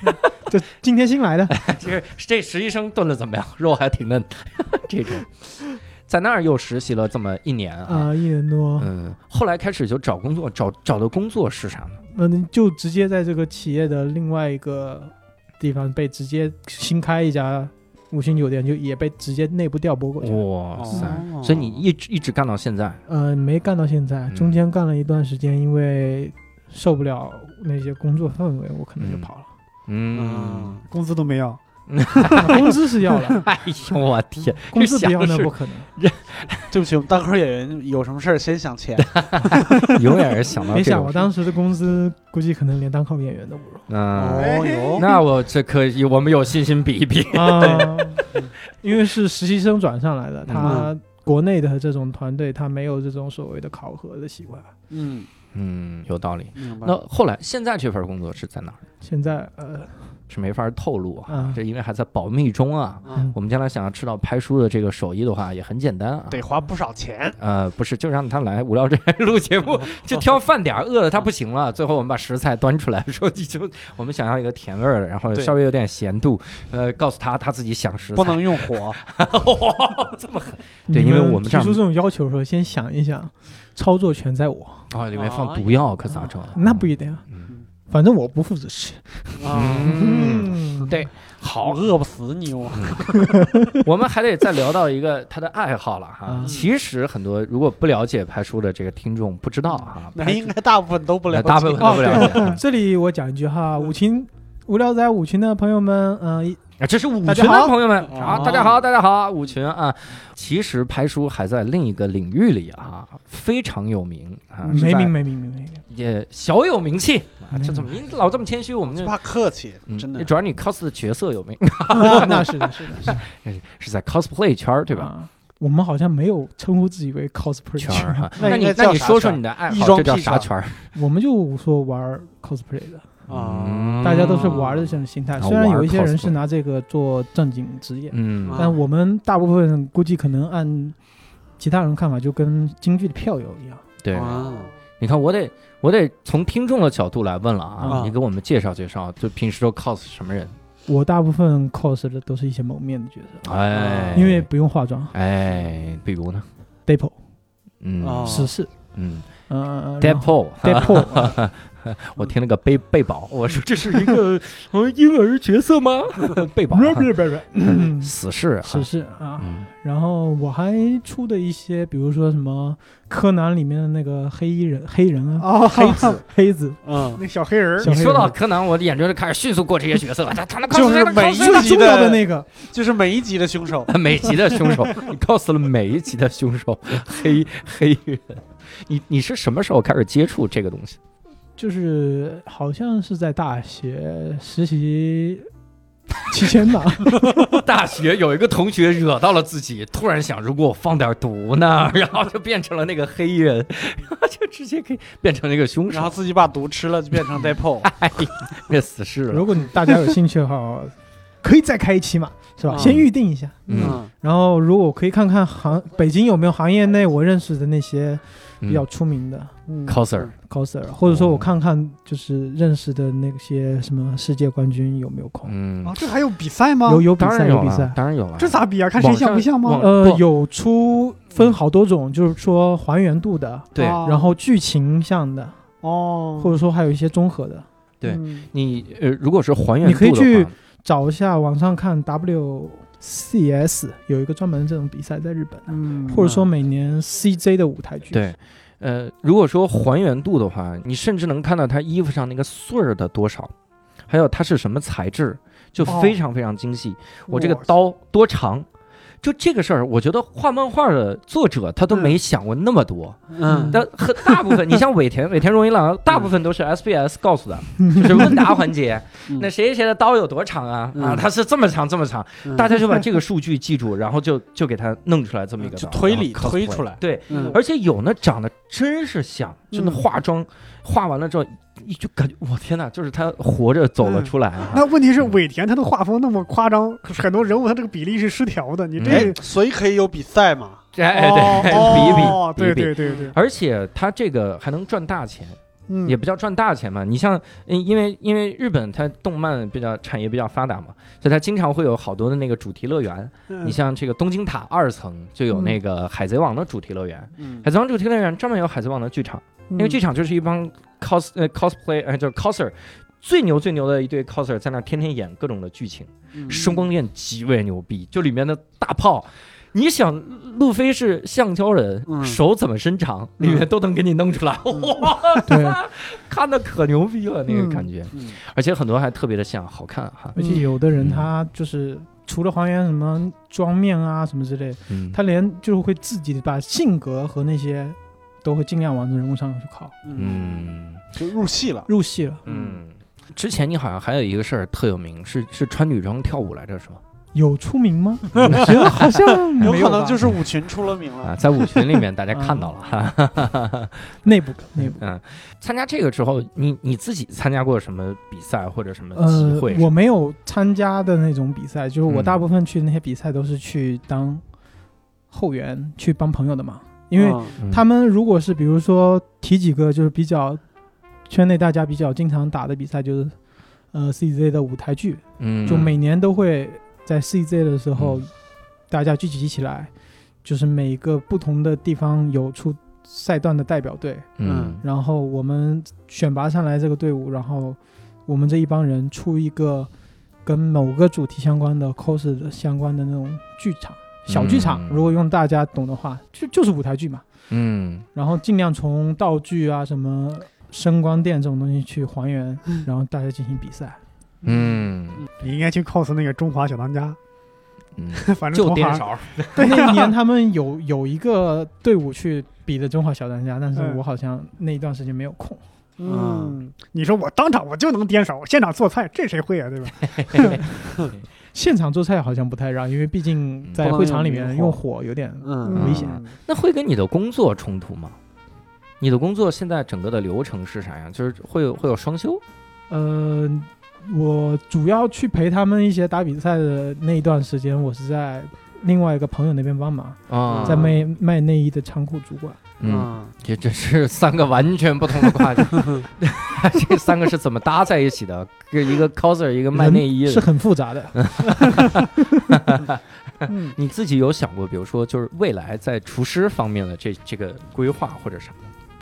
[SPEAKER 5] 个。
[SPEAKER 6] 这今天新来的，
[SPEAKER 5] 这这实习生炖的怎么样？肉还挺嫩， 这种。在那儿又实习了这么一年啊，
[SPEAKER 6] 啊，一年多，
[SPEAKER 5] 嗯，后来开始就找工作，找找的工作是啥呢？
[SPEAKER 6] 那你就直接在这个企业的另外一个地方被直接新开一家五星酒店，就也被直接内部调拨过去。
[SPEAKER 5] 哇塞！
[SPEAKER 3] 哦
[SPEAKER 5] 所以你一直一直干到现在，
[SPEAKER 6] 呃，没干到现在，
[SPEAKER 5] 嗯
[SPEAKER 6] 中间干了一段时间，因为受不了那些工作氛围，我可能就
[SPEAKER 5] 嗯
[SPEAKER 6] 跑了。
[SPEAKER 5] 嗯
[SPEAKER 3] 嗯，
[SPEAKER 2] 工资都没要，
[SPEAKER 6] 啊工资是要了，
[SPEAKER 5] 哎呦我天，
[SPEAKER 6] 工资不要
[SPEAKER 5] 这
[SPEAKER 6] 那
[SPEAKER 5] 想啊
[SPEAKER 6] 不可能，
[SPEAKER 3] 对不起，我们档口演员有什么事儿先想 钱，
[SPEAKER 5] 是永远是想到
[SPEAKER 6] 别
[SPEAKER 5] 这
[SPEAKER 6] 想
[SPEAKER 5] 种
[SPEAKER 6] 我
[SPEAKER 5] 事。
[SPEAKER 6] 当时的工资估计可能连当口演员都不如
[SPEAKER 5] 嗯，
[SPEAKER 3] 哎
[SPEAKER 4] 哦 哟，
[SPEAKER 5] 那我这可以，我们有信心比一比。
[SPEAKER 6] 啊， 因为是实习生转上来
[SPEAKER 5] 嗯
[SPEAKER 6] 的，他国内的这种团队他没有这种所谓的考核的习惯。
[SPEAKER 3] 嗯，
[SPEAKER 5] 嗯，有道理。
[SPEAKER 3] 明白
[SPEAKER 5] 那。后来现在这份工作是在哪儿？
[SPEAKER 6] 现在呃
[SPEAKER 5] 是没法透露啊
[SPEAKER 6] 嗯，
[SPEAKER 5] 这因为还在保密中啊。
[SPEAKER 3] 嗯
[SPEAKER 5] 我们将来想要吃到拍书的这个手艺的话，也很简单啊。
[SPEAKER 4] 得花不少钱。
[SPEAKER 5] 呃，不是，就让他来无聊斋录节 目，就挑饭点儿，饿了他不行了。最后我们把食材端出来，说你就我们想要一个甜味儿的，然后
[SPEAKER 4] 对
[SPEAKER 5] 稍微有点咸度，呃，告诉他他自己 想哦食材。
[SPEAKER 3] 不能用火，
[SPEAKER 5] 这么狠对
[SPEAKER 6] 你
[SPEAKER 5] 因为我们这
[SPEAKER 6] 提
[SPEAKER 5] 儿
[SPEAKER 6] 出这种要求的时候，先想一想，操作权在我，
[SPEAKER 5] 哦，里面放毒药可咋整？
[SPEAKER 6] 那不一定啊
[SPEAKER 5] 嗯，
[SPEAKER 6] 反正我不负责吃。
[SPEAKER 5] 嗯，
[SPEAKER 6] 嗯
[SPEAKER 5] 对
[SPEAKER 3] 啊好饿不死你我。
[SPEAKER 5] 嗯我们还得再聊到一个他的爱好了哈。
[SPEAKER 6] 嗯
[SPEAKER 5] 其实很多如果不了解拍书的这个听众不知道哈，
[SPEAKER 4] 那应该大部分都不了
[SPEAKER 5] 那
[SPEAKER 4] 解，
[SPEAKER 5] 大部分都不了解。
[SPEAKER 6] 这里我讲一句哈，五群无聊斋五群的朋友们，嗯、一
[SPEAKER 5] 啊，这是舞
[SPEAKER 6] 大
[SPEAKER 5] 群
[SPEAKER 6] 家
[SPEAKER 5] 的
[SPEAKER 6] 好
[SPEAKER 5] 朋友们
[SPEAKER 3] 哦
[SPEAKER 5] 啊，大家好，大家好，舞群啊。其实拍书还在另一个领域里啊，非常有名啊，是
[SPEAKER 6] 没
[SPEAKER 5] 在
[SPEAKER 6] 名没名没 名，
[SPEAKER 5] 也小有名气啊。
[SPEAKER 6] 没
[SPEAKER 5] 这
[SPEAKER 6] 名
[SPEAKER 5] 怎么你老这么谦虚？我们
[SPEAKER 3] 不
[SPEAKER 5] 就
[SPEAKER 3] 怕客气，
[SPEAKER 5] 嗯
[SPEAKER 3] 真的。
[SPEAKER 5] 主要你 cos 的角色有名，
[SPEAKER 6] 那那是的是的是的，
[SPEAKER 5] 是在 cosplay 圈 儿对吧？
[SPEAKER 6] 啊？我们好像没有称呼自己为 cosplay
[SPEAKER 5] 圈
[SPEAKER 6] 圈
[SPEAKER 5] 儿
[SPEAKER 6] 儿
[SPEAKER 5] 啊，
[SPEAKER 3] 那
[SPEAKER 5] 那
[SPEAKER 3] 应
[SPEAKER 5] 你
[SPEAKER 3] 该
[SPEAKER 5] 那
[SPEAKER 3] 叫
[SPEAKER 5] 你
[SPEAKER 3] 啥
[SPEAKER 5] 说
[SPEAKER 3] 圈
[SPEAKER 5] 说
[SPEAKER 3] 儿
[SPEAKER 5] 你的爱
[SPEAKER 3] 一
[SPEAKER 5] 好，
[SPEAKER 3] 装
[SPEAKER 5] 这叫
[SPEAKER 3] 屁
[SPEAKER 5] 啥
[SPEAKER 3] 圈
[SPEAKER 5] 圈儿？
[SPEAKER 6] 我们就说玩 cosplay 的，
[SPEAKER 5] 嗯
[SPEAKER 3] 啊，
[SPEAKER 6] 大家都是玩的这种心态。
[SPEAKER 5] 啊
[SPEAKER 6] 虽然
[SPEAKER 5] 玩
[SPEAKER 6] 有一些人
[SPEAKER 5] cosplay
[SPEAKER 6] 是拿这个做正经职业，
[SPEAKER 5] 嗯
[SPEAKER 3] 啊
[SPEAKER 6] 但我们大部分估计可能按其他人看法，就跟京剧的票友一样。
[SPEAKER 5] 对，
[SPEAKER 3] 啊
[SPEAKER 5] 你看我得我得从听众的角度来问了啊，
[SPEAKER 3] 啊
[SPEAKER 5] 你给我们介绍介绍，就平时都 cos 什么人？
[SPEAKER 6] 我大部分 cos 的都是一些蒙面的角色，
[SPEAKER 5] 哎，
[SPEAKER 6] 因为不用化妆
[SPEAKER 5] 哎，比如呢，
[SPEAKER 6] ，depo
[SPEAKER 5] 嗯
[SPEAKER 3] 哦
[SPEAKER 6] 时事，
[SPEAKER 5] 嗯
[SPEAKER 6] 嗯
[SPEAKER 5] d e p o 啊
[SPEAKER 6] depo
[SPEAKER 5] 我听了个贝贝宝，我说这是一个呃婴儿角色吗？ 贝宝，死侍，
[SPEAKER 6] 时事啊。
[SPEAKER 5] 嗯
[SPEAKER 6] 然后我还出的一些，比如说什么柯南里面的那个黑衣人，黑人啊，
[SPEAKER 2] 哦，
[SPEAKER 6] 黑子， 黑子，
[SPEAKER 3] 嗯，
[SPEAKER 2] 那小黑人儿
[SPEAKER 6] 小
[SPEAKER 5] 你
[SPEAKER 6] 黑
[SPEAKER 5] 说
[SPEAKER 6] 人
[SPEAKER 5] 到柯南，我的眼睛就开始迅速过这些角色了。他他能 cos
[SPEAKER 3] 就是
[SPEAKER 5] 谁能
[SPEAKER 3] 每
[SPEAKER 5] cos
[SPEAKER 3] 一
[SPEAKER 5] 谁
[SPEAKER 3] 集
[SPEAKER 6] 重要的那个，
[SPEAKER 3] 就是每一集的凶手，
[SPEAKER 5] 每集的凶手， 你 cos 了每一集的凶手，黑黑人。你你是什么时候开始接触这个东西？
[SPEAKER 6] 就是好像是在大学实习期间吧，
[SPEAKER 5] 大学有一个同学惹到了自己，突然想，如果我放点毒呢， 然后就变成了那个黑人， 然后就直接可以变成那个凶
[SPEAKER 3] 然
[SPEAKER 5] 手
[SPEAKER 3] 后，自己把毒吃了，就变成
[SPEAKER 5] 嗯
[SPEAKER 3] Depo
[SPEAKER 5] 变死侍了。
[SPEAKER 6] 如果你大家有兴趣的 话，可以再开一期嘛，是
[SPEAKER 5] 啊
[SPEAKER 6] 吧？
[SPEAKER 3] 嗯
[SPEAKER 6] 先预定一下，
[SPEAKER 5] 嗯，
[SPEAKER 6] 然后如果可以看看行北京有没有行业内我认识的那些比较出名的
[SPEAKER 5] 嗯 coser，
[SPEAKER 6] coser，或者说
[SPEAKER 5] 哦
[SPEAKER 6] 我看看就是认识的那些什么世界冠军有没有空，
[SPEAKER 5] 嗯
[SPEAKER 2] 啊，，这还有比赛吗？
[SPEAKER 6] 有有比
[SPEAKER 5] 当
[SPEAKER 6] 赛
[SPEAKER 5] 然有
[SPEAKER 6] 比
[SPEAKER 5] 了
[SPEAKER 6] 赛，，
[SPEAKER 5] 当然有了。
[SPEAKER 2] 这咋比啊？看谁像不像
[SPEAKER 5] 网
[SPEAKER 2] 吗
[SPEAKER 5] 上？
[SPEAKER 6] 呃
[SPEAKER 5] 不，
[SPEAKER 6] 有出分好多种，就是说还原度的，
[SPEAKER 5] 对
[SPEAKER 2] 啊
[SPEAKER 6] 然后剧情向的，
[SPEAKER 2] 哦，
[SPEAKER 6] 或者说还有一些综合的，
[SPEAKER 5] 对
[SPEAKER 2] 嗯
[SPEAKER 5] 你呃，如果是还原
[SPEAKER 6] 你
[SPEAKER 5] 度的
[SPEAKER 6] 可以
[SPEAKER 5] 话，
[SPEAKER 6] 去找一下网上看 WCS 有一个专门的这种比赛在日本，
[SPEAKER 2] 嗯，
[SPEAKER 6] 或者说每年 CJ 的舞台剧，
[SPEAKER 5] 对，呃，如果说还原度的话，你甚至能看到他衣服上那个穗儿的多少，还有它是什么材质，就非常非常精细。我这个刀多长，就这个事儿，我觉得画漫画的作者他
[SPEAKER 6] 嗯
[SPEAKER 5] 都没想过那么多。
[SPEAKER 3] 嗯，
[SPEAKER 5] 但很大部分，你像尾田，尾 田荣一郎，大部分都是 SBS 告诉的，就是问答环节。
[SPEAKER 3] 嗯
[SPEAKER 5] 那谁谁的刀有多长啊？啊，
[SPEAKER 3] 嗯
[SPEAKER 5] 它是这么长这么长，
[SPEAKER 3] 嗯
[SPEAKER 5] 大家就把这个数据记住，然后就就给它弄出来这么一个
[SPEAKER 3] 就
[SPEAKER 5] 刀
[SPEAKER 3] 推理
[SPEAKER 5] 然后
[SPEAKER 3] 推
[SPEAKER 5] cosplay
[SPEAKER 3] 出来
[SPEAKER 5] 对，
[SPEAKER 3] 嗯
[SPEAKER 5] 而且有那长得真是像，就那化妆、化完了之后，你就感觉我天哪，就是他活着
[SPEAKER 3] 嗯
[SPEAKER 5] 走了出来啊。
[SPEAKER 2] 那问题是尾田他的画风那么夸张，很多人物他这个比例是失调的。你
[SPEAKER 3] 哎
[SPEAKER 2] 这，
[SPEAKER 3] 所以可以有比赛嘛？
[SPEAKER 5] 哎
[SPEAKER 2] 哦
[SPEAKER 5] 对， 比一比，
[SPEAKER 2] 哦
[SPEAKER 5] 比一比
[SPEAKER 2] 对对对对，
[SPEAKER 5] 而且他这个还能赚大钱，
[SPEAKER 2] 嗯，
[SPEAKER 5] 也不叫赚大钱嘛。你像，嗯因为因为日本它动漫比较产业比较发达嘛，所以它经常会有好多的那个主题乐园。
[SPEAKER 2] 嗯
[SPEAKER 5] 你像这个东京塔二层就有那个海贼王的主题乐园，
[SPEAKER 3] 嗯
[SPEAKER 5] 海贼王主题乐园专门有海贼王的剧场。
[SPEAKER 2] 嗯
[SPEAKER 5] 那个剧场就是一帮 cos 呃 cosplay 呃就是 coser 最牛最牛的一堆 coser 在那儿天天演各种的剧情，
[SPEAKER 3] 嗯
[SPEAKER 6] 嗯
[SPEAKER 5] 声光电极为牛逼，就里面的大炮。你想，路飞是橡胶人，
[SPEAKER 3] 嗯
[SPEAKER 5] 手怎么伸长，里面都能给你弄出来，哇，
[SPEAKER 6] 嗯对，
[SPEAKER 5] 看的可牛逼了那个
[SPEAKER 2] 嗯
[SPEAKER 5] 感觉，
[SPEAKER 3] 嗯
[SPEAKER 5] 而且很多还特别的像，好看啊哈。
[SPEAKER 6] 而且有的人他就是除了还原什么妆面啊什么之类，
[SPEAKER 5] 嗯，
[SPEAKER 6] 他连就是会自己把性格和那些都会尽量往人物上去靠，
[SPEAKER 3] 嗯，
[SPEAKER 5] 嗯
[SPEAKER 3] 就入戏了。
[SPEAKER 6] 入戏 了。
[SPEAKER 5] 嗯，之前你好像还有一个事儿特有名，是是穿女装跳舞来着是吗？
[SPEAKER 6] 有出名 吗？我觉得好像
[SPEAKER 3] 有哎
[SPEAKER 6] 没
[SPEAKER 3] 可
[SPEAKER 6] 吧
[SPEAKER 3] 能就是舞群出了名了
[SPEAKER 5] 啊，在舞群里面大家
[SPEAKER 6] 嗯
[SPEAKER 5] 看到了哈。
[SPEAKER 6] 内部 内部。
[SPEAKER 5] 参加这个之后，你你自己参加过什么比赛或者什么
[SPEAKER 6] 呃
[SPEAKER 5] 集会，？
[SPEAKER 6] 我没有参加的那种比赛，就是我
[SPEAKER 5] 嗯
[SPEAKER 6] 大部分去那些比赛都是去当后援，去帮朋友的嘛。因为
[SPEAKER 3] 嗯
[SPEAKER 5] 嗯
[SPEAKER 6] 他们如果是比如说提几个就是比较圈内大家比较经常打的比赛，就是呃 CZ 的舞台剧，
[SPEAKER 5] 嗯
[SPEAKER 6] 就每年都会在 CZ 的时候
[SPEAKER 5] 嗯，
[SPEAKER 6] 大家聚集起来，就是每个不同的地方有出赛段的代表队，
[SPEAKER 5] 嗯
[SPEAKER 6] 然后我们选拔上来这个队伍，然后我们这一帮人出一个跟某个主题相关的 cos 的相关的那种剧场小剧场，
[SPEAKER 5] 嗯
[SPEAKER 6] 如果用大家懂的话，就就是舞台剧嘛。
[SPEAKER 5] 嗯
[SPEAKER 6] 然后尽量从道具啊什么声光电这种东西去还原，然后大家进行比赛。
[SPEAKER 5] 嗯
[SPEAKER 2] 你应该去 cos 那个中华小当家，
[SPEAKER 5] 嗯，
[SPEAKER 2] 反正
[SPEAKER 5] 就
[SPEAKER 2] 同
[SPEAKER 5] 颠
[SPEAKER 2] 行
[SPEAKER 5] 勺，
[SPEAKER 6] 那年他们有 有一个队伍去比的中华小当家，但是
[SPEAKER 2] 嗯
[SPEAKER 6] 我好像那一段时间没有空。
[SPEAKER 3] 嗯，
[SPEAKER 2] 你说我当场我就能颠勺，现场做菜这谁会啊，对吧？
[SPEAKER 6] 现场做菜好像不太让，因为毕竟在会场里面用火有点
[SPEAKER 3] 嗯
[SPEAKER 6] 危险
[SPEAKER 2] 嗯
[SPEAKER 5] 那会跟你的工作冲突吗？你的工作现在整个的流程是啥样？就是会有会有双休，
[SPEAKER 6] 呃，我主要去陪他们一些打比赛的那一段时间，我是在另外一个朋友那边帮忙，
[SPEAKER 5] 啊
[SPEAKER 6] 在卖卖内衣的仓库主管。
[SPEAKER 5] 嗯，
[SPEAKER 3] 嗯
[SPEAKER 5] 这这是 三个完全不同的 话题，这三个是怎么搭在一起的？跟一个 coser，一个卖内衣
[SPEAKER 6] 人是
[SPEAKER 5] 的。
[SPEAKER 6] 很复杂的。
[SPEAKER 5] 你自己有想过，比如说就是未来在厨师方面的这这个规划或者啥？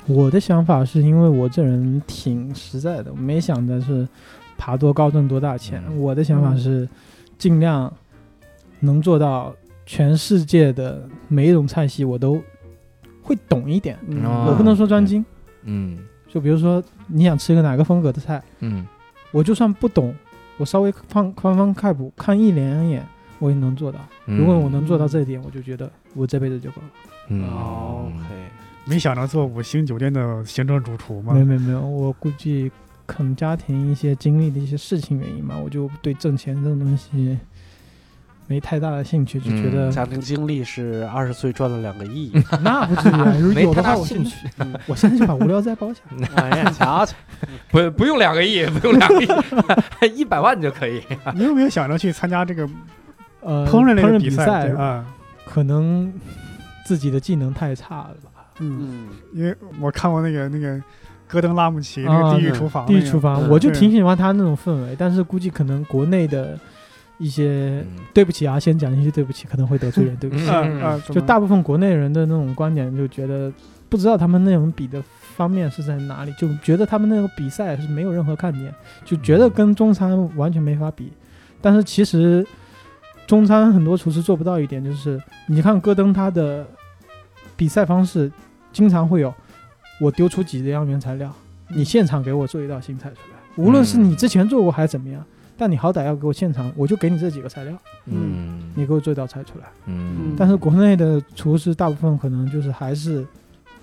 [SPEAKER 6] 我的想法是因为我这人挺实在的，我没想的是爬多高挣多大钱。
[SPEAKER 5] 嗯
[SPEAKER 6] 我的想法是尽量能做到全世界的每一种菜系我都会懂一点，
[SPEAKER 5] 哦
[SPEAKER 6] 我不能说专精。
[SPEAKER 5] 嗯
[SPEAKER 6] 就比如说你想吃一个哪个风格的菜，
[SPEAKER 5] 嗯
[SPEAKER 6] 我就算不懂，我稍微翻翻翻看谱看一两眼，我也能做到。
[SPEAKER 5] 嗯
[SPEAKER 6] 如果我能做到这一点，我就觉得我这辈子就够了。
[SPEAKER 5] 嗯
[SPEAKER 3] 哦，OK，
[SPEAKER 2] 没想着做五星酒店的行政主厨吗
[SPEAKER 5] 嗯
[SPEAKER 6] 没？有没有没有，我估计可能家庭一些经历的一些事情原因嘛，我就对挣钱这种东西没太大的兴趣，就觉得、
[SPEAKER 3] 嗯
[SPEAKER 5] 嗯
[SPEAKER 3] 家庭经历是二十岁赚了两个亿，
[SPEAKER 6] 那不至于啊。如果
[SPEAKER 5] 没
[SPEAKER 6] 有
[SPEAKER 5] 太
[SPEAKER 6] 的
[SPEAKER 5] 大
[SPEAKER 6] 话，我现
[SPEAKER 5] 兴
[SPEAKER 6] 在
[SPEAKER 5] 趣，
[SPEAKER 6] 我现在就把无聊斋包下来。
[SPEAKER 3] 哎呀， 瞧瞧，
[SPEAKER 5] 不不用两个亿，不用两个亿， 一百万就可以。
[SPEAKER 2] 你有没有想着去参加这个
[SPEAKER 6] 呃，
[SPEAKER 2] 烹饪类
[SPEAKER 6] 烹
[SPEAKER 2] 的
[SPEAKER 6] 饪
[SPEAKER 2] 比
[SPEAKER 6] 赛
[SPEAKER 2] 对啊？
[SPEAKER 6] 可能自己的技能太差了吧？
[SPEAKER 3] 嗯，
[SPEAKER 2] 嗯，因为我看过那个那个戈登拉姆齐那个
[SPEAKER 6] 啊
[SPEAKER 2] 地狱
[SPEAKER 3] 对
[SPEAKER 2] 厨房那
[SPEAKER 6] 地
[SPEAKER 2] 个，
[SPEAKER 6] 狱厨房，
[SPEAKER 3] 嗯
[SPEAKER 6] 我就
[SPEAKER 2] 对
[SPEAKER 6] 挺喜欢他那种氛围，但是估计可能国内的一些
[SPEAKER 5] 嗯
[SPEAKER 6] 对不起啊，先讲一句对不起，可能会得罪人，对不起。
[SPEAKER 2] 嗯啊，怎
[SPEAKER 6] 就
[SPEAKER 2] 么
[SPEAKER 6] 大部分国内人的那种观点，就觉得不知道他们那种比的方面是在哪里，就觉得他们那个比赛是没有任何看点，就觉
[SPEAKER 2] 嗯
[SPEAKER 6] 得跟中餐完全没法比。但是其实中餐很多厨师做不到一点，就是你看戈登他的比赛方式，经常会有我丢出几样原材料，
[SPEAKER 2] 嗯
[SPEAKER 6] 你现场给我做一道新菜出来，无论是你之前做过还是怎么样，但你好歹要给我现场，我就给你这几个材料，
[SPEAKER 5] 嗯
[SPEAKER 6] 你给我做一道菜出来。
[SPEAKER 5] 嗯
[SPEAKER 6] 但是国内的厨师大部分可能就是还是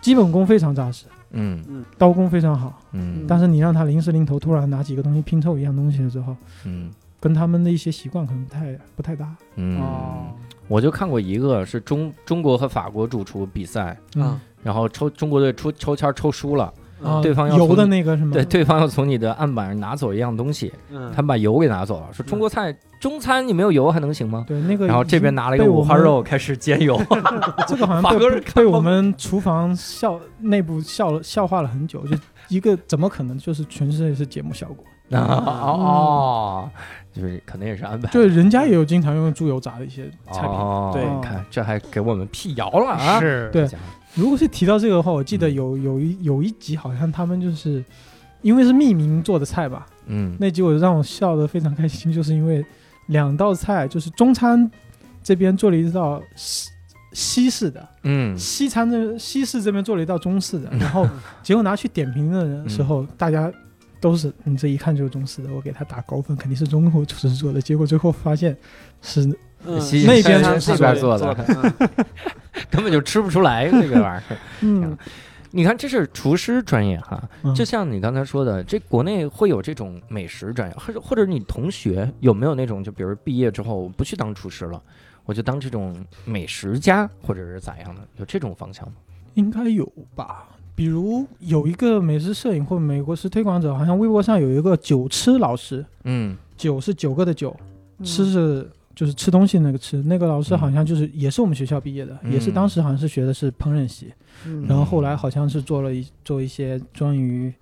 [SPEAKER 6] 基本功非常扎实，
[SPEAKER 5] 嗯
[SPEAKER 6] 刀工非常好，
[SPEAKER 5] 嗯
[SPEAKER 6] 但是你让他临时临头突然拿几个东西拼凑一样东西的时候，
[SPEAKER 5] 嗯
[SPEAKER 6] 跟他们的一些习惯可能不太不太搭。
[SPEAKER 5] 嗯
[SPEAKER 3] 哦，，
[SPEAKER 5] 我就看过一个是中中国和法国主厨比赛，
[SPEAKER 3] 啊
[SPEAKER 5] 然后抽中国队抽抽签抽输了，
[SPEAKER 6] 嗯
[SPEAKER 3] 嗯哦
[SPEAKER 6] 啊，
[SPEAKER 5] 对方要
[SPEAKER 6] 油
[SPEAKER 5] 从
[SPEAKER 6] 的
[SPEAKER 5] 你
[SPEAKER 6] 那个是吗？
[SPEAKER 5] 对，对方要从你的案板上拿走一样东西，
[SPEAKER 3] 嗯，
[SPEAKER 5] 他们把油给拿走了，说中国菜中餐你没有油还能行吗？
[SPEAKER 6] 对那个。
[SPEAKER 5] 然后这边，拿了一个
[SPEAKER 6] 被我
[SPEAKER 5] 五花
[SPEAKER 6] 们
[SPEAKER 5] 肉开始煎油，
[SPEAKER 6] 这个好
[SPEAKER 5] 法
[SPEAKER 6] 像
[SPEAKER 5] 国
[SPEAKER 6] 被
[SPEAKER 5] 人
[SPEAKER 6] 被被我们厨房笑内部笑笑话了很久，就一个怎么可能就是全世界是节目效果？
[SPEAKER 5] 啊哦，就是可能也是安排。
[SPEAKER 6] 就是人家也有经常用猪油炸的一些菜品，
[SPEAKER 5] 哦，
[SPEAKER 3] 对
[SPEAKER 5] 你看这还给我们辟谣了啊！
[SPEAKER 2] 是
[SPEAKER 6] 对如果是提到这个的话，我记得有有一有一集好像他们就是因为是匿名做的菜吧，
[SPEAKER 5] 嗯，
[SPEAKER 6] 那集我让我笑得非常开心，就是因为两道菜就是中餐这边做了一道西西式的，
[SPEAKER 5] 嗯
[SPEAKER 6] 西餐这西式这边做了一道中式的，然后结果拿去点评的人时候，大家。都是你这一看就是中式的，我给他打高分，肯定是中国厨师做的。结果最后发现是
[SPEAKER 3] 嗯
[SPEAKER 5] 西
[SPEAKER 6] 那边
[SPEAKER 5] 是
[SPEAKER 6] 是
[SPEAKER 5] 这边做的，
[SPEAKER 3] 的，
[SPEAKER 5] 根本就吃不出来这个玩意儿。
[SPEAKER 6] 嗯，
[SPEAKER 5] 你看，这是厨师专业哈，
[SPEAKER 6] 嗯
[SPEAKER 5] 就像你刚才说的，这国内会有这种美食专业，或者或者你同学有没有那种，就比如毕业之后我不去当厨师了，我就当这种美食家或者是咋样的，有这种方向吗？
[SPEAKER 6] 应该有吧。比如有一个美食摄影或美国食推广者，好像微博上有一个“九吃老师
[SPEAKER 5] 嗯”，
[SPEAKER 6] 九是九个的九，
[SPEAKER 2] 嗯
[SPEAKER 6] 吃是就是吃东西那个吃。那个老师好像就是也是我们学校毕业的，
[SPEAKER 5] 嗯
[SPEAKER 6] 也是当时好像是学的是烹饪系，
[SPEAKER 2] 嗯
[SPEAKER 6] 然后后来好像是做了一做一些关于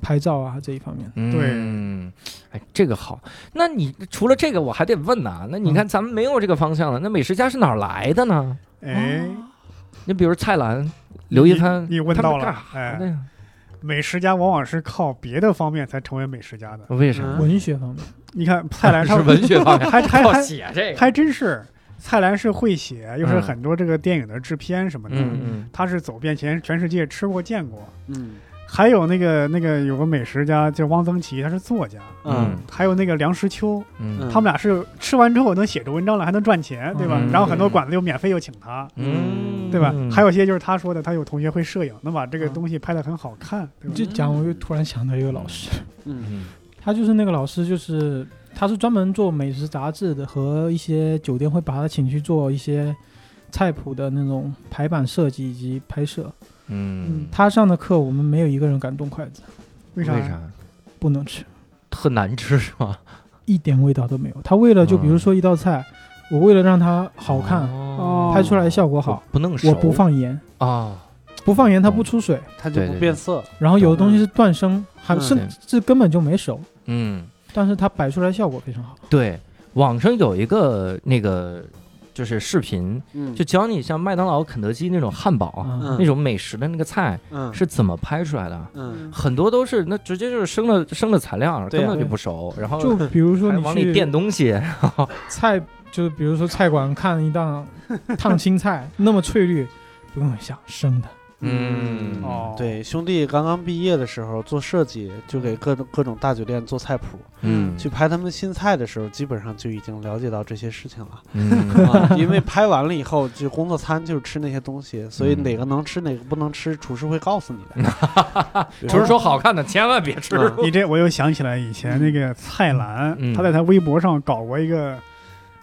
[SPEAKER 6] 拍照啊这一方面的。
[SPEAKER 5] 嗯，哎，这个好。那你除了这个，我还得问呐、那你看咱们没有这个方向了，那美食家是哪儿来的呢？
[SPEAKER 6] 哦
[SPEAKER 2] 哎，
[SPEAKER 5] 你比如蔡澜、刘一帆，啊
[SPEAKER 2] 你你问到
[SPEAKER 5] 他们
[SPEAKER 2] 了哎
[SPEAKER 5] 干啥的呀？
[SPEAKER 2] 美食家往往是靠别的方面才成为美食家的。
[SPEAKER 5] 为啥？
[SPEAKER 3] 嗯
[SPEAKER 6] 文学方面，
[SPEAKER 2] 你看蔡澜
[SPEAKER 5] 是
[SPEAKER 2] 上
[SPEAKER 5] 文学方面，
[SPEAKER 2] 还还
[SPEAKER 5] 靠
[SPEAKER 2] 还
[SPEAKER 5] 写这个。
[SPEAKER 2] 还真是，蔡澜是会写，又是
[SPEAKER 5] 嗯
[SPEAKER 2] 很多这个电影的制片什么的，
[SPEAKER 5] 嗯嗯
[SPEAKER 2] 他是走遍全全世界吃过见过。
[SPEAKER 3] 嗯
[SPEAKER 2] 还有那个那个有个美食家叫汪曾祺，他是作家，
[SPEAKER 3] 嗯
[SPEAKER 2] 还有那个梁实秋，
[SPEAKER 5] 嗯
[SPEAKER 2] 他们俩是吃完之后能写出文章来，还能赚钱，对吧？
[SPEAKER 5] 嗯
[SPEAKER 2] 然后很多馆子又免费又请他，
[SPEAKER 5] 嗯，
[SPEAKER 2] 对吧？还有一些就是他说的，他有同学会摄影，能把这个东西拍得很好看，对吧？
[SPEAKER 6] 这讲我又突然想到一个老师，
[SPEAKER 3] 嗯
[SPEAKER 5] 嗯
[SPEAKER 6] 他就是那个老师，就是他是专门做美食杂志的，和一些酒店会把他请去做一些菜谱的那种排版设计以及拍摄。
[SPEAKER 5] 嗯，
[SPEAKER 6] 他上的课我们没有一个人敢动筷子，
[SPEAKER 2] 为啥呀？
[SPEAKER 5] 啥？
[SPEAKER 6] 不能吃，
[SPEAKER 5] 特难吃是吧？
[SPEAKER 6] 一点味道都没有。他为了就比如说一道菜，我为了让它好看，
[SPEAKER 5] 嗯哦
[SPEAKER 6] 拍出来效果好，
[SPEAKER 5] 不弄熟，
[SPEAKER 6] 我不放盐，
[SPEAKER 5] 啊，
[SPEAKER 6] 不放盐它不出水，
[SPEAKER 3] 它就
[SPEAKER 5] 对
[SPEAKER 3] 不
[SPEAKER 5] 对
[SPEAKER 3] 变
[SPEAKER 5] 对
[SPEAKER 3] 色。
[SPEAKER 6] 然后有的东西是断生，还
[SPEAKER 3] 嗯
[SPEAKER 6] 甚至根本就没熟，
[SPEAKER 5] 嗯，
[SPEAKER 6] 但是它摆出来效果非常好。
[SPEAKER 5] 对，网上有一个那个就是视频，
[SPEAKER 3] 嗯，
[SPEAKER 5] 就教你像麦当劳、肯德基那种汉堡、
[SPEAKER 6] 啊
[SPEAKER 3] 嗯
[SPEAKER 5] 那种美食的那个菜
[SPEAKER 3] 嗯
[SPEAKER 5] 是怎么拍出来的。
[SPEAKER 3] 嗯
[SPEAKER 5] 很多都是那直接就是生了生了材料，
[SPEAKER 3] 对啊
[SPEAKER 5] 根本就不熟，然后
[SPEAKER 6] 就比如说
[SPEAKER 5] 还
[SPEAKER 6] 你
[SPEAKER 5] 往里
[SPEAKER 6] 去
[SPEAKER 5] 垫东西，
[SPEAKER 6] 菜，就是比如说菜馆看一档烫青菜，那么翠绿，不用想生的。
[SPEAKER 5] 嗯
[SPEAKER 2] 哦，，
[SPEAKER 3] 对，兄弟刚刚毕业的时候做设计，就给各种各种大酒店做菜谱，
[SPEAKER 5] 嗯
[SPEAKER 3] 去拍他们新菜的时候，基本上就已经了解到这些事情了。
[SPEAKER 5] 嗯
[SPEAKER 3] 啊， 因为拍完了以后，就工作餐就是吃那些东西，所以
[SPEAKER 5] 嗯
[SPEAKER 3] 哪个能吃哪个不能吃，厨师会告 诉你的。
[SPEAKER 5] 厨师说好看的千万别吃，
[SPEAKER 3] 嗯
[SPEAKER 2] 你这我又想起来以前那个蔡澜，
[SPEAKER 5] 嗯
[SPEAKER 2] 他在他微博上搞过一个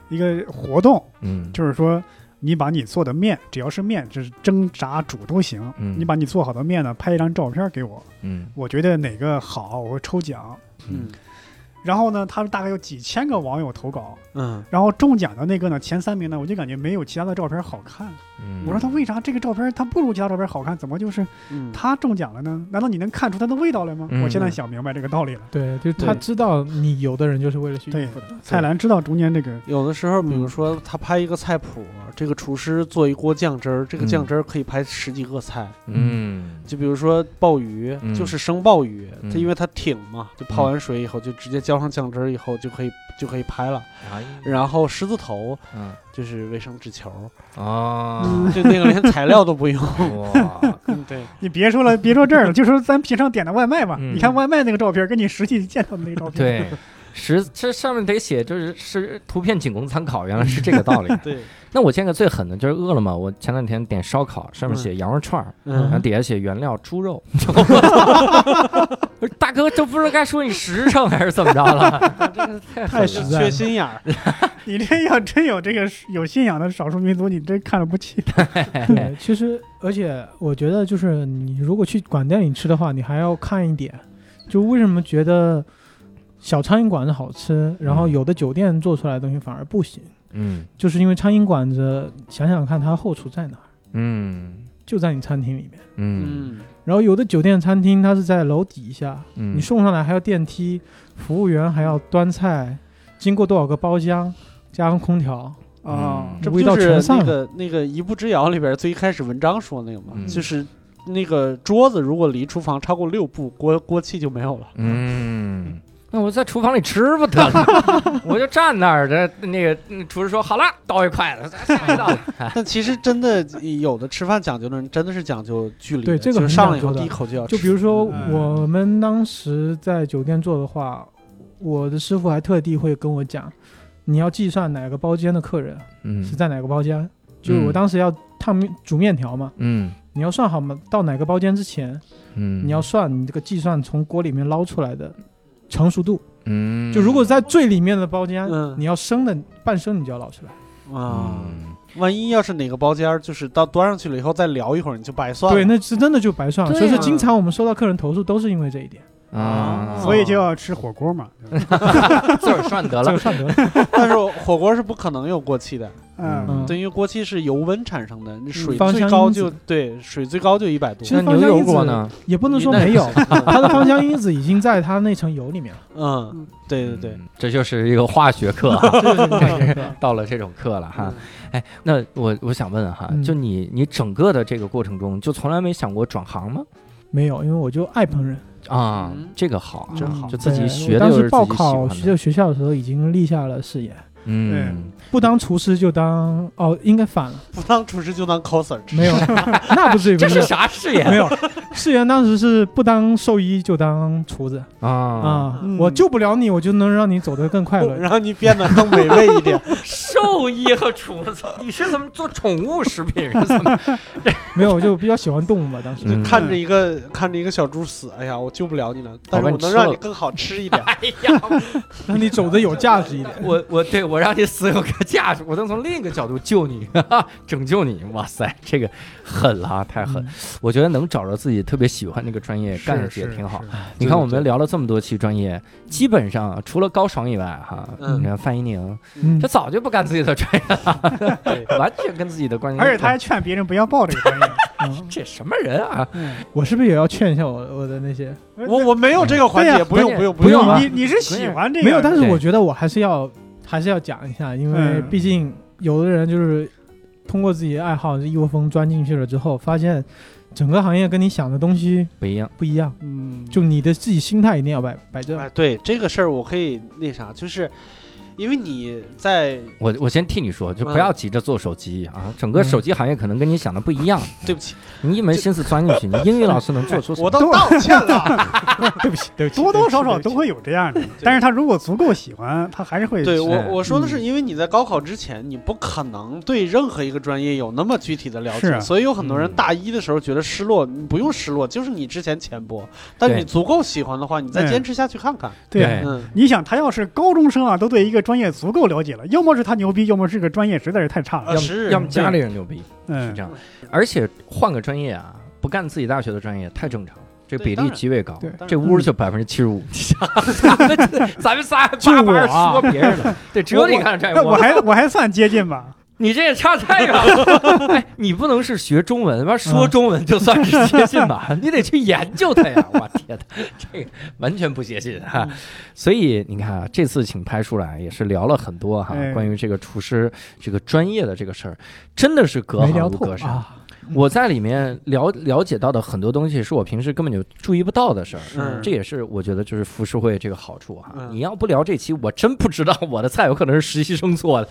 [SPEAKER 2] 一个活动，
[SPEAKER 5] 嗯
[SPEAKER 2] 就是说你把你做的面，只要是面，就是蒸、炸、煮都行，
[SPEAKER 5] 嗯
[SPEAKER 2] 你把你做好的面呢拍一张照片给我，
[SPEAKER 5] 嗯
[SPEAKER 2] 我觉得哪个好我会抽奖。
[SPEAKER 3] 嗯
[SPEAKER 2] 然后呢，他们大概有几千个网友投稿，
[SPEAKER 3] 嗯
[SPEAKER 2] 然后中奖的那个呢，前三名呢，我就感觉没有其他的照片好看。
[SPEAKER 5] 嗯
[SPEAKER 2] 我说他为啥这个照片他不如其他照片好看？怎么就是
[SPEAKER 3] 嗯，
[SPEAKER 2] 他中奖了呢？难道你能看出它的味道来吗？
[SPEAKER 5] 嗯
[SPEAKER 2] 我现在想明白这个道理了。
[SPEAKER 6] 对，就是他
[SPEAKER 3] 对
[SPEAKER 6] 知道你有的人就是为了去
[SPEAKER 2] 对
[SPEAKER 6] 应付的。
[SPEAKER 2] 蔡澜知道中间这个
[SPEAKER 3] 有的时候，比如
[SPEAKER 5] 嗯
[SPEAKER 3] 说他拍一个菜谱，这个厨师做一锅酱汁儿，这个
[SPEAKER 5] 嗯
[SPEAKER 3] 酱汁儿可以拍十几个菜。
[SPEAKER 5] 嗯
[SPEAKER 3] 就比如说鲍鱼，
[SPEAKER 5] 嗯
[SPEAKER 3] 就是生鲍鱼，
[SPEAKER 5] 嗯
[SPEAKER 3] 它因为它挺嘛，就泡完水以后就直接浇上酱汁儿以后就可以就可以拍了。
[SPEAKER 5] 哎
[SPEAKER 3] 然后狮子头
[SPEAKER 5] 嗯
[SPEAKER 3] 就是卫生纸球，
[SPEAKER 5] 啊
[SPEAKER 3] 就那个连材料都不用。
[SPEAKER 5] 哇
[SPEAKER 3] 嗯，对，
[SPEAKER 2] 你别说了， 别说这儿了，就说咱平常点的外卖吧。
[SPEAKER 5] 嗯
[SPEAKER 2] 你看外卖那个照片，跟你实际见到的那个照片，，
[SPEAKER 5] 对。实这上面得写，就是是图片仅供参考，原来是这个道 理。
[SPEAKER 3] 对，
[SPEAKER 5] 那我见个最狠的就是饿了么，我前两天点烧烤，上面写羊肉串儿，然后
[SPEAKER 3] 嗯
[SPEAKER 5] 底下写原料猪 肉，我说大哥都不知道该说你实诚还是怎么着了， 这个太狠
[SPEAKER 6] 太
[SPEAKER 5] 了
[SPEAKER 6] 实在
[SPEAKER 3] 缺
[SPEAKER 6] 了，
[SPEAKER 3] 心眼儿。
[SPEAKER 2] 你这要真有这个有信仰的少数民族，你真看了不起。
[SPEAKER 6] 对，其实而且我觉得就是你如果去馆店里吃的话，你还要看一点，就为什么觉得小苍蝇馆子好吃，然后有的酒店做出来的东西反而不行，
[SPEAKER 5] 嗯
[SPEAKER 6] 就是因为苍蝇馆子想想看它后厨在哪儿，
[SPEAKER 5] 嗯
[SPEAKER 6] 就在你餐厅里面。
[SPEAKER 5] 嗯
[SPEAKER 3] 嗯，
[SPEAKER 6] 然后有的酒店餐厅它是在楼底下，
[SPEAKER 5] 嗯，
[SPEAKER 6] 你送上来还要电梯，服务员还要端菜，经过多少个包厢，加上空调，
[SPEAKER 2] 啊、
[SPEAKER 5] 嗯
[SPEAKER 3] 这不
[SPEAKER 6] 味道
[SPEAKER 3] 就是
[SPEAKER 6] 全散
[SPEAKER 3] 那
[SPEAKER 6] 了
[SPEAKER 3] 个那个《一步之遥》里边最一开始文章说那个嘛，
[SPEAKER 5] 嗯
[SPEAKER 3] 就是那个桌子如果离厨房超过六步，锅锅气就没有了。
[SPEAKER 5] 嗯，那我在厨房里吃不得了，我就站那儿，这那个嗯厨师说好了，倒一筷子，再下一道。
[SPEAKER 3] 但其实真的有的吃饭讲究的人，真的是讲究距离的，
[SPEAKER 6] 对这个
[SPEAKER 3] 就是
[SPEAKER 6] 很
[SPEAKER 3] 上来
[SPEAKER 6] 讲
[SPEAKER 3] 以
[SPEAKER 6] 究
[SPEAKER 3] 后
[SPEAKER 6] 的
[SPEAKER 3] 第一口就要吃。
[SPEAKER 6] 就比如说
[SPEAKER 2] 嗯
[SPEAKER 6] 我们当时在酒店做的话，我的师傅还特地会跟我讲，你要计算哪个包间的客人
[SPEAKER 5] 嗯
[SPEAKER 6] 是在哪个包间。就我当时要烫面煮面条嘛，
[SPEAKER 5] 嗯
[SPEAKER 6] 你要算好嘛，到哪个包间之前，
[SPEAKER 5] 嗯
[SPEAKER 6] 你要算你这个计算从锅里面捞出来的成熟度。
[SPEAKER 5] 嗯
[SPEAKER 6] 就如果在最里面的包间，
[SPEAKER 3] 嗯
[SPEAKER 6] 你要生的半生你就要捞出来。
[SPEAKER 3] 啊，
[SPEAKER 5] 嗯
[SPEAKER 3] 万一要是哪个包间儿就是到端上去了以后再聊一会儿，你就白算了。
[SPEAKER 6] 对，那是真的就白算了。
[SPEAKER 5] 对
[SPEAKER 6] 所以说，
[SPEAKER 3] 啊
[SPEAKER 6] 经常我们收到客人投诉都是因为这一点，
[SPEAKER 5] 啊，
[SPEAKER 2] 所以就要吃火 锅嘛。嗯对吧
[SPEAKER 5] 自个儿涮得
[SPEAKER 6] 这
[SPEAKER 5] 了
[SPEAKER 6] 个。算得了。
[SPEAKER 3] 但是火锅是不可能有锅气的，
[SPEAKER 2] 嗯，
[SPEAKER 6] 嗯
[SPEAKER 3] 对，因为锅气是由温产生的，你水
[SPEAKER 6] 芳
[SPEAKER 3] 最
[SPEAKER 6] 香
[SPEAKER 3] 高
[SPEAKER 6] 因子
[SPEAKER 3] 就对，水最高就一百度
[SPEAKER 6] 其。
[SPEAKER 5] 那
[SPEAKER 6] 实
[SPEAKER 5] 牛
[SPEAKER 6] 芳香
[SPEAKER 5] 油
[SPEAKER 6] 因
[SPEAKER 5] 果
[SPEAKER 6] 子
[SPEAKER 5] 呢？
[SPEAKER 6] 也不 能说
[SPEAKER 3] 那
[SPEAKER 6] 没有，它的芳香因子已经在它那层油里 面了。
[SPEAKER 3] 嗯，对对对，
[SPEAKER 5] 嗯，这就是一个化学课啊，
[SPEAKER 6] 这 就是化学课
[SPEAKER 5] 到了这种课了哈
[SPEAKER 3] 嗯。
[SPEAKER 5] 哎，那我我想问哈，
[SPEAKER 6] 嗯
[SPEAKER 5] 就你你整个的这个过程中，就从来没想过转行吗？
[SPEAKER 6] 没有，因为我就爱烹饪，
[SPEAKER 5] 啊
[SPEAKER 3] 嗯，
[SPEAKER 5] 这个好啊，
[SPEAKER 3] 真好
[SPEAKER 5] 就自己
[SPEAKER 6] 对
[SPEAKER 5] 学的
[SPEAKER 6] 我当
[SPEAKER 5] 又
[SPEAKER 6] 时
[SPEAKER 5] 是自
[SPEAKER 6] 报
[SPEAKER 5] 己喜欢
[SPEAKER 6] 考
[SPEAKER 5] 的
[SPEAKER 6] 这个学校的时候已经立下了誓言，
[SPEAKER 5] 嗯，
[SPEAKER 6] 不当厨师就当哦，应该反了，
[SPEAKER 3] 不当厨师就当 coser，
[SPEAKER 6] 没 有，那不至于，
[SPEAKER 5] 这
[SPEAKER 6] 不
[SPEAKER 5] 是
[SPEAKER 6] 至于
[SPEAKER 5] 啥誓言
[SPEAKER 6] 没有。世元当时是不当兽医就当厨子
[SPEAKER 5] 啊？
[SPEAKER 6] 啊
[SPEAKER 3] 嗯，
[SPEAKER 6] 我救不了你，我就能让你走得更快乐。
[SPEAKER 3] 然后你变得更美味一点。
[SPEAKER 5] 兽医和厨子，你是怎么做宠物食 品是怎么？
[SPEAKER 6] 没有，我就比较喜欢动物嘛，当时。
[SPEAKER 5] 嗯
[SPEAKER 3] 看着一个看着一个小猪死，哎呀，我救不了你了，但
[SPEAKER 5] 好
[SPEAKER 3] 是我
[SPEAKER 5] 吧你
[SPEAKER 3] 能
[SPEAKER 5] 吃了
[SPEAKER 3] 让你更好吃 一点。
[SPEAKER 5] 哎呀，
[SPEAKER 6] 让你走的有价值一点。
[SPEAKER 5] 我我对我让你死有个价值，我能从另一个角度救你，哈哈，拯救你。哇塞，这个狠了啊，太狠！我觉得能找着自己特别喜欢那个专业
[SPEAKER 2] 嗯是
[SPEAKER 5] 干下去也
[SPEAKER 2] 是
[SPEAKER 5] 挺好
[SPEAKER 2] 是。
[SPEAKER 5] 你看我们聊了这么多期专业，基本上除了高爽以外，哈，
[SPEAKER 3] 嗯
[SPEAKER 5] 你看范一宁，
[SPEAKER 6] 嗯
[SPEAKER 5] 他，早就不干自己的专业 了，完全跟自己的关系。
[SPEAKER 2] 而且他还劝别人不要报这个专业。
[SPEAKER 5] 这什么人啊？
[SPEAKER 6] 我是不是也要劝一下我我的那些？
[SPEAKER 3] 我我没有这个环
[SPEAKER 2] 对
[SPEAKER 3] 节，
[SPEAKER 2] 呀
[SPEAKER 3] 不用
[SPEAKER 5] 关键
[SPEAKER 3] 不用
[SPEAKER 5] 不用啊
[SPEAKER 2] 你你是喜欢这个？
[SPEAKER 6] 没有，但是
[SPEAKER 5] 对
[SPEAKER 6] 我觉得我还是要还是要讲一下，因为
[SPEAKER 2] 嗯
[SPEAKER 6] 毕竟有的人就是通过自己的爱好一窝蜂钻进去了之后，发现整个行业跟你想的东西
[SPEAKER 5] 不一样，
[SPEAKER 6] 不一样，
[SPEAKER 2] 嗯，
[SPEAKER 6] 就你的自己心态一定要摆摆正。
[SPEAKER 3] 哎，对这个事儿我可以那啥，就是因为你在
[SPEAKER 5] 我我先替你说，就不
[SPEAKER 3] 嗯
[SPEAKER 5] 要急着做手机啊，整个
[SPEAKER 2] 嗯
[SPEAKER 5] 手机行业可能跟你想的不一样。
[SPEAKER 3] 对不起，
[SPEAKER 5] 你一门心思钻进去，你英语老师能做出什
[SPEAKER 3] 我
[SPEAKER 5] 么？
[SPEAKER 3] 都道歉了。啊
[SPEAKER 6] 对不起，对不起，
[SPEAKER 2] 多多少
[SPEAKER 6] 对
[SPEAKER 2] 少
[SPEAKER 6] 不起
[SPEAKER 2] 都会有这样的，但是他如果足够喜欢，他还是会。
[SPEAKER 3] 对我
[SPEAKER 5] 是
[SPEAKER 3] 我说的是，因为你在高考之前，你不可能对任何一个专业有那么具体的了
[SPEAKER 2] 是啊
[SPEAKER 3] 解，所以有很多人
[SPEAKER 5] 嗯
[SPEAKER 3] 大一的时候觉得失落，你不用失落，就是你之前浅薄，但
[SPEAKER 5] 对
[SPEAKER 3] 你足够喜欢的话，你再
[SPEAKER 2] 嗯
[SPEAKER 3] 坚持下去看看。
[SPEAKER 5] 对
[SPEAKER 2] 对，啊
[SPEAKER 3] 嗯，
[SPEAKER 2] 你想他要是高中生啊，都对一个专业足够了解了，要么是他牛逼，要么是个专业实在是太差
[SPEAKER 3] 啊
[SPEAKER 2] 了。
[SPEAKER 5] 要么
[SPEAKER 3] 是
[SPEAKER 5] 要么家里人牛逼，是
[SPEAKER 2] 嗯
[SPEAKER 5] 这，样。而且换个专业啊，不干自己大学的专业太正常，这个比
[SPEAKER 3] 对当
[SPEAKER 5] 例
[SPEAKER 3] 然
[SPEAKER 5] 极为高
[SPEAKER 6] 对。
[SPEAKER 3] 当
[SPEAKER 5] 这
[SPEAKER 3] 然
[SPEAKER 5] 屋儿就百分之七十五，咱们 仨叭叭说别人的，对，只有你干专业。
[SPEAKER 2] 那我
[SPEAKER 5] 啊哎我
[SPEAKER 2] 还我还算接近吧。
[SPEAKER 5] 你这也差太远了。 嗯哎，你不能是学中文，妈说中文就算是接近吧， 你得去研究它呀！我天哪，这个完全不接近哈、 所以你看啊，这次请拍出来也是聊了很多哈、
[SPEAKER 2] 哎
[SPEAKER 5] 关于这个厨师这个专业的这个事儿，真的是隔
[SPEAKER 6] 没
[SPEAKER 5] 行
[SPEAKER 6] 聊
[SPEAKER 5] 如
[SPEAKER 6] 透
[SPEAKER 5] 隔山。
[SPEAKER 6] 啊，
[SPEAKER 5] 我在里面了了解到的很多东西，是我平时根本就注意不到的事儿。
[SPEAKER 3] 嗯
[SPEAKER 5] 这也是我觉得就是浮世绘这个好处哈、
[SPEAKER 3] 嗯
[SPEAKER 5] 你要不聊这期，我真不知道我的菜有可能是实习生做的。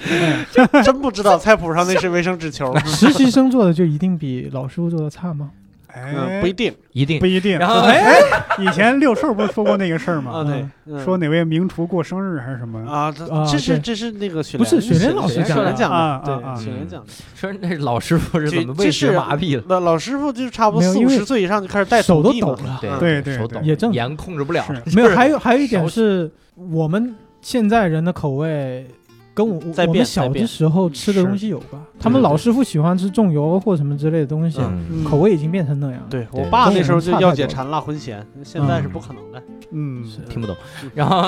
[SPEAKER 3] 真不知道菜谱上那是卫生 纸球，
[SPEAKER 6] 实习生做的就一定比老师傅做的差吗？
[SPEAKER 2] 哎
[SPEAKER 3] 嗯，不一定
[SPEAKER 5] 一定
[SPEAKER 2] 不一定。
[SPEAKER 5] 然后
[SPEAKER 2] 哎，以前六兽不是说过那个事儿
[SPEAKER 6] 哎
[SPEAKER 3] 啊。
[SPEAKER 2] 吗？
[SPEAKER 3] 对，嗯
[SPEAKER 2] 说哪位名厨过生日还是什么？
[SPEAKER 3] 啊，这
[SPEAKER 6] 啊
[SPEAKER 3] 这是
[SPEAKER 6] 对
[SPEAKER 3] 这是那个雪
[SPEAKER 6] 不是
[SPEAKER 3] 莲
[SPEAKER 6] 雪莲老师
[SPEAKER 5] 雪
[SPEAKER 6] 讲
[SPEAKER 3] 雪
[SPEAKER 5] 莲
[SPEAKER 3] 莲
[SPEAKER 6] 的，
[SPEAKER 3] 讲
[SPEAKER 2] 啊
[SPEAKER 3] 的，
[SPEAKER 2] 啊啊
[SPEAKER 3] 对，雪莲
[SPEAKER 5] 嗯
[SPEAKER 3] 讲的。
[SPEAKER 5] 说那老师傅是
[SPEAKER 3] 这
[SPEAKER 5] 怎么喂食麻痹的？
[SPEAKER 3] 那老师傅就是差不
[SPEAKER 6] 没
[SPEAKER 3] 多
[SPEAKER 6] 有
[SPEAKER 3] 四
[SPEAKER 6] 因
[SPEAKER 3] 五
[SPEAKER 6] 为
[SPEAKER 3] 十岁以上就开始带
[SPEAKER 6] 手都
[SPEAKER 3] 徒弟
[SPEAKER 6] 抖
[SPEAKER 3] 嘛嗯
[SPEAKER 6] 了。
[SPEAKER 5] 对
[SPEAKER 2] 对对
[SPEAKER 5] 啊手抖
[SPEAKER 6] 也正
[SPEAKER 5] 盐控制不了。
[SPEAKER 2] 是
[SPEAKER 6] 没有，还有还有一点
[SPEAKER 5] 少
[SPEAKER 6] 是我们现在人的口味跟我
[SPEAKER 3] 在
[SPEAKER 6] 我
[SPEAKER 3] 变
[SPEAKER 6] 们小的时候吃的东西有吧？他们老师傅喜欢吃重油或什么之类的东西，
[SPEAKER 5] 嗯，
[SPEAKER 6] 口味已经变成那样了。
[SPEAKER 3] 对我
[SPEAKER 5] 对
[SPEAKER 3] 爸
[SPEAKER 6] 跟
[SPEAKER 3] 那
[SPEAKER 6] 我
[SPEAKER 3] 时候
[SPEAKER 6] 们
[SPEAKER 3] 就
[SPEAKER 6] 差
[SPEAKER 3] 要
[SPEAKER 6] 太
[SPEAKER 3] 解
[SPEAKER 6] 多
[SPEAKER 3] 馋辣荤咸，现在是不可能的。
[SPEAKER 2] 嗯，
[SPEAKER 6] 是
[SPEAKER 5] 听不懂。 然 后，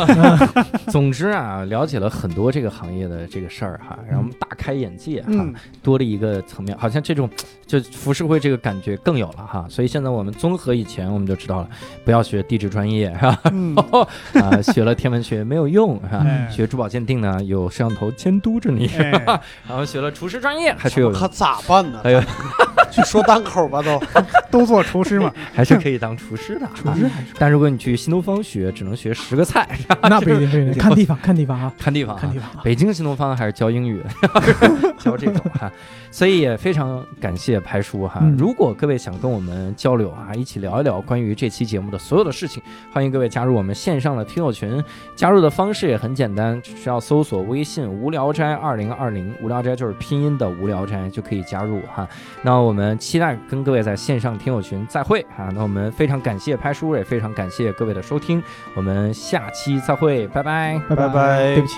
[SPEAKER 5] 总之啊，了解了很多这个行业的这个事儿哈，然后我们大开眼界哈，
[SPEAKER 2] 嗯，
[SPEAKER 5] 多了一个层面，好像这种就浮世绘这个感觉更有了哈。所以现在我们综合以前，我们就知道了，不要学地质专业哈，
[SPEAKER 2] 嗯，
[SPEAKER 5] 啊，学了天文学没有用哈，
[SPEAKER 2] 哎
[SPEAKER 5] 学珠宝鉴定呢有摄像头监督着你，
[SPEAKER 2] 哎，
[SPEAKER 5] 然后学了厨师专业还是
[SPEAKER 3] 我
[SPEAKER 5] 有
[SPEAKER 3] 可咋办呢？
[SPEAKER 5] 哎呦，
[SPEAKER 3] 去说单口吧都。
[SPEAKER 2] 都做厨师嘛，
[SPEAKER 5] 还 是可以当厨师的啊。
[SPEAKER 6] 厨师还是
[SPEAKER 5] 但如果你去新东方学，只能学十个菜，
[SPEAKER 6] 那不一定，不一定，
[SPEAKER 5] 对
[SPEAKER 6] 看地方，看地方啊，
[SPEAKER 5] 看地方、啊。
[SPEAKER 6] 看地方啊。
[SPEAKER 5] 北京新东方还是教英语， 教这种哈、所以也非常感谢排叔哈、
[SPEAKER 6] 嗯
[SPEAKER 5] 如果各位想跟我们交流啊，一起聊一聊关于这期节目的所有的事情，欢迎各位加入我们线上的听友群。加入的方式也很简单，只要搜索微信“无聊斋二零二零”，无聊斋就是拼音的无聊斋，就可以加入哈、那我们期待跟各位在线上听友群再会哈、那我们非常感谢拍叔，也非常感谢各位的收听，我们下期再会，拜拜。
[SPEAKER 6] 啊拜
[SPEAKER 3] 拜拜
[SPEAKER 6] 对不起。